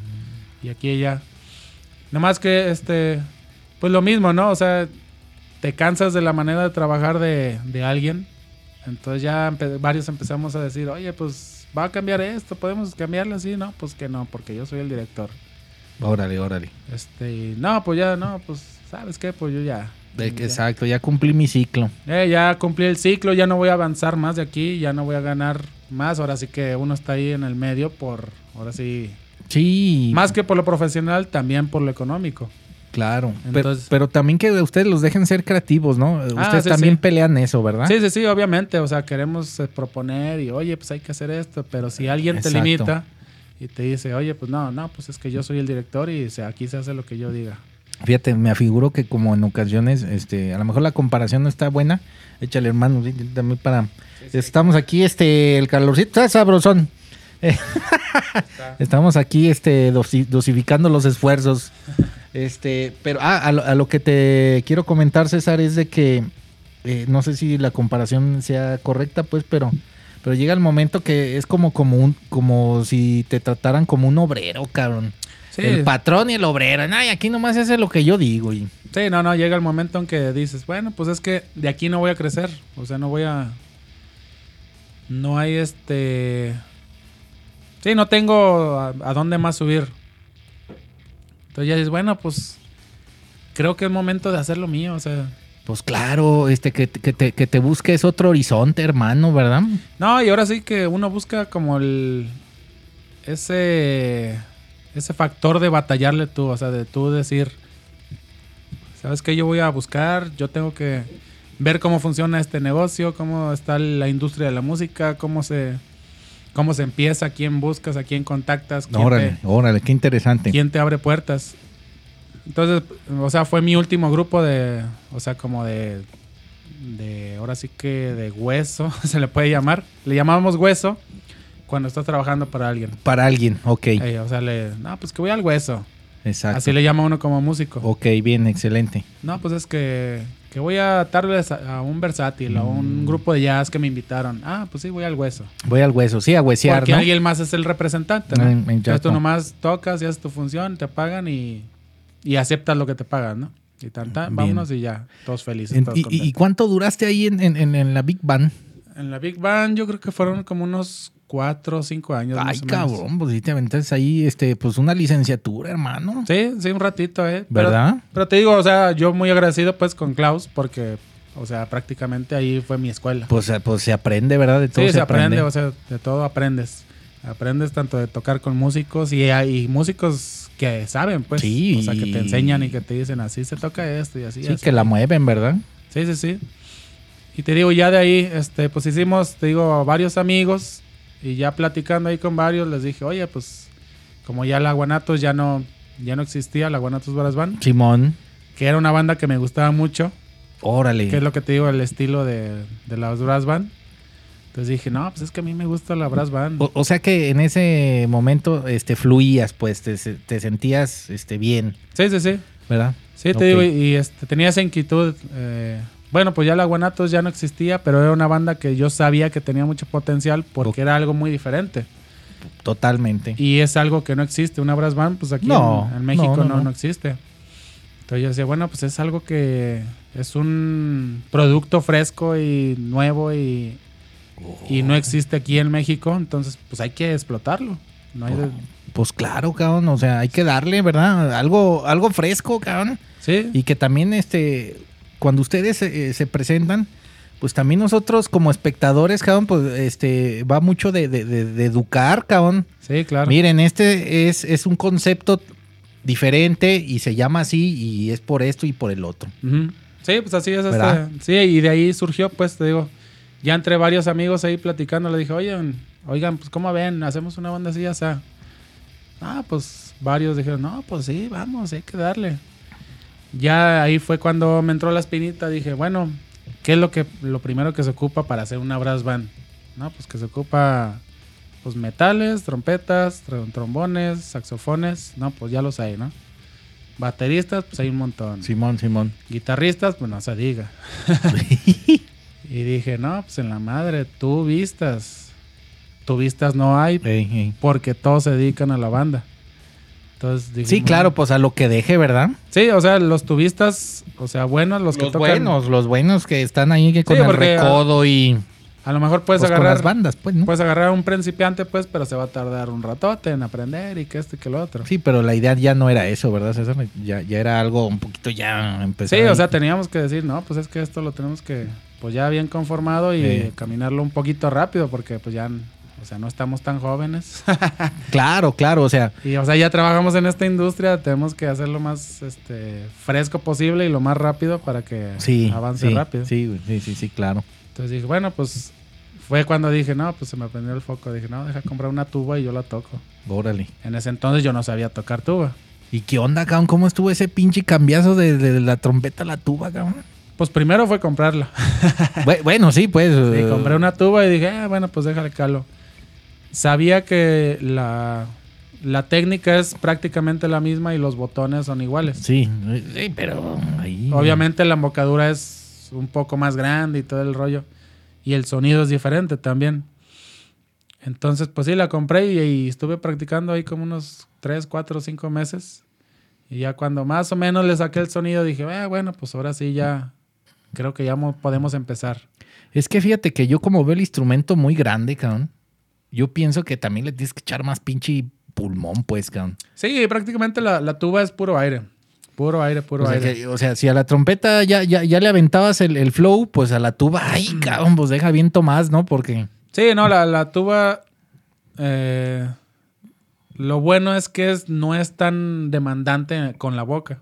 [SPEAKER 7] y aquí y allá. Nomás que, este, pues lo mismo, ¿no? O sea, te cansas de la manera de trabajar de, de alguien. Entonces ya empe- varios empezamos a decir, oye, pues va a cambiar esto, podemos cambiarlo así, ¿no? Pues que no, porque yo soy el director.
[SPEAKER 6] Órale, órale.
[SPEAKER 7] Este, y, no, pues ya, no, pues, ¿sabes qué? Pues yo ya.
[SPEAKER 6] De que-
[SPEAKER 7] ya,
[SPEAKER 6] Exacto, ya cumplí mi ciclo.
[SPEAKER 7] Eh, ya cumplí el ciclo, ya no voy a avanzar más de aquí, ya no voy a ganar más. Ahora sí que uno está ahí en el medio por, ahora sí,
[SPEAKER 6] Sí.
[SPEAKER 7] más que por lo profesional, también por lo económico.
[SPEAKER 6] Claro. Pero-
[SPEAKER 7] Entonces- Ah,
[SPEAKER 6] pero, también que ustedes los dejen ser creativos, ¿no? ustedes
[SPEAKER 7] sí,
[SPEAKER 6] también
[SPEAKER 7] sí.
[SPEAKER 6] pelean eso, ¿verdad?
[SPEAKER 7] Sí, sí, sí, obviamente. O sea, queremos eh, proponer y, oye, pues hay que hacer esto, pero si alguien
[SPEAKER 6] Exacto.
[SPEAKER 7] te limita y te dice, oye, pues no, no, pues es que yo soy el director y o sea, aquí se hace lo que yo diga.
[SPEAKER 6] Fíjate, me afiguro que como en ocasiones, este, a lo mejor la comparación no está buena. Échale, hermano, sí, también para. Estamos aquí, este, el calorcito está sabrosón. <laughs> Eh, Estamos aquí, este, dosi- dosificando los esfuerzos. Este, pero ah, a, lo, a lo que te quiero comentar, César, es de que eh, no sé si la comparación sea correcta, pues, pero, pero llega el momento que es como, como un, como si te trataran como un obrero, cabrón.
[SPEAKER 7] Sí.
[SPEAKER 6] El patrón y el obrero. Ay, aquí nomás se hace lo que yo digo. Y...
[SPEAKER 7] Sí, no, no, llega el momento en que dices, bueno, pues es que de aquí no voy a crecer, o sea, no voy a... No hay este... Sí, no tengo a, a dónde más subir. Entonces ya dices, bueno, pues creo que es momento de hacer lo mío, o sea...
[SPEAKER 6] Pues claro, este, que, te- que te, que te busques otro horizonte, hermano, ¿verdad?
[SPEAKER 7] No, y ahora sí que uno busca como el... Ese... Ese factor de batallarle tú, o sea, de tú decir, ¿sabes qué? Yo voy a buscar, yo tengo que ver cómo funciona este negocio, cómo está la industria de la música, cómo se... Cómo se empieza, a quién buscas, a quién contactas, quién te-
[SPEAKER 6] Órale, órale, qué interesante.
[SPEAKER 7] ¿Quién te abre puertas? Entonces, o sea, fue mi último grupo de, o sea, como de de ahora sí que de hueso, <laughs> se le puede llamar. Le llamamos hueso cuando estás trabajando para alguien.
[SPEAKER 6] Para alguien, ok.
[SPEAKER 7] Eh, o sea, le, no, pues que voy al hueso.
[SPEAKER 6] Exacto.
[SPEAKER 7] Así le llama uno como músico.
[SPEAKER 6] Ok, bien, excelente.
[SPEAKER 7] No, pues es que, que voy a darles a, a un versátil, a
[SPEAKER 6] Mm.
[SPEAKER 7] un grupo de jazz que me invitaron. Ah, pues sí, voy al hueso.
[SPEAKER 6] Voy al hueso, sí, a huesear,
[SPEAKER 7] Porque
[SPEAKER 6] ¿no?
[SPEAKER 7] alguien más es el representante, ¿no?
[SPEAKER 6] Ah,
[SPEAKER 7] Entonces
[SPEAKER 6] exacto.
[SPEAKER 7] tú nomás tocas y haces tu función, te pagan y, y aceptas lo que te pagan, ¿no? Y tan, tan,
[SPEAKER 6] Bien.
[SPEAKER 7] vámonos y ya, todos felices.
[SPEAKER 6] En-
[SPEAKER 7] todos
[SPEAKER 6] y, y- y
[SPEAKER 7] contentos.
[SPEAKER 6] cuánto duraste ahí en, en- en- en la Big Band?
[SPEAKER 7] En la Big Band yo creo que fueron como unos cuatro o cinco años.
[SPEAKER 6] Ay,
[SPEAKER 7] más o menos.
[SPEAKER 6] cabrón, pues sí te aventaste ahí, este, pues una licenciatura, hermano.
[SPEAKER 7] Sí, sí, un ratito, ¿eh? Pero-
[SPEAKER 6] ¿Verdad?
[SPEAKER 7] Pero, te digo, o sea, yo muy agradecido pues con Klaus porque, o sea, prácticamente ahí fue mi escuela.
[SPEAKER 6] Pues, eh, pues se aprende, ¿verdad? De todo
[SPEAKER 7] sí, se, aprende. o sea, de todo aprendes. Aprendes tanto de tocar con músicos y hay músicos que saben, pues.
[SPEAKER 6] Sí.
[SPEAKER 7] O sea, que te enseñan y que te dicen así se toca esto y así.
[SPEAKER 6] sí,
[SPEAKER 7] así.
[SPEAKER 6] que la mueven, ¿verdad?
[SPEAKER 7] Sí, sí, sí. Y te digo, ya de ahí, este, pues hicimos, te digo, varios amigos y ya platicando ahí con varios les dije, oye, pues como ya la Guanatos ya no, ya no existía, la Guanatos Baras Band,
[SPEAKER 6] Simón,
[SPEAKER 7] que era una banda que me gustaba mucho,
[SPEAKER 6] órale.
[SPEAKER 7] que es lo que te digo, el estilo de, de las Brass Band. Entonces dije, no, pues es que a mí me gusta la Brass Band.
[SPEAKER 6] o, o sea que en ese momento este, fluías, pues, te, se- te sentías este, bien,
[SPEAKER 7] Sí, sí, sí.
[SPEAKER 6] ¿verdad?
[SPEAKER 7] Sí,
[SPEAKER 6] Ok.
[SPEAKER 7] te digo, y, y, este, tenía esa inquietud. eh, bueno, pues ya la Guanatos ya no existía, pero era una banda que yo sabía que tenía mucho potencial porque
[SPEAKER 6] Ok.
[SPEAKER 7] era algo muy diferente.
[SPEAKER 6] Totalmente.
[SPEAKER 7] Y es algo que no existe. Una brass band, pues aquí
[SPEAKER 6] No,
[SPEAKER 7] en, en México
[SPEAKER 6] no,
[SPEAKER 7] no,
[SPEAKER 6] no, no.
[SPEAKER 7] no existe. Entonces yo decía, bueno, pues es algo que es un producto fresco y nuevo y, y
[SPEAKER 6] Oh.
[SPEAKER 7] no existe aquí en México. Entonces, pues hay que explotarlo. No hay de-
[SPEAKER 6] Pues claro, cabrón, o sea, hay que darle, ¿verdad? Algo, algo fresco, cabrón.
[SPEAKER 7] Sí,
[SPEAKER 6] Y que también, este, cuando ustedes eh, se presentan, pues también nosotros como espectadores, cabrón, pues este, va mucho de, de- de- de educar, cabrón.
[SPEAKER 7] sí, claro.
[SPEAKER 6] Miren, este es, es un concepto diferente y se llama así y es por esto y por el otro.
[SPEAKER 7] Ujú. Sí, pues así es. este,
[SPEAKER 6] ¿Verdad?
[SPEAKER 7] sí, y de ahí surgió, pues te digo, ya entre varios amigos ahí platicando, le dije, oye, oigan, pues ¿cómo ven? Hacemos una banda así, o sea. Ah, pues varios dijeron, no, pues sí, vamos, hay que darle. Ya ahí fue cuando me entró la espinita, dije, bueno, ¿qué es lo que lo primero que se ocupa para hacer una brass band? No, pues que se ocupa pues metales, trompetas, tr- trombones, saxofones, no, pues ya los hay, ¿no? Bateristas, pues hay un montón
[SPEAKER 6] Simón, Simón.
[SPEAKER 7] guitarristas, pues no se diga. <laughs> y dije, no, pues en la madre, tú vistas. Tú vistas no hay
[SPEAKER 6] Ey, ey.
[SPEAKER 7] porque todos se dedican a la banda. Entonces dije, "Mm".
[SPEAKER 6] Sí, claro, pues a lo que deje, ¿verdad? Pues,
[SPEAKER 7] Sí, o sea, los tubistas, o sea, buenos, los,
[SPEAKER 6] Los,
[SPEAKER 7] que tocan.
[SPEAKER 6] buenos, los buenos que están ahí que con
[SPEAKER 7] Sí,
[SPEAKER 6] el
[SPEAKER 7] porque-
[SPEAKER 6] recodo y
[SPEAKER 7] A lo mejor puedes
[SPEAKER 6] ah, pues, con las
[SPEAKER 7] agarrar.
[SPEAKER 6] bandas, pues, ¿no?
[SPEAKER 7] Puedes agarrar a un principiante, pues, pero se va a tardar un ratote en aprender y que esto y que lo otro.
[SPEAKER 6] Sí, pero la idea ya no era eso, ¿verdad, César? Ya, ya era algo un poquito ya empezó.
[SPEAKER 7] Sí, o sea, teníamos que decir, no, pues es que esto lo tenemos que, pues ya bien conformado y
[SPEAKER 6] Sí.
[SPEAKER 7] caminarlo un poquito rápido porque pues ya, o sea, no estamos tan jóvenes.
[SPEAKER 6] Claro, claro, o sea,
[SPEAKER 7] y o sea, ya trabajamos en esta industria, tenemos que hacerlo más este, fresco posible y lo más rápido para que
[SPEAKER 6] sí.
[SPEAKER 7] avance
[SPEAKER 6] sí,
[SPEAKER 7] rápido.
[SPEAKER 6] Sí, güey, sí, sí, sí, claro.
[SPEAKER 7] Entonces dije, bueno, pues fue cuando dije, no, pues se me prendió el foco. Dije, no, deja comprar una tuba y yo la toco.
[SPEAKER 6] Órale.
[SPEAKER 7] En ese entonces yo no sabía tocar tuba.
[SPEAKER 6] ¿Y qué onda, cabrón? ¿Cómo estuvo ese pinche cambiazo de, de la trompeta a la tuba, cabrón? <laughs>
[SPEAKER 7] Pues primero fue comprarla.
[SPEAKER 6] Bu- bueno, sí, pues.
[SPEAKER 7] Sí,
[SPEAKER 6] eh,
[SPEAKER 7] compré una tuba y dije, "Ah, bueno, pues déjale calo. Sabía que la, la técnica es prácticamente la misma y los botones son iguales.
[SPEAKER 6] Sí, eh, sí, pero ahí.
[SPEAKER 7] Obviamente la embocadura es un poco más grande y todo el rollo. Y el sonido es diferente también. Entonces, pues sí, la compré y, y estuve practicando ahí como unos 3, 4, 5 meses. Y ya cuando más o menos le saqué el sonido, dije, "Ah, bueno, pues ahora sí ya creo que ya mo- podemos empezar.
[SPEAKER 6] Es que fíjate que yo, como veo el instrumento muy grande, cabrón, yo pienso que también le tienes que echar más pinche pulmón, pues, cabrón.
[SPEAKER 7] Sí, prácticamente la, la tuba es puro aire. Puro aire, puro
[SPEAKER 6] o, sea,
[SPEAKER 7] aire.
[SPEAKER 6] Pues que- o sea, si a la trompeta ya, ya, ya le aventabas el, el flow, pues a la tuba, ay,
[SPEAKER 7] Mm.
[SPEAKER 6] cabrón, pues deja viento más, ¿no? Porque.
[SPEAKER 7] Sí, no, la, la tuba. eh, lo bueno es que es, no es tan demandante con la boca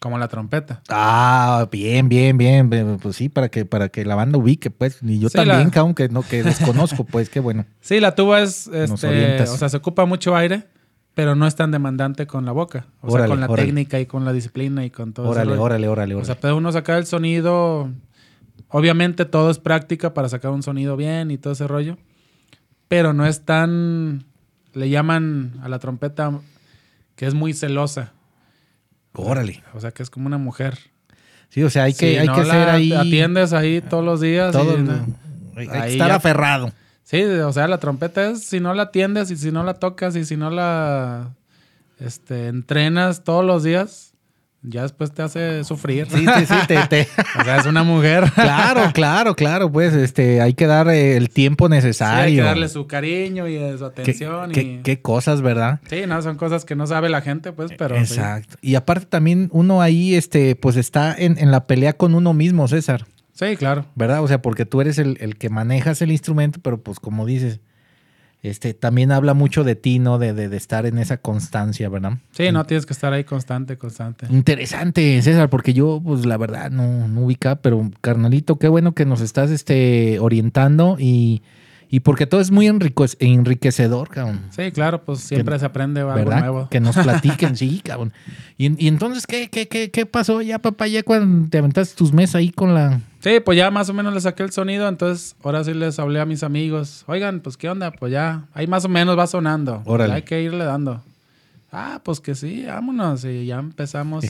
[SPEAKER 7] como la trompeta.
[SPEAKER 6] Ah, bien, bien, bien. be- Pues sí, para que, para que la banda ubique, pues. Y yo
[SPEAKER 7] Sí,
[SPEAKER 6] también,
[SPEAKER 7] la-
[SPEAKER 6] cabrón, que no, que
[SPEAKER 7] <laughs>
[SPEAKER 6] desconozco, pues, qué bueno.
[SPEAKER 7] Sí, la tuba es. Este,
[SPEAKER 6] orientas.
[SPEAKER 7] o sea, se ocupa mucho aire, pero no es tan demandante con la boca. O
[SPEAKER 6] Órale,
[SPEAKER 7] sea, con la
[SPEAKER 6] órale.
[SPEAKER 7] técnica y con la disciplina y con todo ese
[SPEAKER 6] Órale,
[SPEAKER 7] rollo.
[SPEAKER 6] órale, órale,
[SPEAKER 7] O sea,
[SPEAKER 6] órale.
[SPEAKER 7] puede uno sacar el sonido. Obviamente todo es práctica para sacar un sonido bien y todo ese rollo. Pero no es tan. Le llaman a la trompeta que es muy celosa.
[SPEAKER 6] Órale.
[SPEAKER 7] O sea, que es como una mujer.
[SPEAKER 6] Sí, o sea, hay que,
[SPEAKER 7] Si
[SPEAKER 6] hay
[SPEAKER 7] no
[SPEAKER 6] que
[SPEAKER 7] la
[SPEAKER 6] ser ahí.
[SPEAKER 7] Atiendes ahí todos los días.
[SPEAKER 6] todo,
[SPEAKER 7] y-
[SPEAKER 6] ¿no? Hay que
[SPEAKER 7] Ahí
[SPEAKER 6] estar
[SPEAKER 7] ya-
[SPEAKER 6] aferrado.
[SPEAKER 7] Sí, o sea, la trompeta es si no la atiendes y si no la tocas y si no la este, entrenas todos los días, ya después te hace sufrir.
[SPEAKER 6] Sí, sí, sí, te- te-
[SPEAKER 7] <laughs> O sea, es una mujer.
[SPEAKER 6] <laughs>
[SPEAKER 7] <laughs>
[SPEAKER 6] Claro, claro, claro, pues este, hay que dar eh, el tiempo
[SPEAKER 7] Sí,
[SPEAKER 6] necesario.
[SPEAKER 7] hay que darle su cariño y eh, su atención.
[SPEAKER 6] ¿Qué,
[SPEAKER 7] y...
[SPEAKER 6] qué- qué cosas, ¿verdad?
[SPEAKER 7] Sí, no, son cosas que no sabe la gente, pues, pero. sí.
[SPEAKER 6] E- Exacto. Y aparte también uno ahí, este, pues está en, en la pelea con uno mismo, César,
[SPEAKER 7] Sí, claro.
[SPEAKER 6] ¿verdad? O sea, porque tú eres el, el que manejas el instrumento, pero pues como dices, este, también habla mucho de ti, ¿no? De, de- de estar en esa constancia, ¿verdad?
[SPEAKER 7] Sí, no tienes que estar ahí constante, constante.
[SPEAKER 6] Mm. Interesante, César, porque yo, pues la verdad, no, no ubica, pero carnalito, qué bueno que nos estás este, orientando y, y porque todo es muy enrique- enriquecedor, cabrón.
[SPEAKER 7] Sí, claro, pues siempre
[SPEAKER 6] Que-
[SPEAKER 7] se aprende algo
[SPEAKER 6] ¿Verdad?
[SPEAKER 7] nuevo.
[SPEAKER 6] Que
[SPEAKER 7] <laughs>
[SPEAKER 6] nos platiquen, sí, cabrón. Y, y entonces, ¿qué, qué, qué, qué pasó ya, papá? Ya cuando te aventaste tus mesas ahí con la.
[SPEAKER 7] Sí, pues ya más o menos le saqué el sonido, entonces ahora sí les hablé a mis amigos. Oigan, pues qué onda, pues ya, ahí más o menos va sonando.
[SPEAKER 6] Órale.
[SPEAKER 7] Hay que irle dando. Ah, pues que sí, vámonos. Y ya
[SPEAKER 6] <laughs>
[SPEAKER 7] empezamos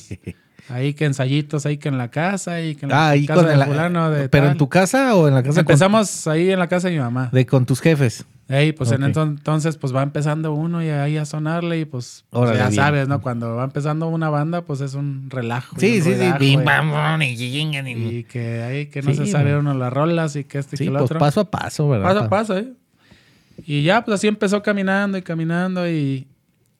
[SPEAKER 7] ahí que ensayitos, ahí que en la casa, y que en la
[SPEAKER 6] Ah, ahí
[SPEAKER 7] casa
[SPEAKER 6] con
[SPEAKER 7] de
[SPEAKER 6] el-
[SPEAKER 7] fulano, de
[SPEAKER 6] ¿Pero en
[SPEAKER 7] tal.
[SPEAKER 6] tu casa o en la casa con-
[SPEAKER 7] Empezamos ahí en la casa de mi mamá.
[SPEAKER 6] de con tus jefes?
[SPEAKER 7] Ey, pues en
[SPEAKER 6] Ok.
[SPEAKER 7] ento- entonces pues va empezando uno y ahí a sonarle y pues, pues,
[SPEAKER 6] Órale,
[SPEAKER 7] ya
[SPEAKER 6] bien.
[SPEAKER 7] sabes, ¿no? Cuando va empezando una banda pues es un relajo. y
[SPEAKER 6] Sí,
[SPEAKER 7] un
[SPEAKER 6] sí, sí.
[SPEAKER 7] relajo,
[SPEAKER 6] Bim,
[SPEAKER 7] y-
[SPEAKER 6] bam, bam, y chingan, y-
[SPEAKER 7] Y que ahí que no
[SPEAKER 6] Sí,
[SPEAKER 7] se sabe
[SPEAKER 6] güey.
[SPEAKER 7] uno las rolas y que este y
[SPEAKER 6] Sí,
[SPEAKER 7] que el
[SPEAKER 6] pues
[SPEAKER 7] otro.
[SPEAKER 6] paso a paso, ¿verdad?
[SPEAKER 7] Paso a paso, ¿eh? Y ya, pues así empezó caminando y caminando y,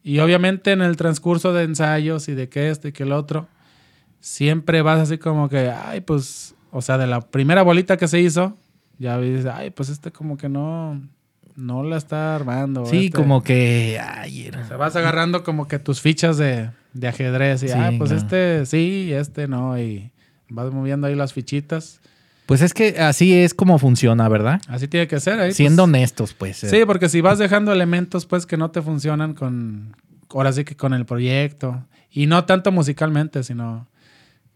[SPEAKER 7] y obviamente en el transcurso de ensayos y de que esto y que el otro, siempre vas así como que, ay, pues, o sea, de la primera bolita que se hizo, ya dices, ay, pues este como que no, no la está armando.
[SPEAKER 6] Sí,
[SPEAKER 7] este".
[SPEAKER 6] como que. Ay, era-
[SPEAKER 7] O sea, vas agarrando como que tus fichas de, de ajedrez y,
[SPEAKER 6] Sí,
[SPEAKER 7] ah, pues
[SPEAKER 6] claro.
[SPEAKER 7] este sí, este no, y vas moviendo ahí las fichitas.
[SPEAKER 6] Pues es que así es como funciona, ¿verdad?
[SPEAKER 7] Así tiene que ser ahí. pues,
[SPEAKER 6] Siendo honestos, pues. eh.
[SPEAKER 7] Sí, porque si vas dejando elementos pues que no te funcionan con ahora sí que con el proyecto y no tanto musicalmente, sino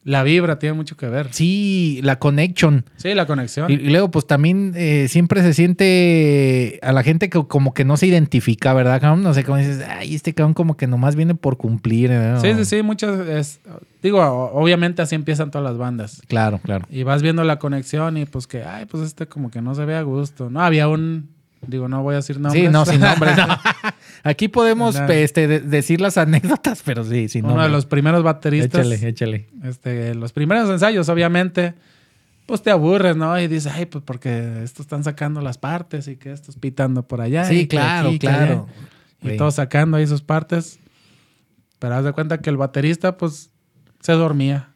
[SPEAKER 7] la vibra tiene mucho que ver. Sí,
[SPEAKER 6] Sí, la connection.
[SPEAKER 7] la conexión.
[SPEAKER 6] Y, y luego, pues también eh, siempre se siente a la gente que como que no se identifica, ¿verdad, cabrón? No sé cómo dices, ay, este cabrón como que nomás viene por cumplir. ¿eh? ¿no?
[SPEAKER 7] Sí, sí, sí, muchas es- digo, o- obviamente así empiezan todas las bandas.
[SPEAKER 6] Claro, claro.
[SPEAKER 7] Y vas viendo la conexión y pues que, ay, pues este como que no se ve a gusto. No, había un digo, no voy a decir nombres.
[SPEAKER 6] Sí, no,
[SPEAKER 7] <laughs>
[SPEAKER 6] sin nombres. no. Aquí podemos
[SPEAKER 7] Nada.
[SPEAKER 6] pe- este, de- decir las anécdotas, pero sí, sin
[SPEAKER 7] Uno de los
[SPEAKER 6] nombres.
[SPEAKER 7] primeros bateristas
[SPEAKER 6] Échale, échale.
[SPEAKER 7] este, los primeros ensayos, obviamente, pues te aburres, ¿no? Y dices, ay, pues porque estos están sacando las partes y que estos pitando por allá.
[SPEAKER 6] sí,
[SPEAKER 7] y que
[SPEAKER 6] claro,
[SPEAKER 7] aquí, que
[SPEAKER 6] claro.
[SPEAKER 7] allá. Y
[SPEAKER 6] Sí.
[SPEAKER 7] todos sacando ahí sus partes. Pero haz de cuenta que el baterista, pues, se dormía.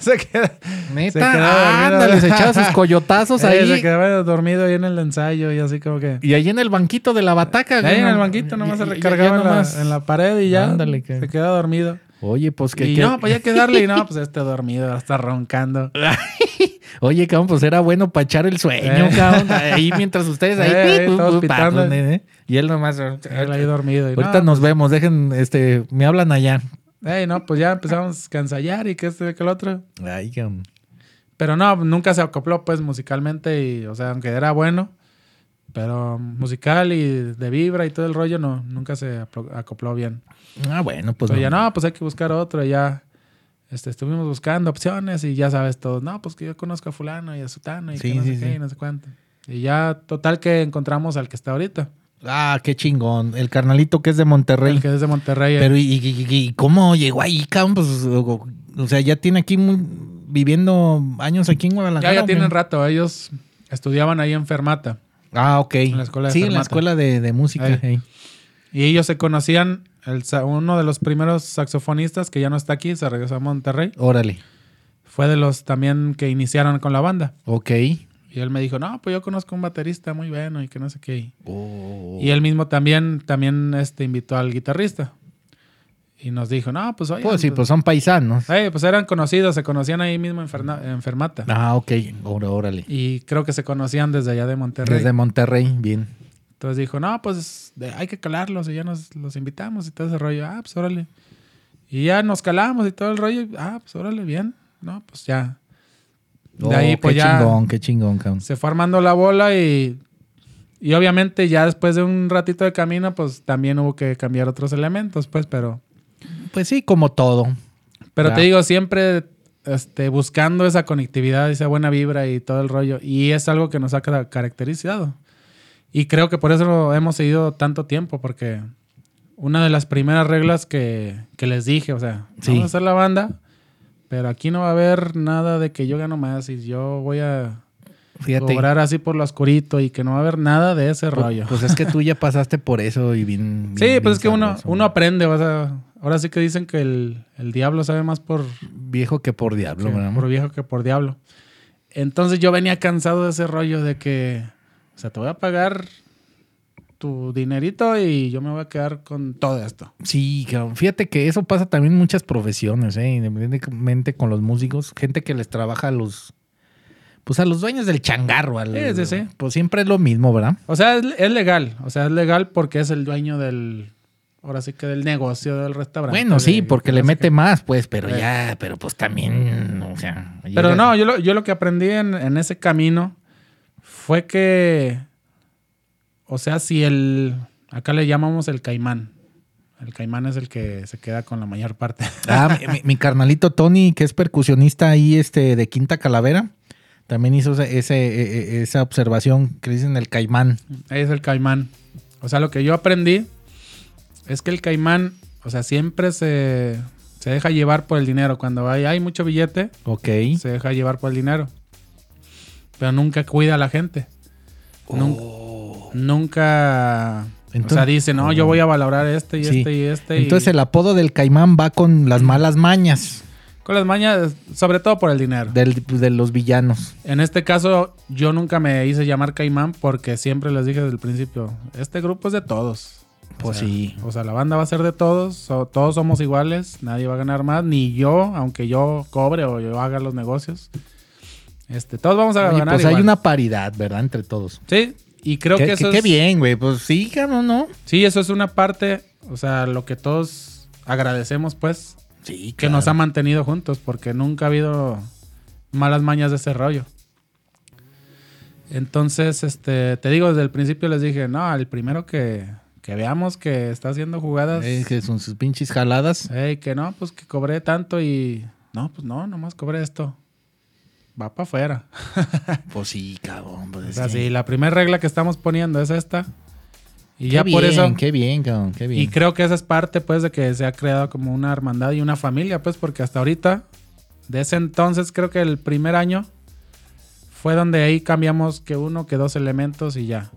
[SPEAKER 7] se queda-
[SPEAKER 6] Neta,
[SPEAKER 7] se quedaba dormido.
[SPEAKER 6] ándale, se echaba sus
[SPEAKER 7] <laughs>
[SPEAKER 6] coyotazos
[SPEAKER 7] Eh,
[SPEAKER 6] ahí.
[SPEAKER 7] Se quedaba dormido ahí en el ensayo y así como que...
[SPEAKER 6] Y ahí en el banquito de la bataca.
[SPEAKER 7] Ahí
[SPEAKER 6] güey,
[SPEAKER 7] en el
[SPEAKER 6] no-
[SPEAKER 7] banquito nomás
[SPEAKER 6] ya-
[SPEAKER 7] se
[SPEAKER 6] ya- ya
[SPEAKER 7] recargaba en la-
[SPEAKER 6] nomás-
[SPEAKER 7] en, la, pared y ya
[SPEAKER 6] Ándale, que-
[SPEAKER 7] se queda dormido.
[SPEAKER 6] Oye, pues que.
[SPEAKER 7] y
[SPEAKER 6] que-
[SPEAKER 7] no, pues ya quedarle
[SPEAKER 6] <laughs>
[SPEAKER 7] y no, pues este dormido, está roncando.
[SPEAKER 6] Oye, cabrón, pues era bueno para echar el sueño,
[SPEAKER 7] Eh.
[SPEAKER 6] cabrón. Ahí mientras ustedes ahí,
[SPEAKER 7] <laughs> Eh, ahí
[SPEAKER 6] pum,
[SPEAKER 7] todos
[SPEAKER 6] pum,
[SPEAKER 7] pitando.
[SPEAKER 6] pum, eh, Y él nomás.
[SPEAKER 7] Él ahí dormido. y,
[SPEAKER 6] Ahorita
[SPEAKER 7] no, pues.
[SPEAKER 6] nos vemos, dejen, este, me hablan allá.
[SPEAKER 7] Ey, no, pues ya empezamos a ensayar y que este, que el otro.
[SPEAKER 6] Ay, cabrón.
[SPEAKER 7] Pero no, nunca se acopló, pues, musicalmente. Y, o sea, aunque era bueno, pero musical y de vibra y todo el rollo, no, nunca se apro- acopló bien.
[SPEAKER 6] Ah, bueno, pues.
[SPEAKER 7] Pero ya no, pues hay que buscar otro. y Ya este, estuvimos buscando opciones y ya sabes todo. No, pues que yo conozco a Fulano y a Sutano y
[SPEAKER 6] Sí,
[SPEAKER 7] que no
[SPEAKER 6] sí,
[SPEAKER 7] sé qué
[SPEAKER 6] sí.
[SPEAKER 7] y no sé cuánto. Y ya, total, que encontramos al que está ahorita.
[SPEAKER 6] Ah, qué chingón. El carnalito que es de Monterrey.
[SPEAKER 7] El que es de Monterrey.
[SPEAKER 6] Pero, ¿y, y- y- y cómo llegó ahí, cabrón? Pues, o, o sea, ya tiene aquí mu- viviendo años aquí en
[SPEAKER 7] ya,
[SPEAKER 6] Guadalajara. ¿o
[SPEAKER 7] ya
[SPEAKER 6] qué?
[SPEAKER 7] tienen rato. Ellos estudiaban ahí en Fermata.
[SPEAKER 6] Ah, ok.
[SPEAKER 7] la escuela de
[SPEAKER 6] sí, en la
[SPEAKER 7] Fermata.
[SPEAKER 6] escuela de, de música.
[SPEAKER 7] Ahí.
[SPEAKER 6] ahí.
[SPEAKER 7] Y ellos se conocían, el sa- uno de los primeros saxofonistas que ya no está aquí, se regresó a Monterrey,
[SPEAKER 6] Órale.
[SPEAKER 7] fue de los también que iniciaron con la banda.
[SPEAKER 6] Ok.
[SPEAKER 7] Y él me dijo, no, pues yo conozco un baterista muy bueno y que no sé qué.
[SPEAKER 6] Oh.
[SPEAKER 7] Y él mismo también, también este, invitó al guitarrista. Y nos dijo, no, pues oye.
[SPEAKER 6] Pues sí, pues son paisanos.
[SPEAKER 7] pues eran conocidos, se conocían ahí mismo en, Ferna- en Fermata.
[SPEAKER 6] Ah, ok. Ora- Órale.
[SPEAKER 7] Y creo que se conocían desde allá de Monterrey.
[SPEAKER 6] Desde Monterrey, bien.
[SPEAKER 7] Entonces dijo, no, pues de- hay que calarlos y ya nos los invitamos y todo ese rollo. Ah, pues órale. Y ya nos calamos y todo el rollo. Ah, pues órale, bien. No, pues ya. De ahí,
[SPEAKER 6] Oh,
[SPEAKER 7] pues
[SPEAKER 6] qué
[SPEAKER 7] ya-
[SPEAKER 6] chingón, qué chingón, cabrón.
[SPEAKER 7] se fue armando la bola y, y obviamente ya después de un ratito de camino, pues también hubo que cambiar otros elementos, pues, pero,
[SPEAKER 6] Pues sí, como todo.
[SPEAKER 7] pero
[SPEAKER 6] Ya.
[SPEAKER 7] te digo, siempre este, buscando esa conectividad, esa buena vibra y todo el rollo, y es algo que nos ha cara- caracterizado. Y creo que por eso lo hemos seguido tanto tiempo, porque una de las primeras reglas que, que les dije, o sea,
[SPEAKER 6] Sí.
[SPEAKER 7] vamos a hacer la banda, pero aquí no va a haber nada de que yo gano más y yo voy a
[SPEAKER 6] Fíjate.
[SPEAKER 7] cobrar así por lo oscurito y que no va a haber nada de ese rollo.
[SPEAKER 6] Pues, pues es que tú ya pasaste por eso y
[SPEAKER 7] <laughs>
[SPEAKER 6] bien.
[SPEAKER 7] sí,
[SPEAKER 6] bien- bien
[SPEAKER 7] pues es que uno,
[SPEAKER 6] sabroso.
[SPEAKER 7] uno aprende. o sea, ahora sí que dicen que el, el diablo sabe más por,
[SPEAKER 6] Viejo que por diablo,
[SPEAKER 7] que
[SPEAKER 6] ¿verdad?
[SPEAKER 7] por viejo que por diablo. Entonces yo venía cansado de ese rollo de que, o sea, te voy a pagar tu dinerito y yo me voy a quedar con todo esto.
[SPEAKER 6] Sí, cabrón. Fíjate que eso pasa también en muchas profesiones, ¿eh? independientemente con los músicos, gente que les trabaja a los, pues a los dueños del changarro, al-
[SPEAKER 7] Sí, sí, sí.
[SPEAKER 6] pues siempre es lo mismo, ¿verdad?
[SPEAKER 7] O sea, es, es legal. O sea, es legal porque es el dueño del, ahora sí que del negocio del restaurante.
[SPEAKER 6] Bueno, sí,
[SPEAKER 7] de-
[SPEAKER 6] porque le
[SPEAKER 7] ahora sí que-
[SPEAKER 6] mete más, pues, pero
[SPEAKER 7] Sí.
[SPEAKER 6] ya, pero pues también, o sea.
[SPEAKER 7] Pero
[SPEAKER 6] llega-
[SPEAKER 7] no, yo lo, yo lo que aprendí en, en ese camino fue que, o sea, si el, acá le llamamos el caimán. El caimán es el que se queda con la mayor parte. <laughs>
[SPEAKER 6] Ah, mi, mi- mi carnalito Tony, que es percusionista ahí, este, de Quinta Calavera, también hizo ese, ese- e- e- esa observación que dicen el caimán.
[SPEAKER 7] Ahí es el caimán. O sea, lo que yo aprendí es que el caimán, o sea, siempre se, se deja llevar por el dinero. Cuando hay, hay mucho billete,
[SPEAKER 6] Ok.
[SPEAKER 7] se deja llevar por el dinero. Pero nunca cuida a la gente. Nun- Nunca. o sea,
[SPEAKER 6] Oh. Entonces- oh.
[SPEAKER 7] dice, no, yo voy a valorar este y
[SPEAKER 6] Sí.
[SPEAKER 7] este y este. y-
[SPEAKER 6] Entonces el apodo del caimán va con las malas mañas
[SPEAKER 7] Con las mañas, sobre todo por el dinero.
[SPEAKER 6] del- de los villanos.
[SPEAKER 7] En este caso, yo nunca me hice llamar Caimán porque siempre les dije desde el principio, este grupo es de todos.
[SPEAKER 6] Pues
[SPEAKER 7] o sea,
[SPEAKER 6] sí.
[SPEAKER 7] O sea, la banda va a ser de todos, so- todos somos iguales, nadie va a ganar más, ni yo, aunque yo cobre o yo haga los negocios. Este, todos vamos a
[SPEAKER 6] Oye,
[SPEAKER 7] ganar.
[SPEAKER 6] pues hay
[SPEAKER 7] igual.
[SPEAKER 6] una paridad, ¿verdad? Entre todos.
[SPEAKER 7] Sí, y creo
[SPEAKER 6] qué,
[SPEAKER 7] que eso
[SPEAKER 6] qué- qué
[SPEAKER 7] es-
[SPEAKER 6] bien, güey. Pues sí, cabrón, ¿no?
[SPEAKER 7] Sí, eso es una parte, o sea, lo que todos agradecemos, pues,
[SPEAKER 6] Sí,
[SPEAKER 7] que nos ha mantenido juntos, porque nunca ha habido malas mañas de ese rollo. Entonces, este, te digo, desde el principio les dije, no, el primero que, que veamos que está haciendo jugadas,
[SPEAKER 6] Es Eh, que son sus pinches jaladas.
[SPEAKER 7] ey, que no, pues que cobré tanto y no, pues no, nomás cobré esto. Va para afuera.
[SPEAKER 6] Pues sí, cabrón. Pues
[SPEAKER 7] O
[SPEAKER 6] es
[SPEAKER 7] sea,
[SPEAKER 6] que-
[SPEAKER 7] sí, la primera regla que estamos poniendo es esta. Y
[SPEAKER 6] Qué
[SPEAKER 7] ya por
[SPEAKER 6] bien,
[SPEAKER 7] eso.
[SPEAKER 6] Qué bien, cabrón. Qué bien.
[SPEAKER 7] Y creo que esa es parte, pues, de que se ha creado como una hermandad y una familia, pues, porque hasta ahorita, de ese entonces, creo que el primer año fue donde ahí cambiamos que uno, que dos elementos y ya.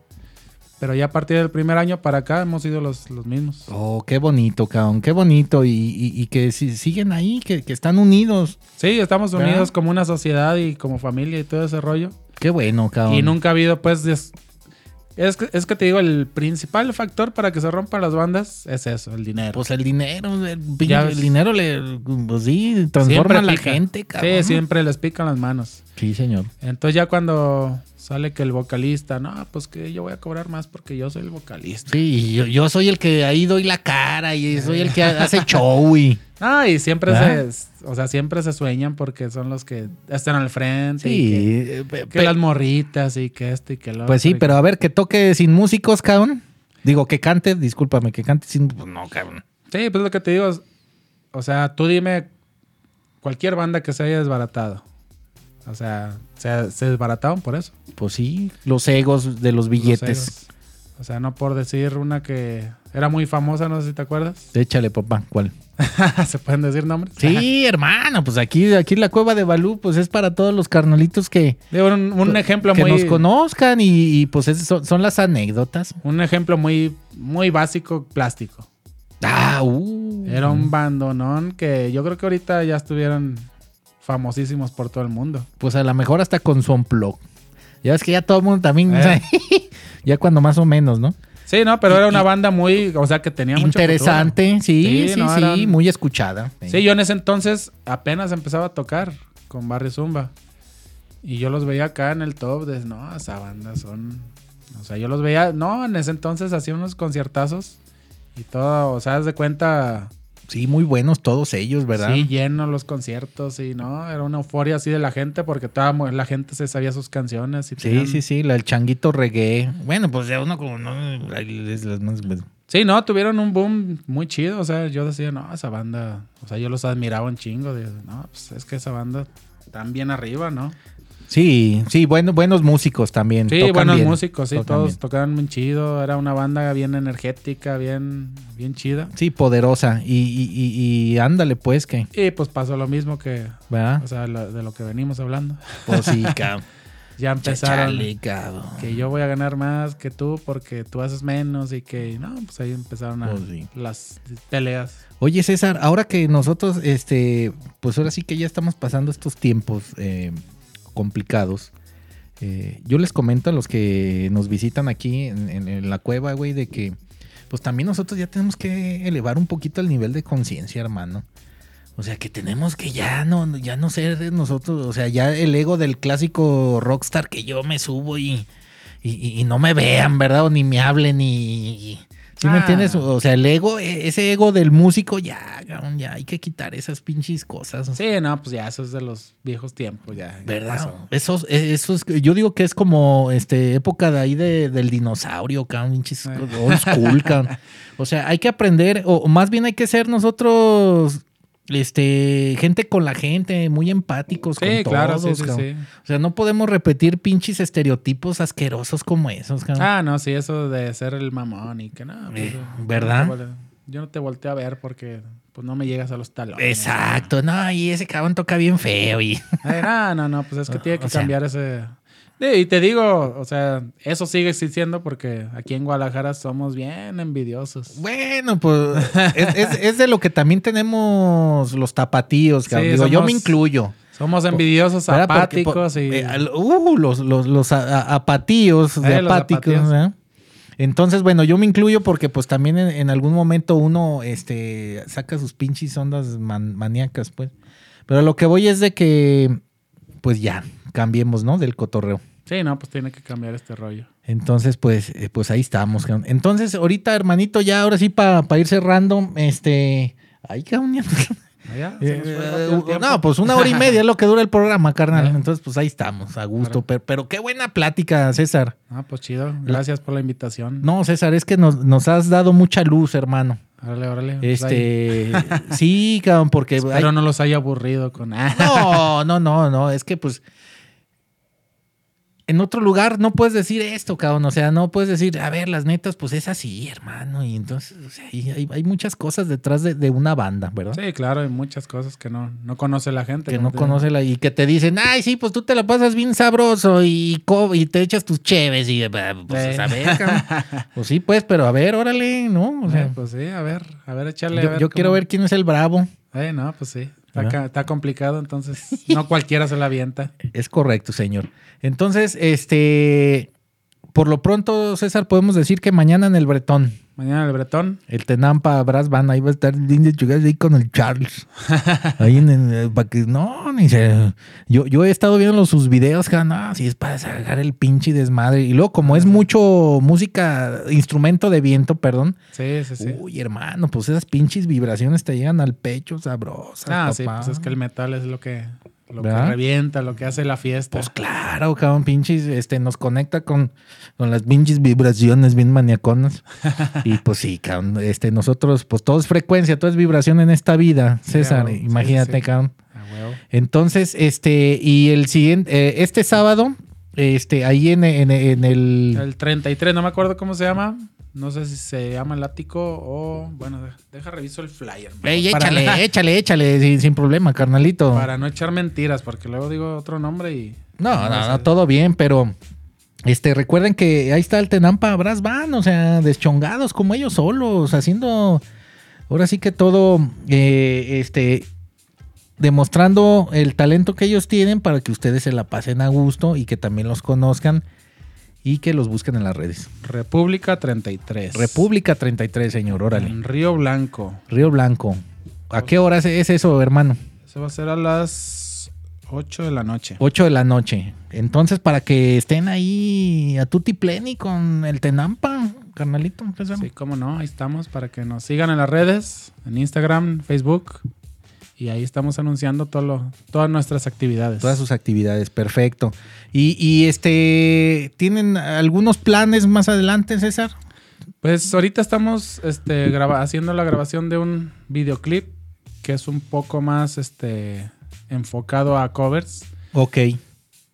[SPEAKER 7] Pero ya a partir del primer año para acá hemos sido los, los mismos.
[SPEAKER 6] Oh, qué bonito, cabrón. Qué bonito. Y, y- y que si- siguen ahí, que, que están unidos.
[SPEAKER 7] Sí, estamos
[SPEAKER 6] ¿Verdad?
[SPEAKER 7] unidos como una sociedad y como familia y todo ese rollo.
[SPEAKER 6] Qué bueno, cabrón.
[SPEAKER 7] Y nunca ha habido, pues, des- es, que, es que te digo, el principal factor para que se rompan las bandas es eso, el dinero.
[SPEAKER 6] Pues el dinero, el, pinche-
[SPEAKER 7] Ya
[SPEAKER 6] el
[SPEAKER 7] ves.
[SPEAKER 6] dinero le, pues sí, transforma a la
[SPEAKER 7] pica.
[SPEAKER 6] gente, cabrón.
[SPEAKER 7] Sí, siempre les pican las manos.
[SPEAKER 6] Sí, señor.
[SPEAKER 7] Entonces ya cuando sale que el vocalista, no, pues que yo voy a cobrar más porque yo soy el vocalista.
[SPEAKER 6] Sí, y yo, yo soy el que ahí doy la cara y soy el que hace show
[SPEAKER 7] <laughs>
[SPEAKER 6] y...
[SPEAKER 7] No, Ah, y siempre
[SPEAKER 6] ¿Verdad?
[SPEAKER 7] se, o sea, siempre se sueñan porque son los que están al frente. y que-
[SPEAKER 6] Sí, eh, pe-
[SPEAKER 7] que,
[SPEAKER 6] pe-
[SPEAKER 7] las morritas y que esto y que lo
[SPEAKER 6] pues sí,
[SPEAKER 7] otro y que-
[SPEAKER 6] pero a ver, que toque sin músicos, cabrón. Digo, que cante, discúlpame, que cante sin... Pues no, cabrón.
[SPEAKER 7] Sí, pues lo que te digo es, o sea, tú dime cualquier banda que se haya desbaratado. O sea, se, se desbarataron por eso.
[SPEAKER 6] Pues sí, los egos de los
[SPEAKER 7] los
[SPEAKER 6] billetes.
[SPEAKER 7] egos. O sea, no por decir una que era muy famosa, no sé si
[SPEAKER 6] <laughs>
[SPEAKER 7] te acuerdas. <laughs>
[SPEAKER 6] Échale, papá, ¿cuál?
[SPEAKER 7] se pueden decir nombres.
[SPEAKER 6] Sí, hermano, pues aquí, aquí la cueva de Balú, pues es para todos los carnalitos que,
[SPEAKER 7] Digo, un, un ejemplo
[SPEAKER 6] que
[SPEAKER 7] muy
[SPEAKER 6] nos conozcan y, y, pues es- son, son las anécdotas.
[SPEAKER 7] un ejemplo muy muy básico plástico.
[SPEAKER 6] Ah, uh.
[SPEAKER 7] Era un bandonón que yo creo que ahorita ya estuvieron famosísimos por todo el mundo.
[SPEAKER 6] Pues a lo mejor hasta con su unplug. Ya es que ya todo el mundo también.
[SPEAKER 7] Eh.
[SPEAKER 6] o sea, <laughs> ya cuando más o menos, ¿no?
[SPEAKER 7] Sí, no, pero era una banda muy, o sea, que tenía mucho futuro.
[SPEAKER 6] Interesante, sí,
[SPEAKER 7] Sí,
[SPEAKER 6] sí,
[SPEAKER 7] no,
[SPEAKER 6] sí,
[SPEAKER 7] eran-
[SPEAKER 6] muy escuchada.
[SPEAKER 7] Sí, yo en ese entonces apenas empezaba a tocar con Barrio Zumba. Y yo los veía acá en el top de, no, esa banda son... O sea, yo los veía, no, en ese entonces hacía unos conciertazos y todo, o sea, haz de cuenta,
[SPEAKER 6] Sí, muy buenos todos ellos, ¿verdad?
[SPEAKER 7] Sí, llenos los conciertos y no, era una euforia así de la gente porque toda mu- la gente se sabía sus canciones. Y
[SPEAKER 6] Sí,
[SPEAKER 7] tenían-
[SPEAKER 6] sí, sí, la, el changuito reggae. Bueno, pues ya uno como no... ahí es las más- pues,
[SPEAKER 7] Sí, no, tuvieron un boom muy chido. O sea, yo decía, no, esa banda, o sea, yo los admiraba un chingo. de, no, pues es que esa banda tan bien arriba, ¿no?
[SPEAKER 6] Sí, sí, bueno, buenos músicos también.
[SPEAKER 7] Sí,
[SPEAKER 6] tocan
[SPEAKER 7] buenos
[SPEAKER 6] bien,
[SPEAKER 7] músicos, sí,
[SPEAKER 6] tocan
[SPEAKER 7] todos
[SPEAKER 6] bien.
[SPEAKER 7] tocaban muy chido. Era una banda bien energética, bien, bien chida.
[SPEAKER 6] Sí, poderosa. Y, y, y, y ándale, pues, que...
[SPEAKER 7] Y pues pasó lo mismo que,
[SPEAKER 6] ¿Verdad?
[SPEAKER 7] o sea, lo- de lo que venimos hablando. <laughs>
[SPEAKER 6] Pues <laughs> sí, cabrón.
[SPEAKER 7] Ya empezaron.
[SPEAKER 6] Chale, cabrón.
[SPEAKER 7] que yo voy a ganar más que tú porque tú haces menos y que no, pues ahí empezaron a
[SPEAKER 6] Pues sí.
[SPEAKER 7] las peleas.
[SPEAKER 6] Oye, César, ahora que nosotros, este, pues ahora sí que ya estamos pasando estos tiempos eh, complicados. eh, yo les comento a los que nos visitan aquí en, en- en la cueva, güey, de que pues también nosotros ya tenemos que elevar un poquito el nivel de conciencia, hermano. O sea, que tenemos que ya no, ya no ser nosotros, o sea, ya el ego del clásico rockstar que yo me subo y, y- y- y no me vean, ¿verdad? O ni me hablen y... ¿Sí me
[SPEAKER 7] Ah.
[SPEAKER 6] entiendes? O sea, el ego, e- ese ego del músico, ya, cabrón, ya hay que quitar esas pinches cosas. o sea,
[SPEAKER 7] Sí, no, pues ya eso es de los viejos tiempos, ya. ya
[SPEAKER 6] ¿Verdad?
[SPEAKER 7] pasó.
[SPEAKER 6] Eso, e, eso es, yo digo que es como este época de ahí de- del dinosaurio, cabrón, pinches old school, cabrón. O sea, hay que aprender, o, o más bien hay que ser nosotros, este, gente con la gente, muy empáticos
[SPEAKER 7] Sí,
[SPEAKER 6] Pues con
[SPEAKER 7] claro, sí,
[SPEAKER 6] todos,
[SPEAKER 7] sí,
[SPEAKER 6] cabrón.
[SPEAKER 7] sí.
[SPEAKER 6] O sea, no podemos repetir pinches estereotipos asquerosos como esos, cabrón.
[SPEAKER 7] Ah, no, sí, eso de ser el mamón y que no. pues,
[SPEAKER 6] Eh,
[SPEAKER 7] yo no te
[SPEAKER 6] ¿verdad?
[SPEAKER 7] vole- Yo no te volteé a ver porque pues no me llegas a los talones. <laughs>
[SPEAKER 6] Exacto, no, y ese cabrón toca bien feo y...
[SPEAKER 7] Eh, no, no, no, pues
[SPEAKER 6] <laughs>
[SPEAKER 7] es que tiene que
[SPEAKER 6] O sea-
[SPEAKER 7] cambiar ese... Sí, Y te digo, o sea, eso sigue existiendo porque aquí en Guadalajara somos bien envidiosos.
[SPEAKER 6] Bueno, pues es, es- es de lo que también tenemos los tapatíos, cabrón.
[SPEAKER 7] Sí,
[SPEAKER 6] Digo, yo
[SPEAKER 7] somos
[SPEAKER 6] me incluyo.
[SPEAKER 7] Somos envidiosos,
[SPEAKER 6] ¿verdad? Porque, po-
[SPEAKER 7] apáticos y...
[SPEAKER 6] eh, al- uh, los, los, los a- a- apatíos, de
[SPEAKER 7] Eh, los
[SPEAKER 6] apáticos,
[SPEAKER 7] apatíos.
[SPEAKER 6] ¿verdad? Entonces, bueno, yo me incluyo porque pues también en, en algún momento uno este, saca sus pinches ondas man- maníacas, pues. Pero lo que voy es de que, pues ya, cambiemos, ¿no? Del cotorreo.
[SPEAKER 7] Sí, no, pues tiene que cambiar este rollo.
[SPEAKER 6] Entonces, pues, eh, pues ahí estamos. cabrón. Entonces, ahorita, hermanito, ya ahora sí para ir cerrando, este... Ay, cabrón, ya-
[SPEAKER 7] Allá, <laughs> se
[SPEAKER 6] Eh,
[SPEAKER 7] nos fue rápido el
[SPEAKER 6] eh,
[SPEAKER 7] tiempo.
[SPEAKER 6] No, pues una
[SPEAKER 7] <laughs>
[SPEAKER 6] hora y media es lo que dura el programa, carnal.
[SPEAKER 7] Ah.
[SPEAKER 6] Entonces, pues ahí estamos, a gusto. Pero, pero qué buena plática, César.
[SPEAKER 7] Ah, pues chido. Gracias por la invitación.
[SPEAKER 6] No, César, es que nos, nos has dado mucha luz, hermano.
[SPEAKER 7] Órale, órale. pues ahí.
[SPEAKER 6] Este, sí, cabrón,
[SPEAKER 7] <laughs>
[SPEAKER 6] porque... hay-
[SPEAKER 7] Espero no los haya aburrido con nada.
[SPEAKER 6] No, no, no, no, es que pues... En otro lugar no puedes decir esto, cabrón. O sea, no puedes decir, a ver, las netas, pues es así, hermano. Y entonces, o sea, hay, hay- hay muchas cosas detrás de, de una banda, ¿verdad?
[SPEAKER 7] <laughs> Sí, claro, hay muchas cosas que no, no conoce la gente.
[SPEAKER 6] que
[SPEAKER 7] como
[SPEAKER 6] no
[SPEAKER 7] te-
[SPEAKER 6] conoce la y que te dicen, ay, sí, pues tú te la pasas bien sabroso y, co- y te echas tus cheves y eh, pues
[SPEAKER 7] Eh.
[SPEAKER 6] a ver, cabrón.
[SPEAKER 7] <laughs>
[SPEAKER 6] pues sí, pues, pero a ver, órale, ¿no? O sea,
[SPEAKER 7] Eh, pues sí, a ver, a ver, échale. a
[SPEAKER 6] yo, yo quiero
[SPEAKER 7] cómo-
[SPEAKER 6] ver Ah. quién es el bravo.
[SPEAKER 7] Eh, no, pues sí. Está,
[SPEAKER 6] ¿Verdad?
[SPEAKER 7] ca- está complicado, entonces no cualquiera se la avienta.
[SPEAKER 6] Es correcto, señor. Entonces, este, por lo pronto, César, podemos decir que mañana en el Bretón,
[SPEAKER 7] Mañana el Bretón.
[SPEAKER 6] el Tenampa Brass Band, ahí va a estar Lindy Chugas ahí con el
[SPEAKER 7] <laughs>
[SPEAKER 6] Charles. Ahí en el, eh, pa' que- no, ni se. Yo, yo he estado viendo los- sus videos, que no, si es para sacar el pinche desmadre. Y luego, como es mucho música, instrumento de viento, perdón.
[SPEAKER 7] Sí, sí, sí.
[SPEAKER 6] Uy, hermano, pues esas pinches vibraciones te llegan al pecho sabrosas.
[SPEAKER 7] ah, sí,
[SPEAKER 6] papá.
[SPEAKER 7] pues es que el metal es lo que, lo que
[SPEAKER 6] ¿Verdad?
[SPEAKER 7] revienta, lo que hace la fiesta.
[SPEAKER 6] Pues claro, cabrón, pinches, este, nos conecta con, con las pinches vibraciones bien
[SPEAKER 7] <laughs>
[SPEAKER 6] maniaconas. y pues sí, cabrón, este, nosotros, pues todo es frecuencia, todo es vibración en esta vida, César,
[SPEAKER 7] claro. Sí,
[SPEAKER 6] imagínate,
[SPEAKER 7] sí.
[SPEAKER 6] cabrón.
[SPEAKER 7] A huevo.
[SPEAKER 6] Entonces, este, y el siguiente, eh, este sábado, este, ahí en, en- en el...
[SPEAKER 7] El 33, no me acuerdo cómo se llama. No sé si se llama el ático o. Bueno, deja, deja reviso el flyer. mejor,
[SPEAKER 6] Ey,
[SPEAKER 7] para,
[SPEAKER 6] échale, échale, échale, sin, sin problema, carnalito.
[SPEAKER 7] para no echar mentiras, porque luego digo otro nombre y.
[SPEAKER 6] No, no,
[SPEAKER 7] sé.
[SPEAKER 6] no, todo bien, pero este, recuerden que ahí está el Tenampa Brass Band, o sea, deschongados como ellos solos, haciendo ahora sí que todo, eh, este, demostrando el talento que ellos tienen para que ustedes se la pasen a gusto y que también los conozcan y que los busquen en las redes.
[SPEAKER 7] República 33.
[SPEAKER 6] República 33, señor, órale.
[SPEAKER 7] En Río Blanco.
[SPEAKER 6] Río Blanco. ¿A qué hora es- es eso, hermano?
[SPEAKER 7] Se va a hacer a las 8 de la noche.
[SPEAKER 6] 8 de la noche. Entonces, para que estén ahí a tutti pleni con el Tenampa, carnalito. pues,
[SPEAKER 7] Sí, cómo no, ahí estamos para que nos sigan en las redes, en Instagram, Facebook. Y ahí estamos anunciando todo lo- todas nuestras actividades.
[SPEAKER 6] Todas sus actividades, perfecto. Y, y este, ¿tienen algunos planes más adelante, César?
[SPEAKER 7] Pues ahorita estamos este, graba- haciendo la grabación de un videoclip que es un poco más este, enfocado a covers.
[SPEAKER 6] Ok.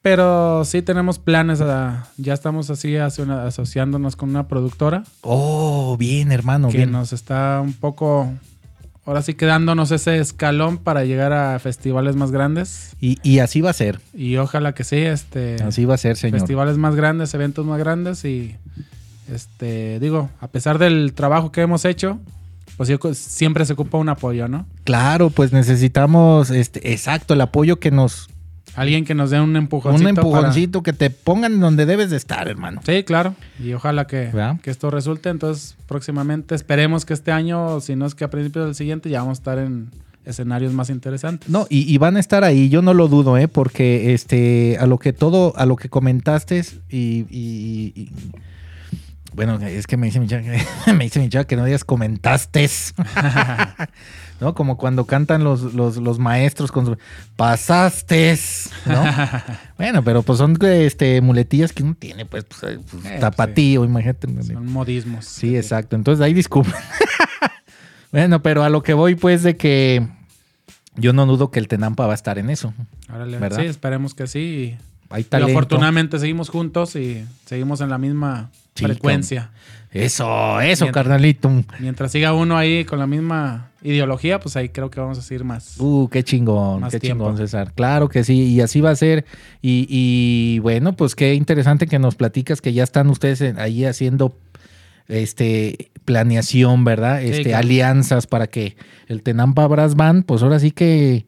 [SPEAKER 7] Pero sí tenemos planes, a- ya estamos así hacia una- asociándonos con una productora
[SPEAKER 6] Oh, bien, hermano,
[SPEAKER 7] que
[SPEAKER 6] bien.
[SPEAKER 7] nos está un poco, ahora sí quedándonos ese escalón para llegar a festivales más grandes.
[SPEAKER 6] Y, y así va a ser,
[SPEAKER 7] Y ojalá que sí, este,
[SPEAKER 6] así va a ser, señor.
[SPEAKER 7] festivales más grandes, eventos más grandes y, este, digo, a pesar del trabajo que hemos hecho, pues yo co- siempre se ocupa un apoyo, ¿no?
[SPEAKER 6] Claro, pues necesitamos, este, exacto, el apoyo que nos,
[SPEAKER 7] Alguien que nos dé un empujoncito.
[SPEAKER 6] un
[SPEAKER 7] para-
[SPEAKER 6] empujoncito, que te pongan donde debes de estar, hermano.
[SPEAKER 7] Sí, claro. Y ojalá que,
[SPEAKER 6] ¿Verdad?
[SPEAKER 7] que esto resulte. Entonces, próximamente esperemos que este año, si no es que a principios del siguiente, ya vamos a estar en escenarios más interesantes.
[SPEAKER 6] No, y, y van a estar ahí, yo no lo dudo, ¿eh? porque este, a lo que todo, a lo que comentaste y, y- y- bueno, es que me dice mi chava, que- <laughs> me dice mi chava que no digas comentaste, <laughs> ¿no? Como cuando cantan los, los, los maestros con su, pasaste,
[SPEAKER 7] <laughs>
[SPEAKER 6] ¿no? bueno, pero pues son este, muletillas que uno tiene, pues, pues, eh, pues,
[SPEAKER 7] pues,
[SPEAKER 6] tapatío, imagínate.
[SPEAKER 7] Son modismos.
[SPEAKER 6] Sí, exacto. Entonces ahí disculpen. <laughs> bueno, pero a lo que voy, pues, de que yo no dudo que el Tenampa va a estar en eso.
[SPEAKER 7] Órale.
[SPEAKER 6] ¿Verdad?
[SPEAKER 7] Sí, esperemos que sí.
[SPEAKER 6] Hay
[SPEAKER 7] Y
[SPEAKER 6] talento.
[SPEAKER 7] afortunadamente seguimos juntos y seguimos en la misma
[SPEAKER 6] Sí,
[SPEAKER 7] frecuencia.
[SPEAKER 6] Eso, eso,
[SPEAKER 7] Bien.
[SPEAKER 6] carnalito.
[SPEAKER 7] Mientras siga uno ahí con la misma ideología, pues ahí creo que vamos a seguir más.
[SPEAKER 6] Uh, qué chingón,
[SPEAKER 7] Más
[SPEAKER 6] qué
[SPEAKER 7] tiempo.
[SPEAKER 6] chingón, César. Claro que sí, y así va a ser. Y, y, bueno, pues qué interesante que nos platicas que ya están ustedes en- ahí haciendo este planeación, ¿verdad?
[SPEAKER 7] Sí,
[SPEAKER 6] Este,
[SPEAKER 7] claro.
[SPEAKER 6] alianzas para que el Tenampa Brass Band, pues ahora sí que,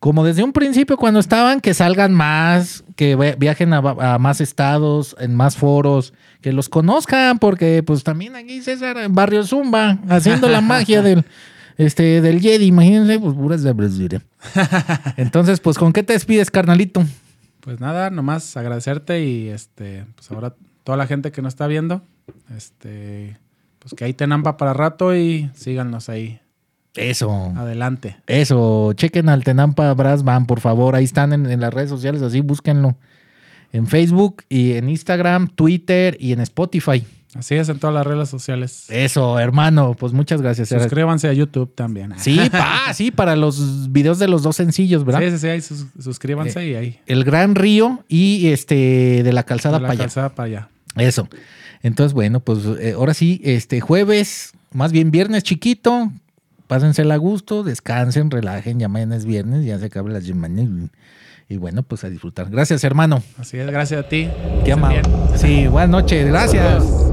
[SPEAKER 6] como desde un principio cuando estaban, que salgan más, que ve- viajen a, va- a más estados, en más foros, que los conozcan, porque pues también aquí César en Barrio Zumba, haciendo la magia
[SPEAKER 7] <laughs>
[SPEAKER 6] del, este, del Jedi, imagínense, pues puras de Brasil. Entonces, pues, ¿con qué te despides, carnalito?
[SPEAKER 7] Pues nada, nomás agradecerte y este, pues ahora toda la gente que nos está viendo, este, pues que ahí tenampa para rato y síganos ahí.
[SPEAKER 6] Eso.
[SPEAKER 7] Adelante.
[SPEAKER 6] Eso, chequen al Tenampa Brass Band, por favor. Ahí están en, en las redes sociales, así búsquenlo. En Facebook y en Instagram, Twitter y en Spotify.
[SPEAKER 7] Así es en todas las redes sociales.
[SPEAKER 6] Eso, hermano. Pues muchas gracias. César.
[SPEAKER 7] Suscríbanse a YouTube también.
[SPEAKER 6] Sí, pa, sí, para los videos de los dos sencillos, ¿verdad?
[SPEAKER 7] Sí, sí, sí, ahí sus- suscríbanse y ahí.
[SPEAKER 6] El Gran Río y este de la calzada
[SPEAKER 7] de la
[SPEAKER 6] para allá.
[SPEAKER 7] calzada para allá.
[SPEAKER 6] Eso. Entonces, bueno, pues eh, ahora sí, este jueves, más bien viernes chiquito, pásensela a gusto, descansen, relajen, ya mañana es viernes, ya se acaban las semanas. Y bueno, pues a disfrutar. Gracias, hermano.
[SPEAKER 7] Así es, gracias a
[SPEAKER 6] Te
[SPEAKER 7] ti. Que estén
[SPEAKER 6] amaba.
[SPEAKER 7] bien.
[SPEAKER 6] Sí, buenas noches. Gracias.
[SPEAKER 7] Saludos.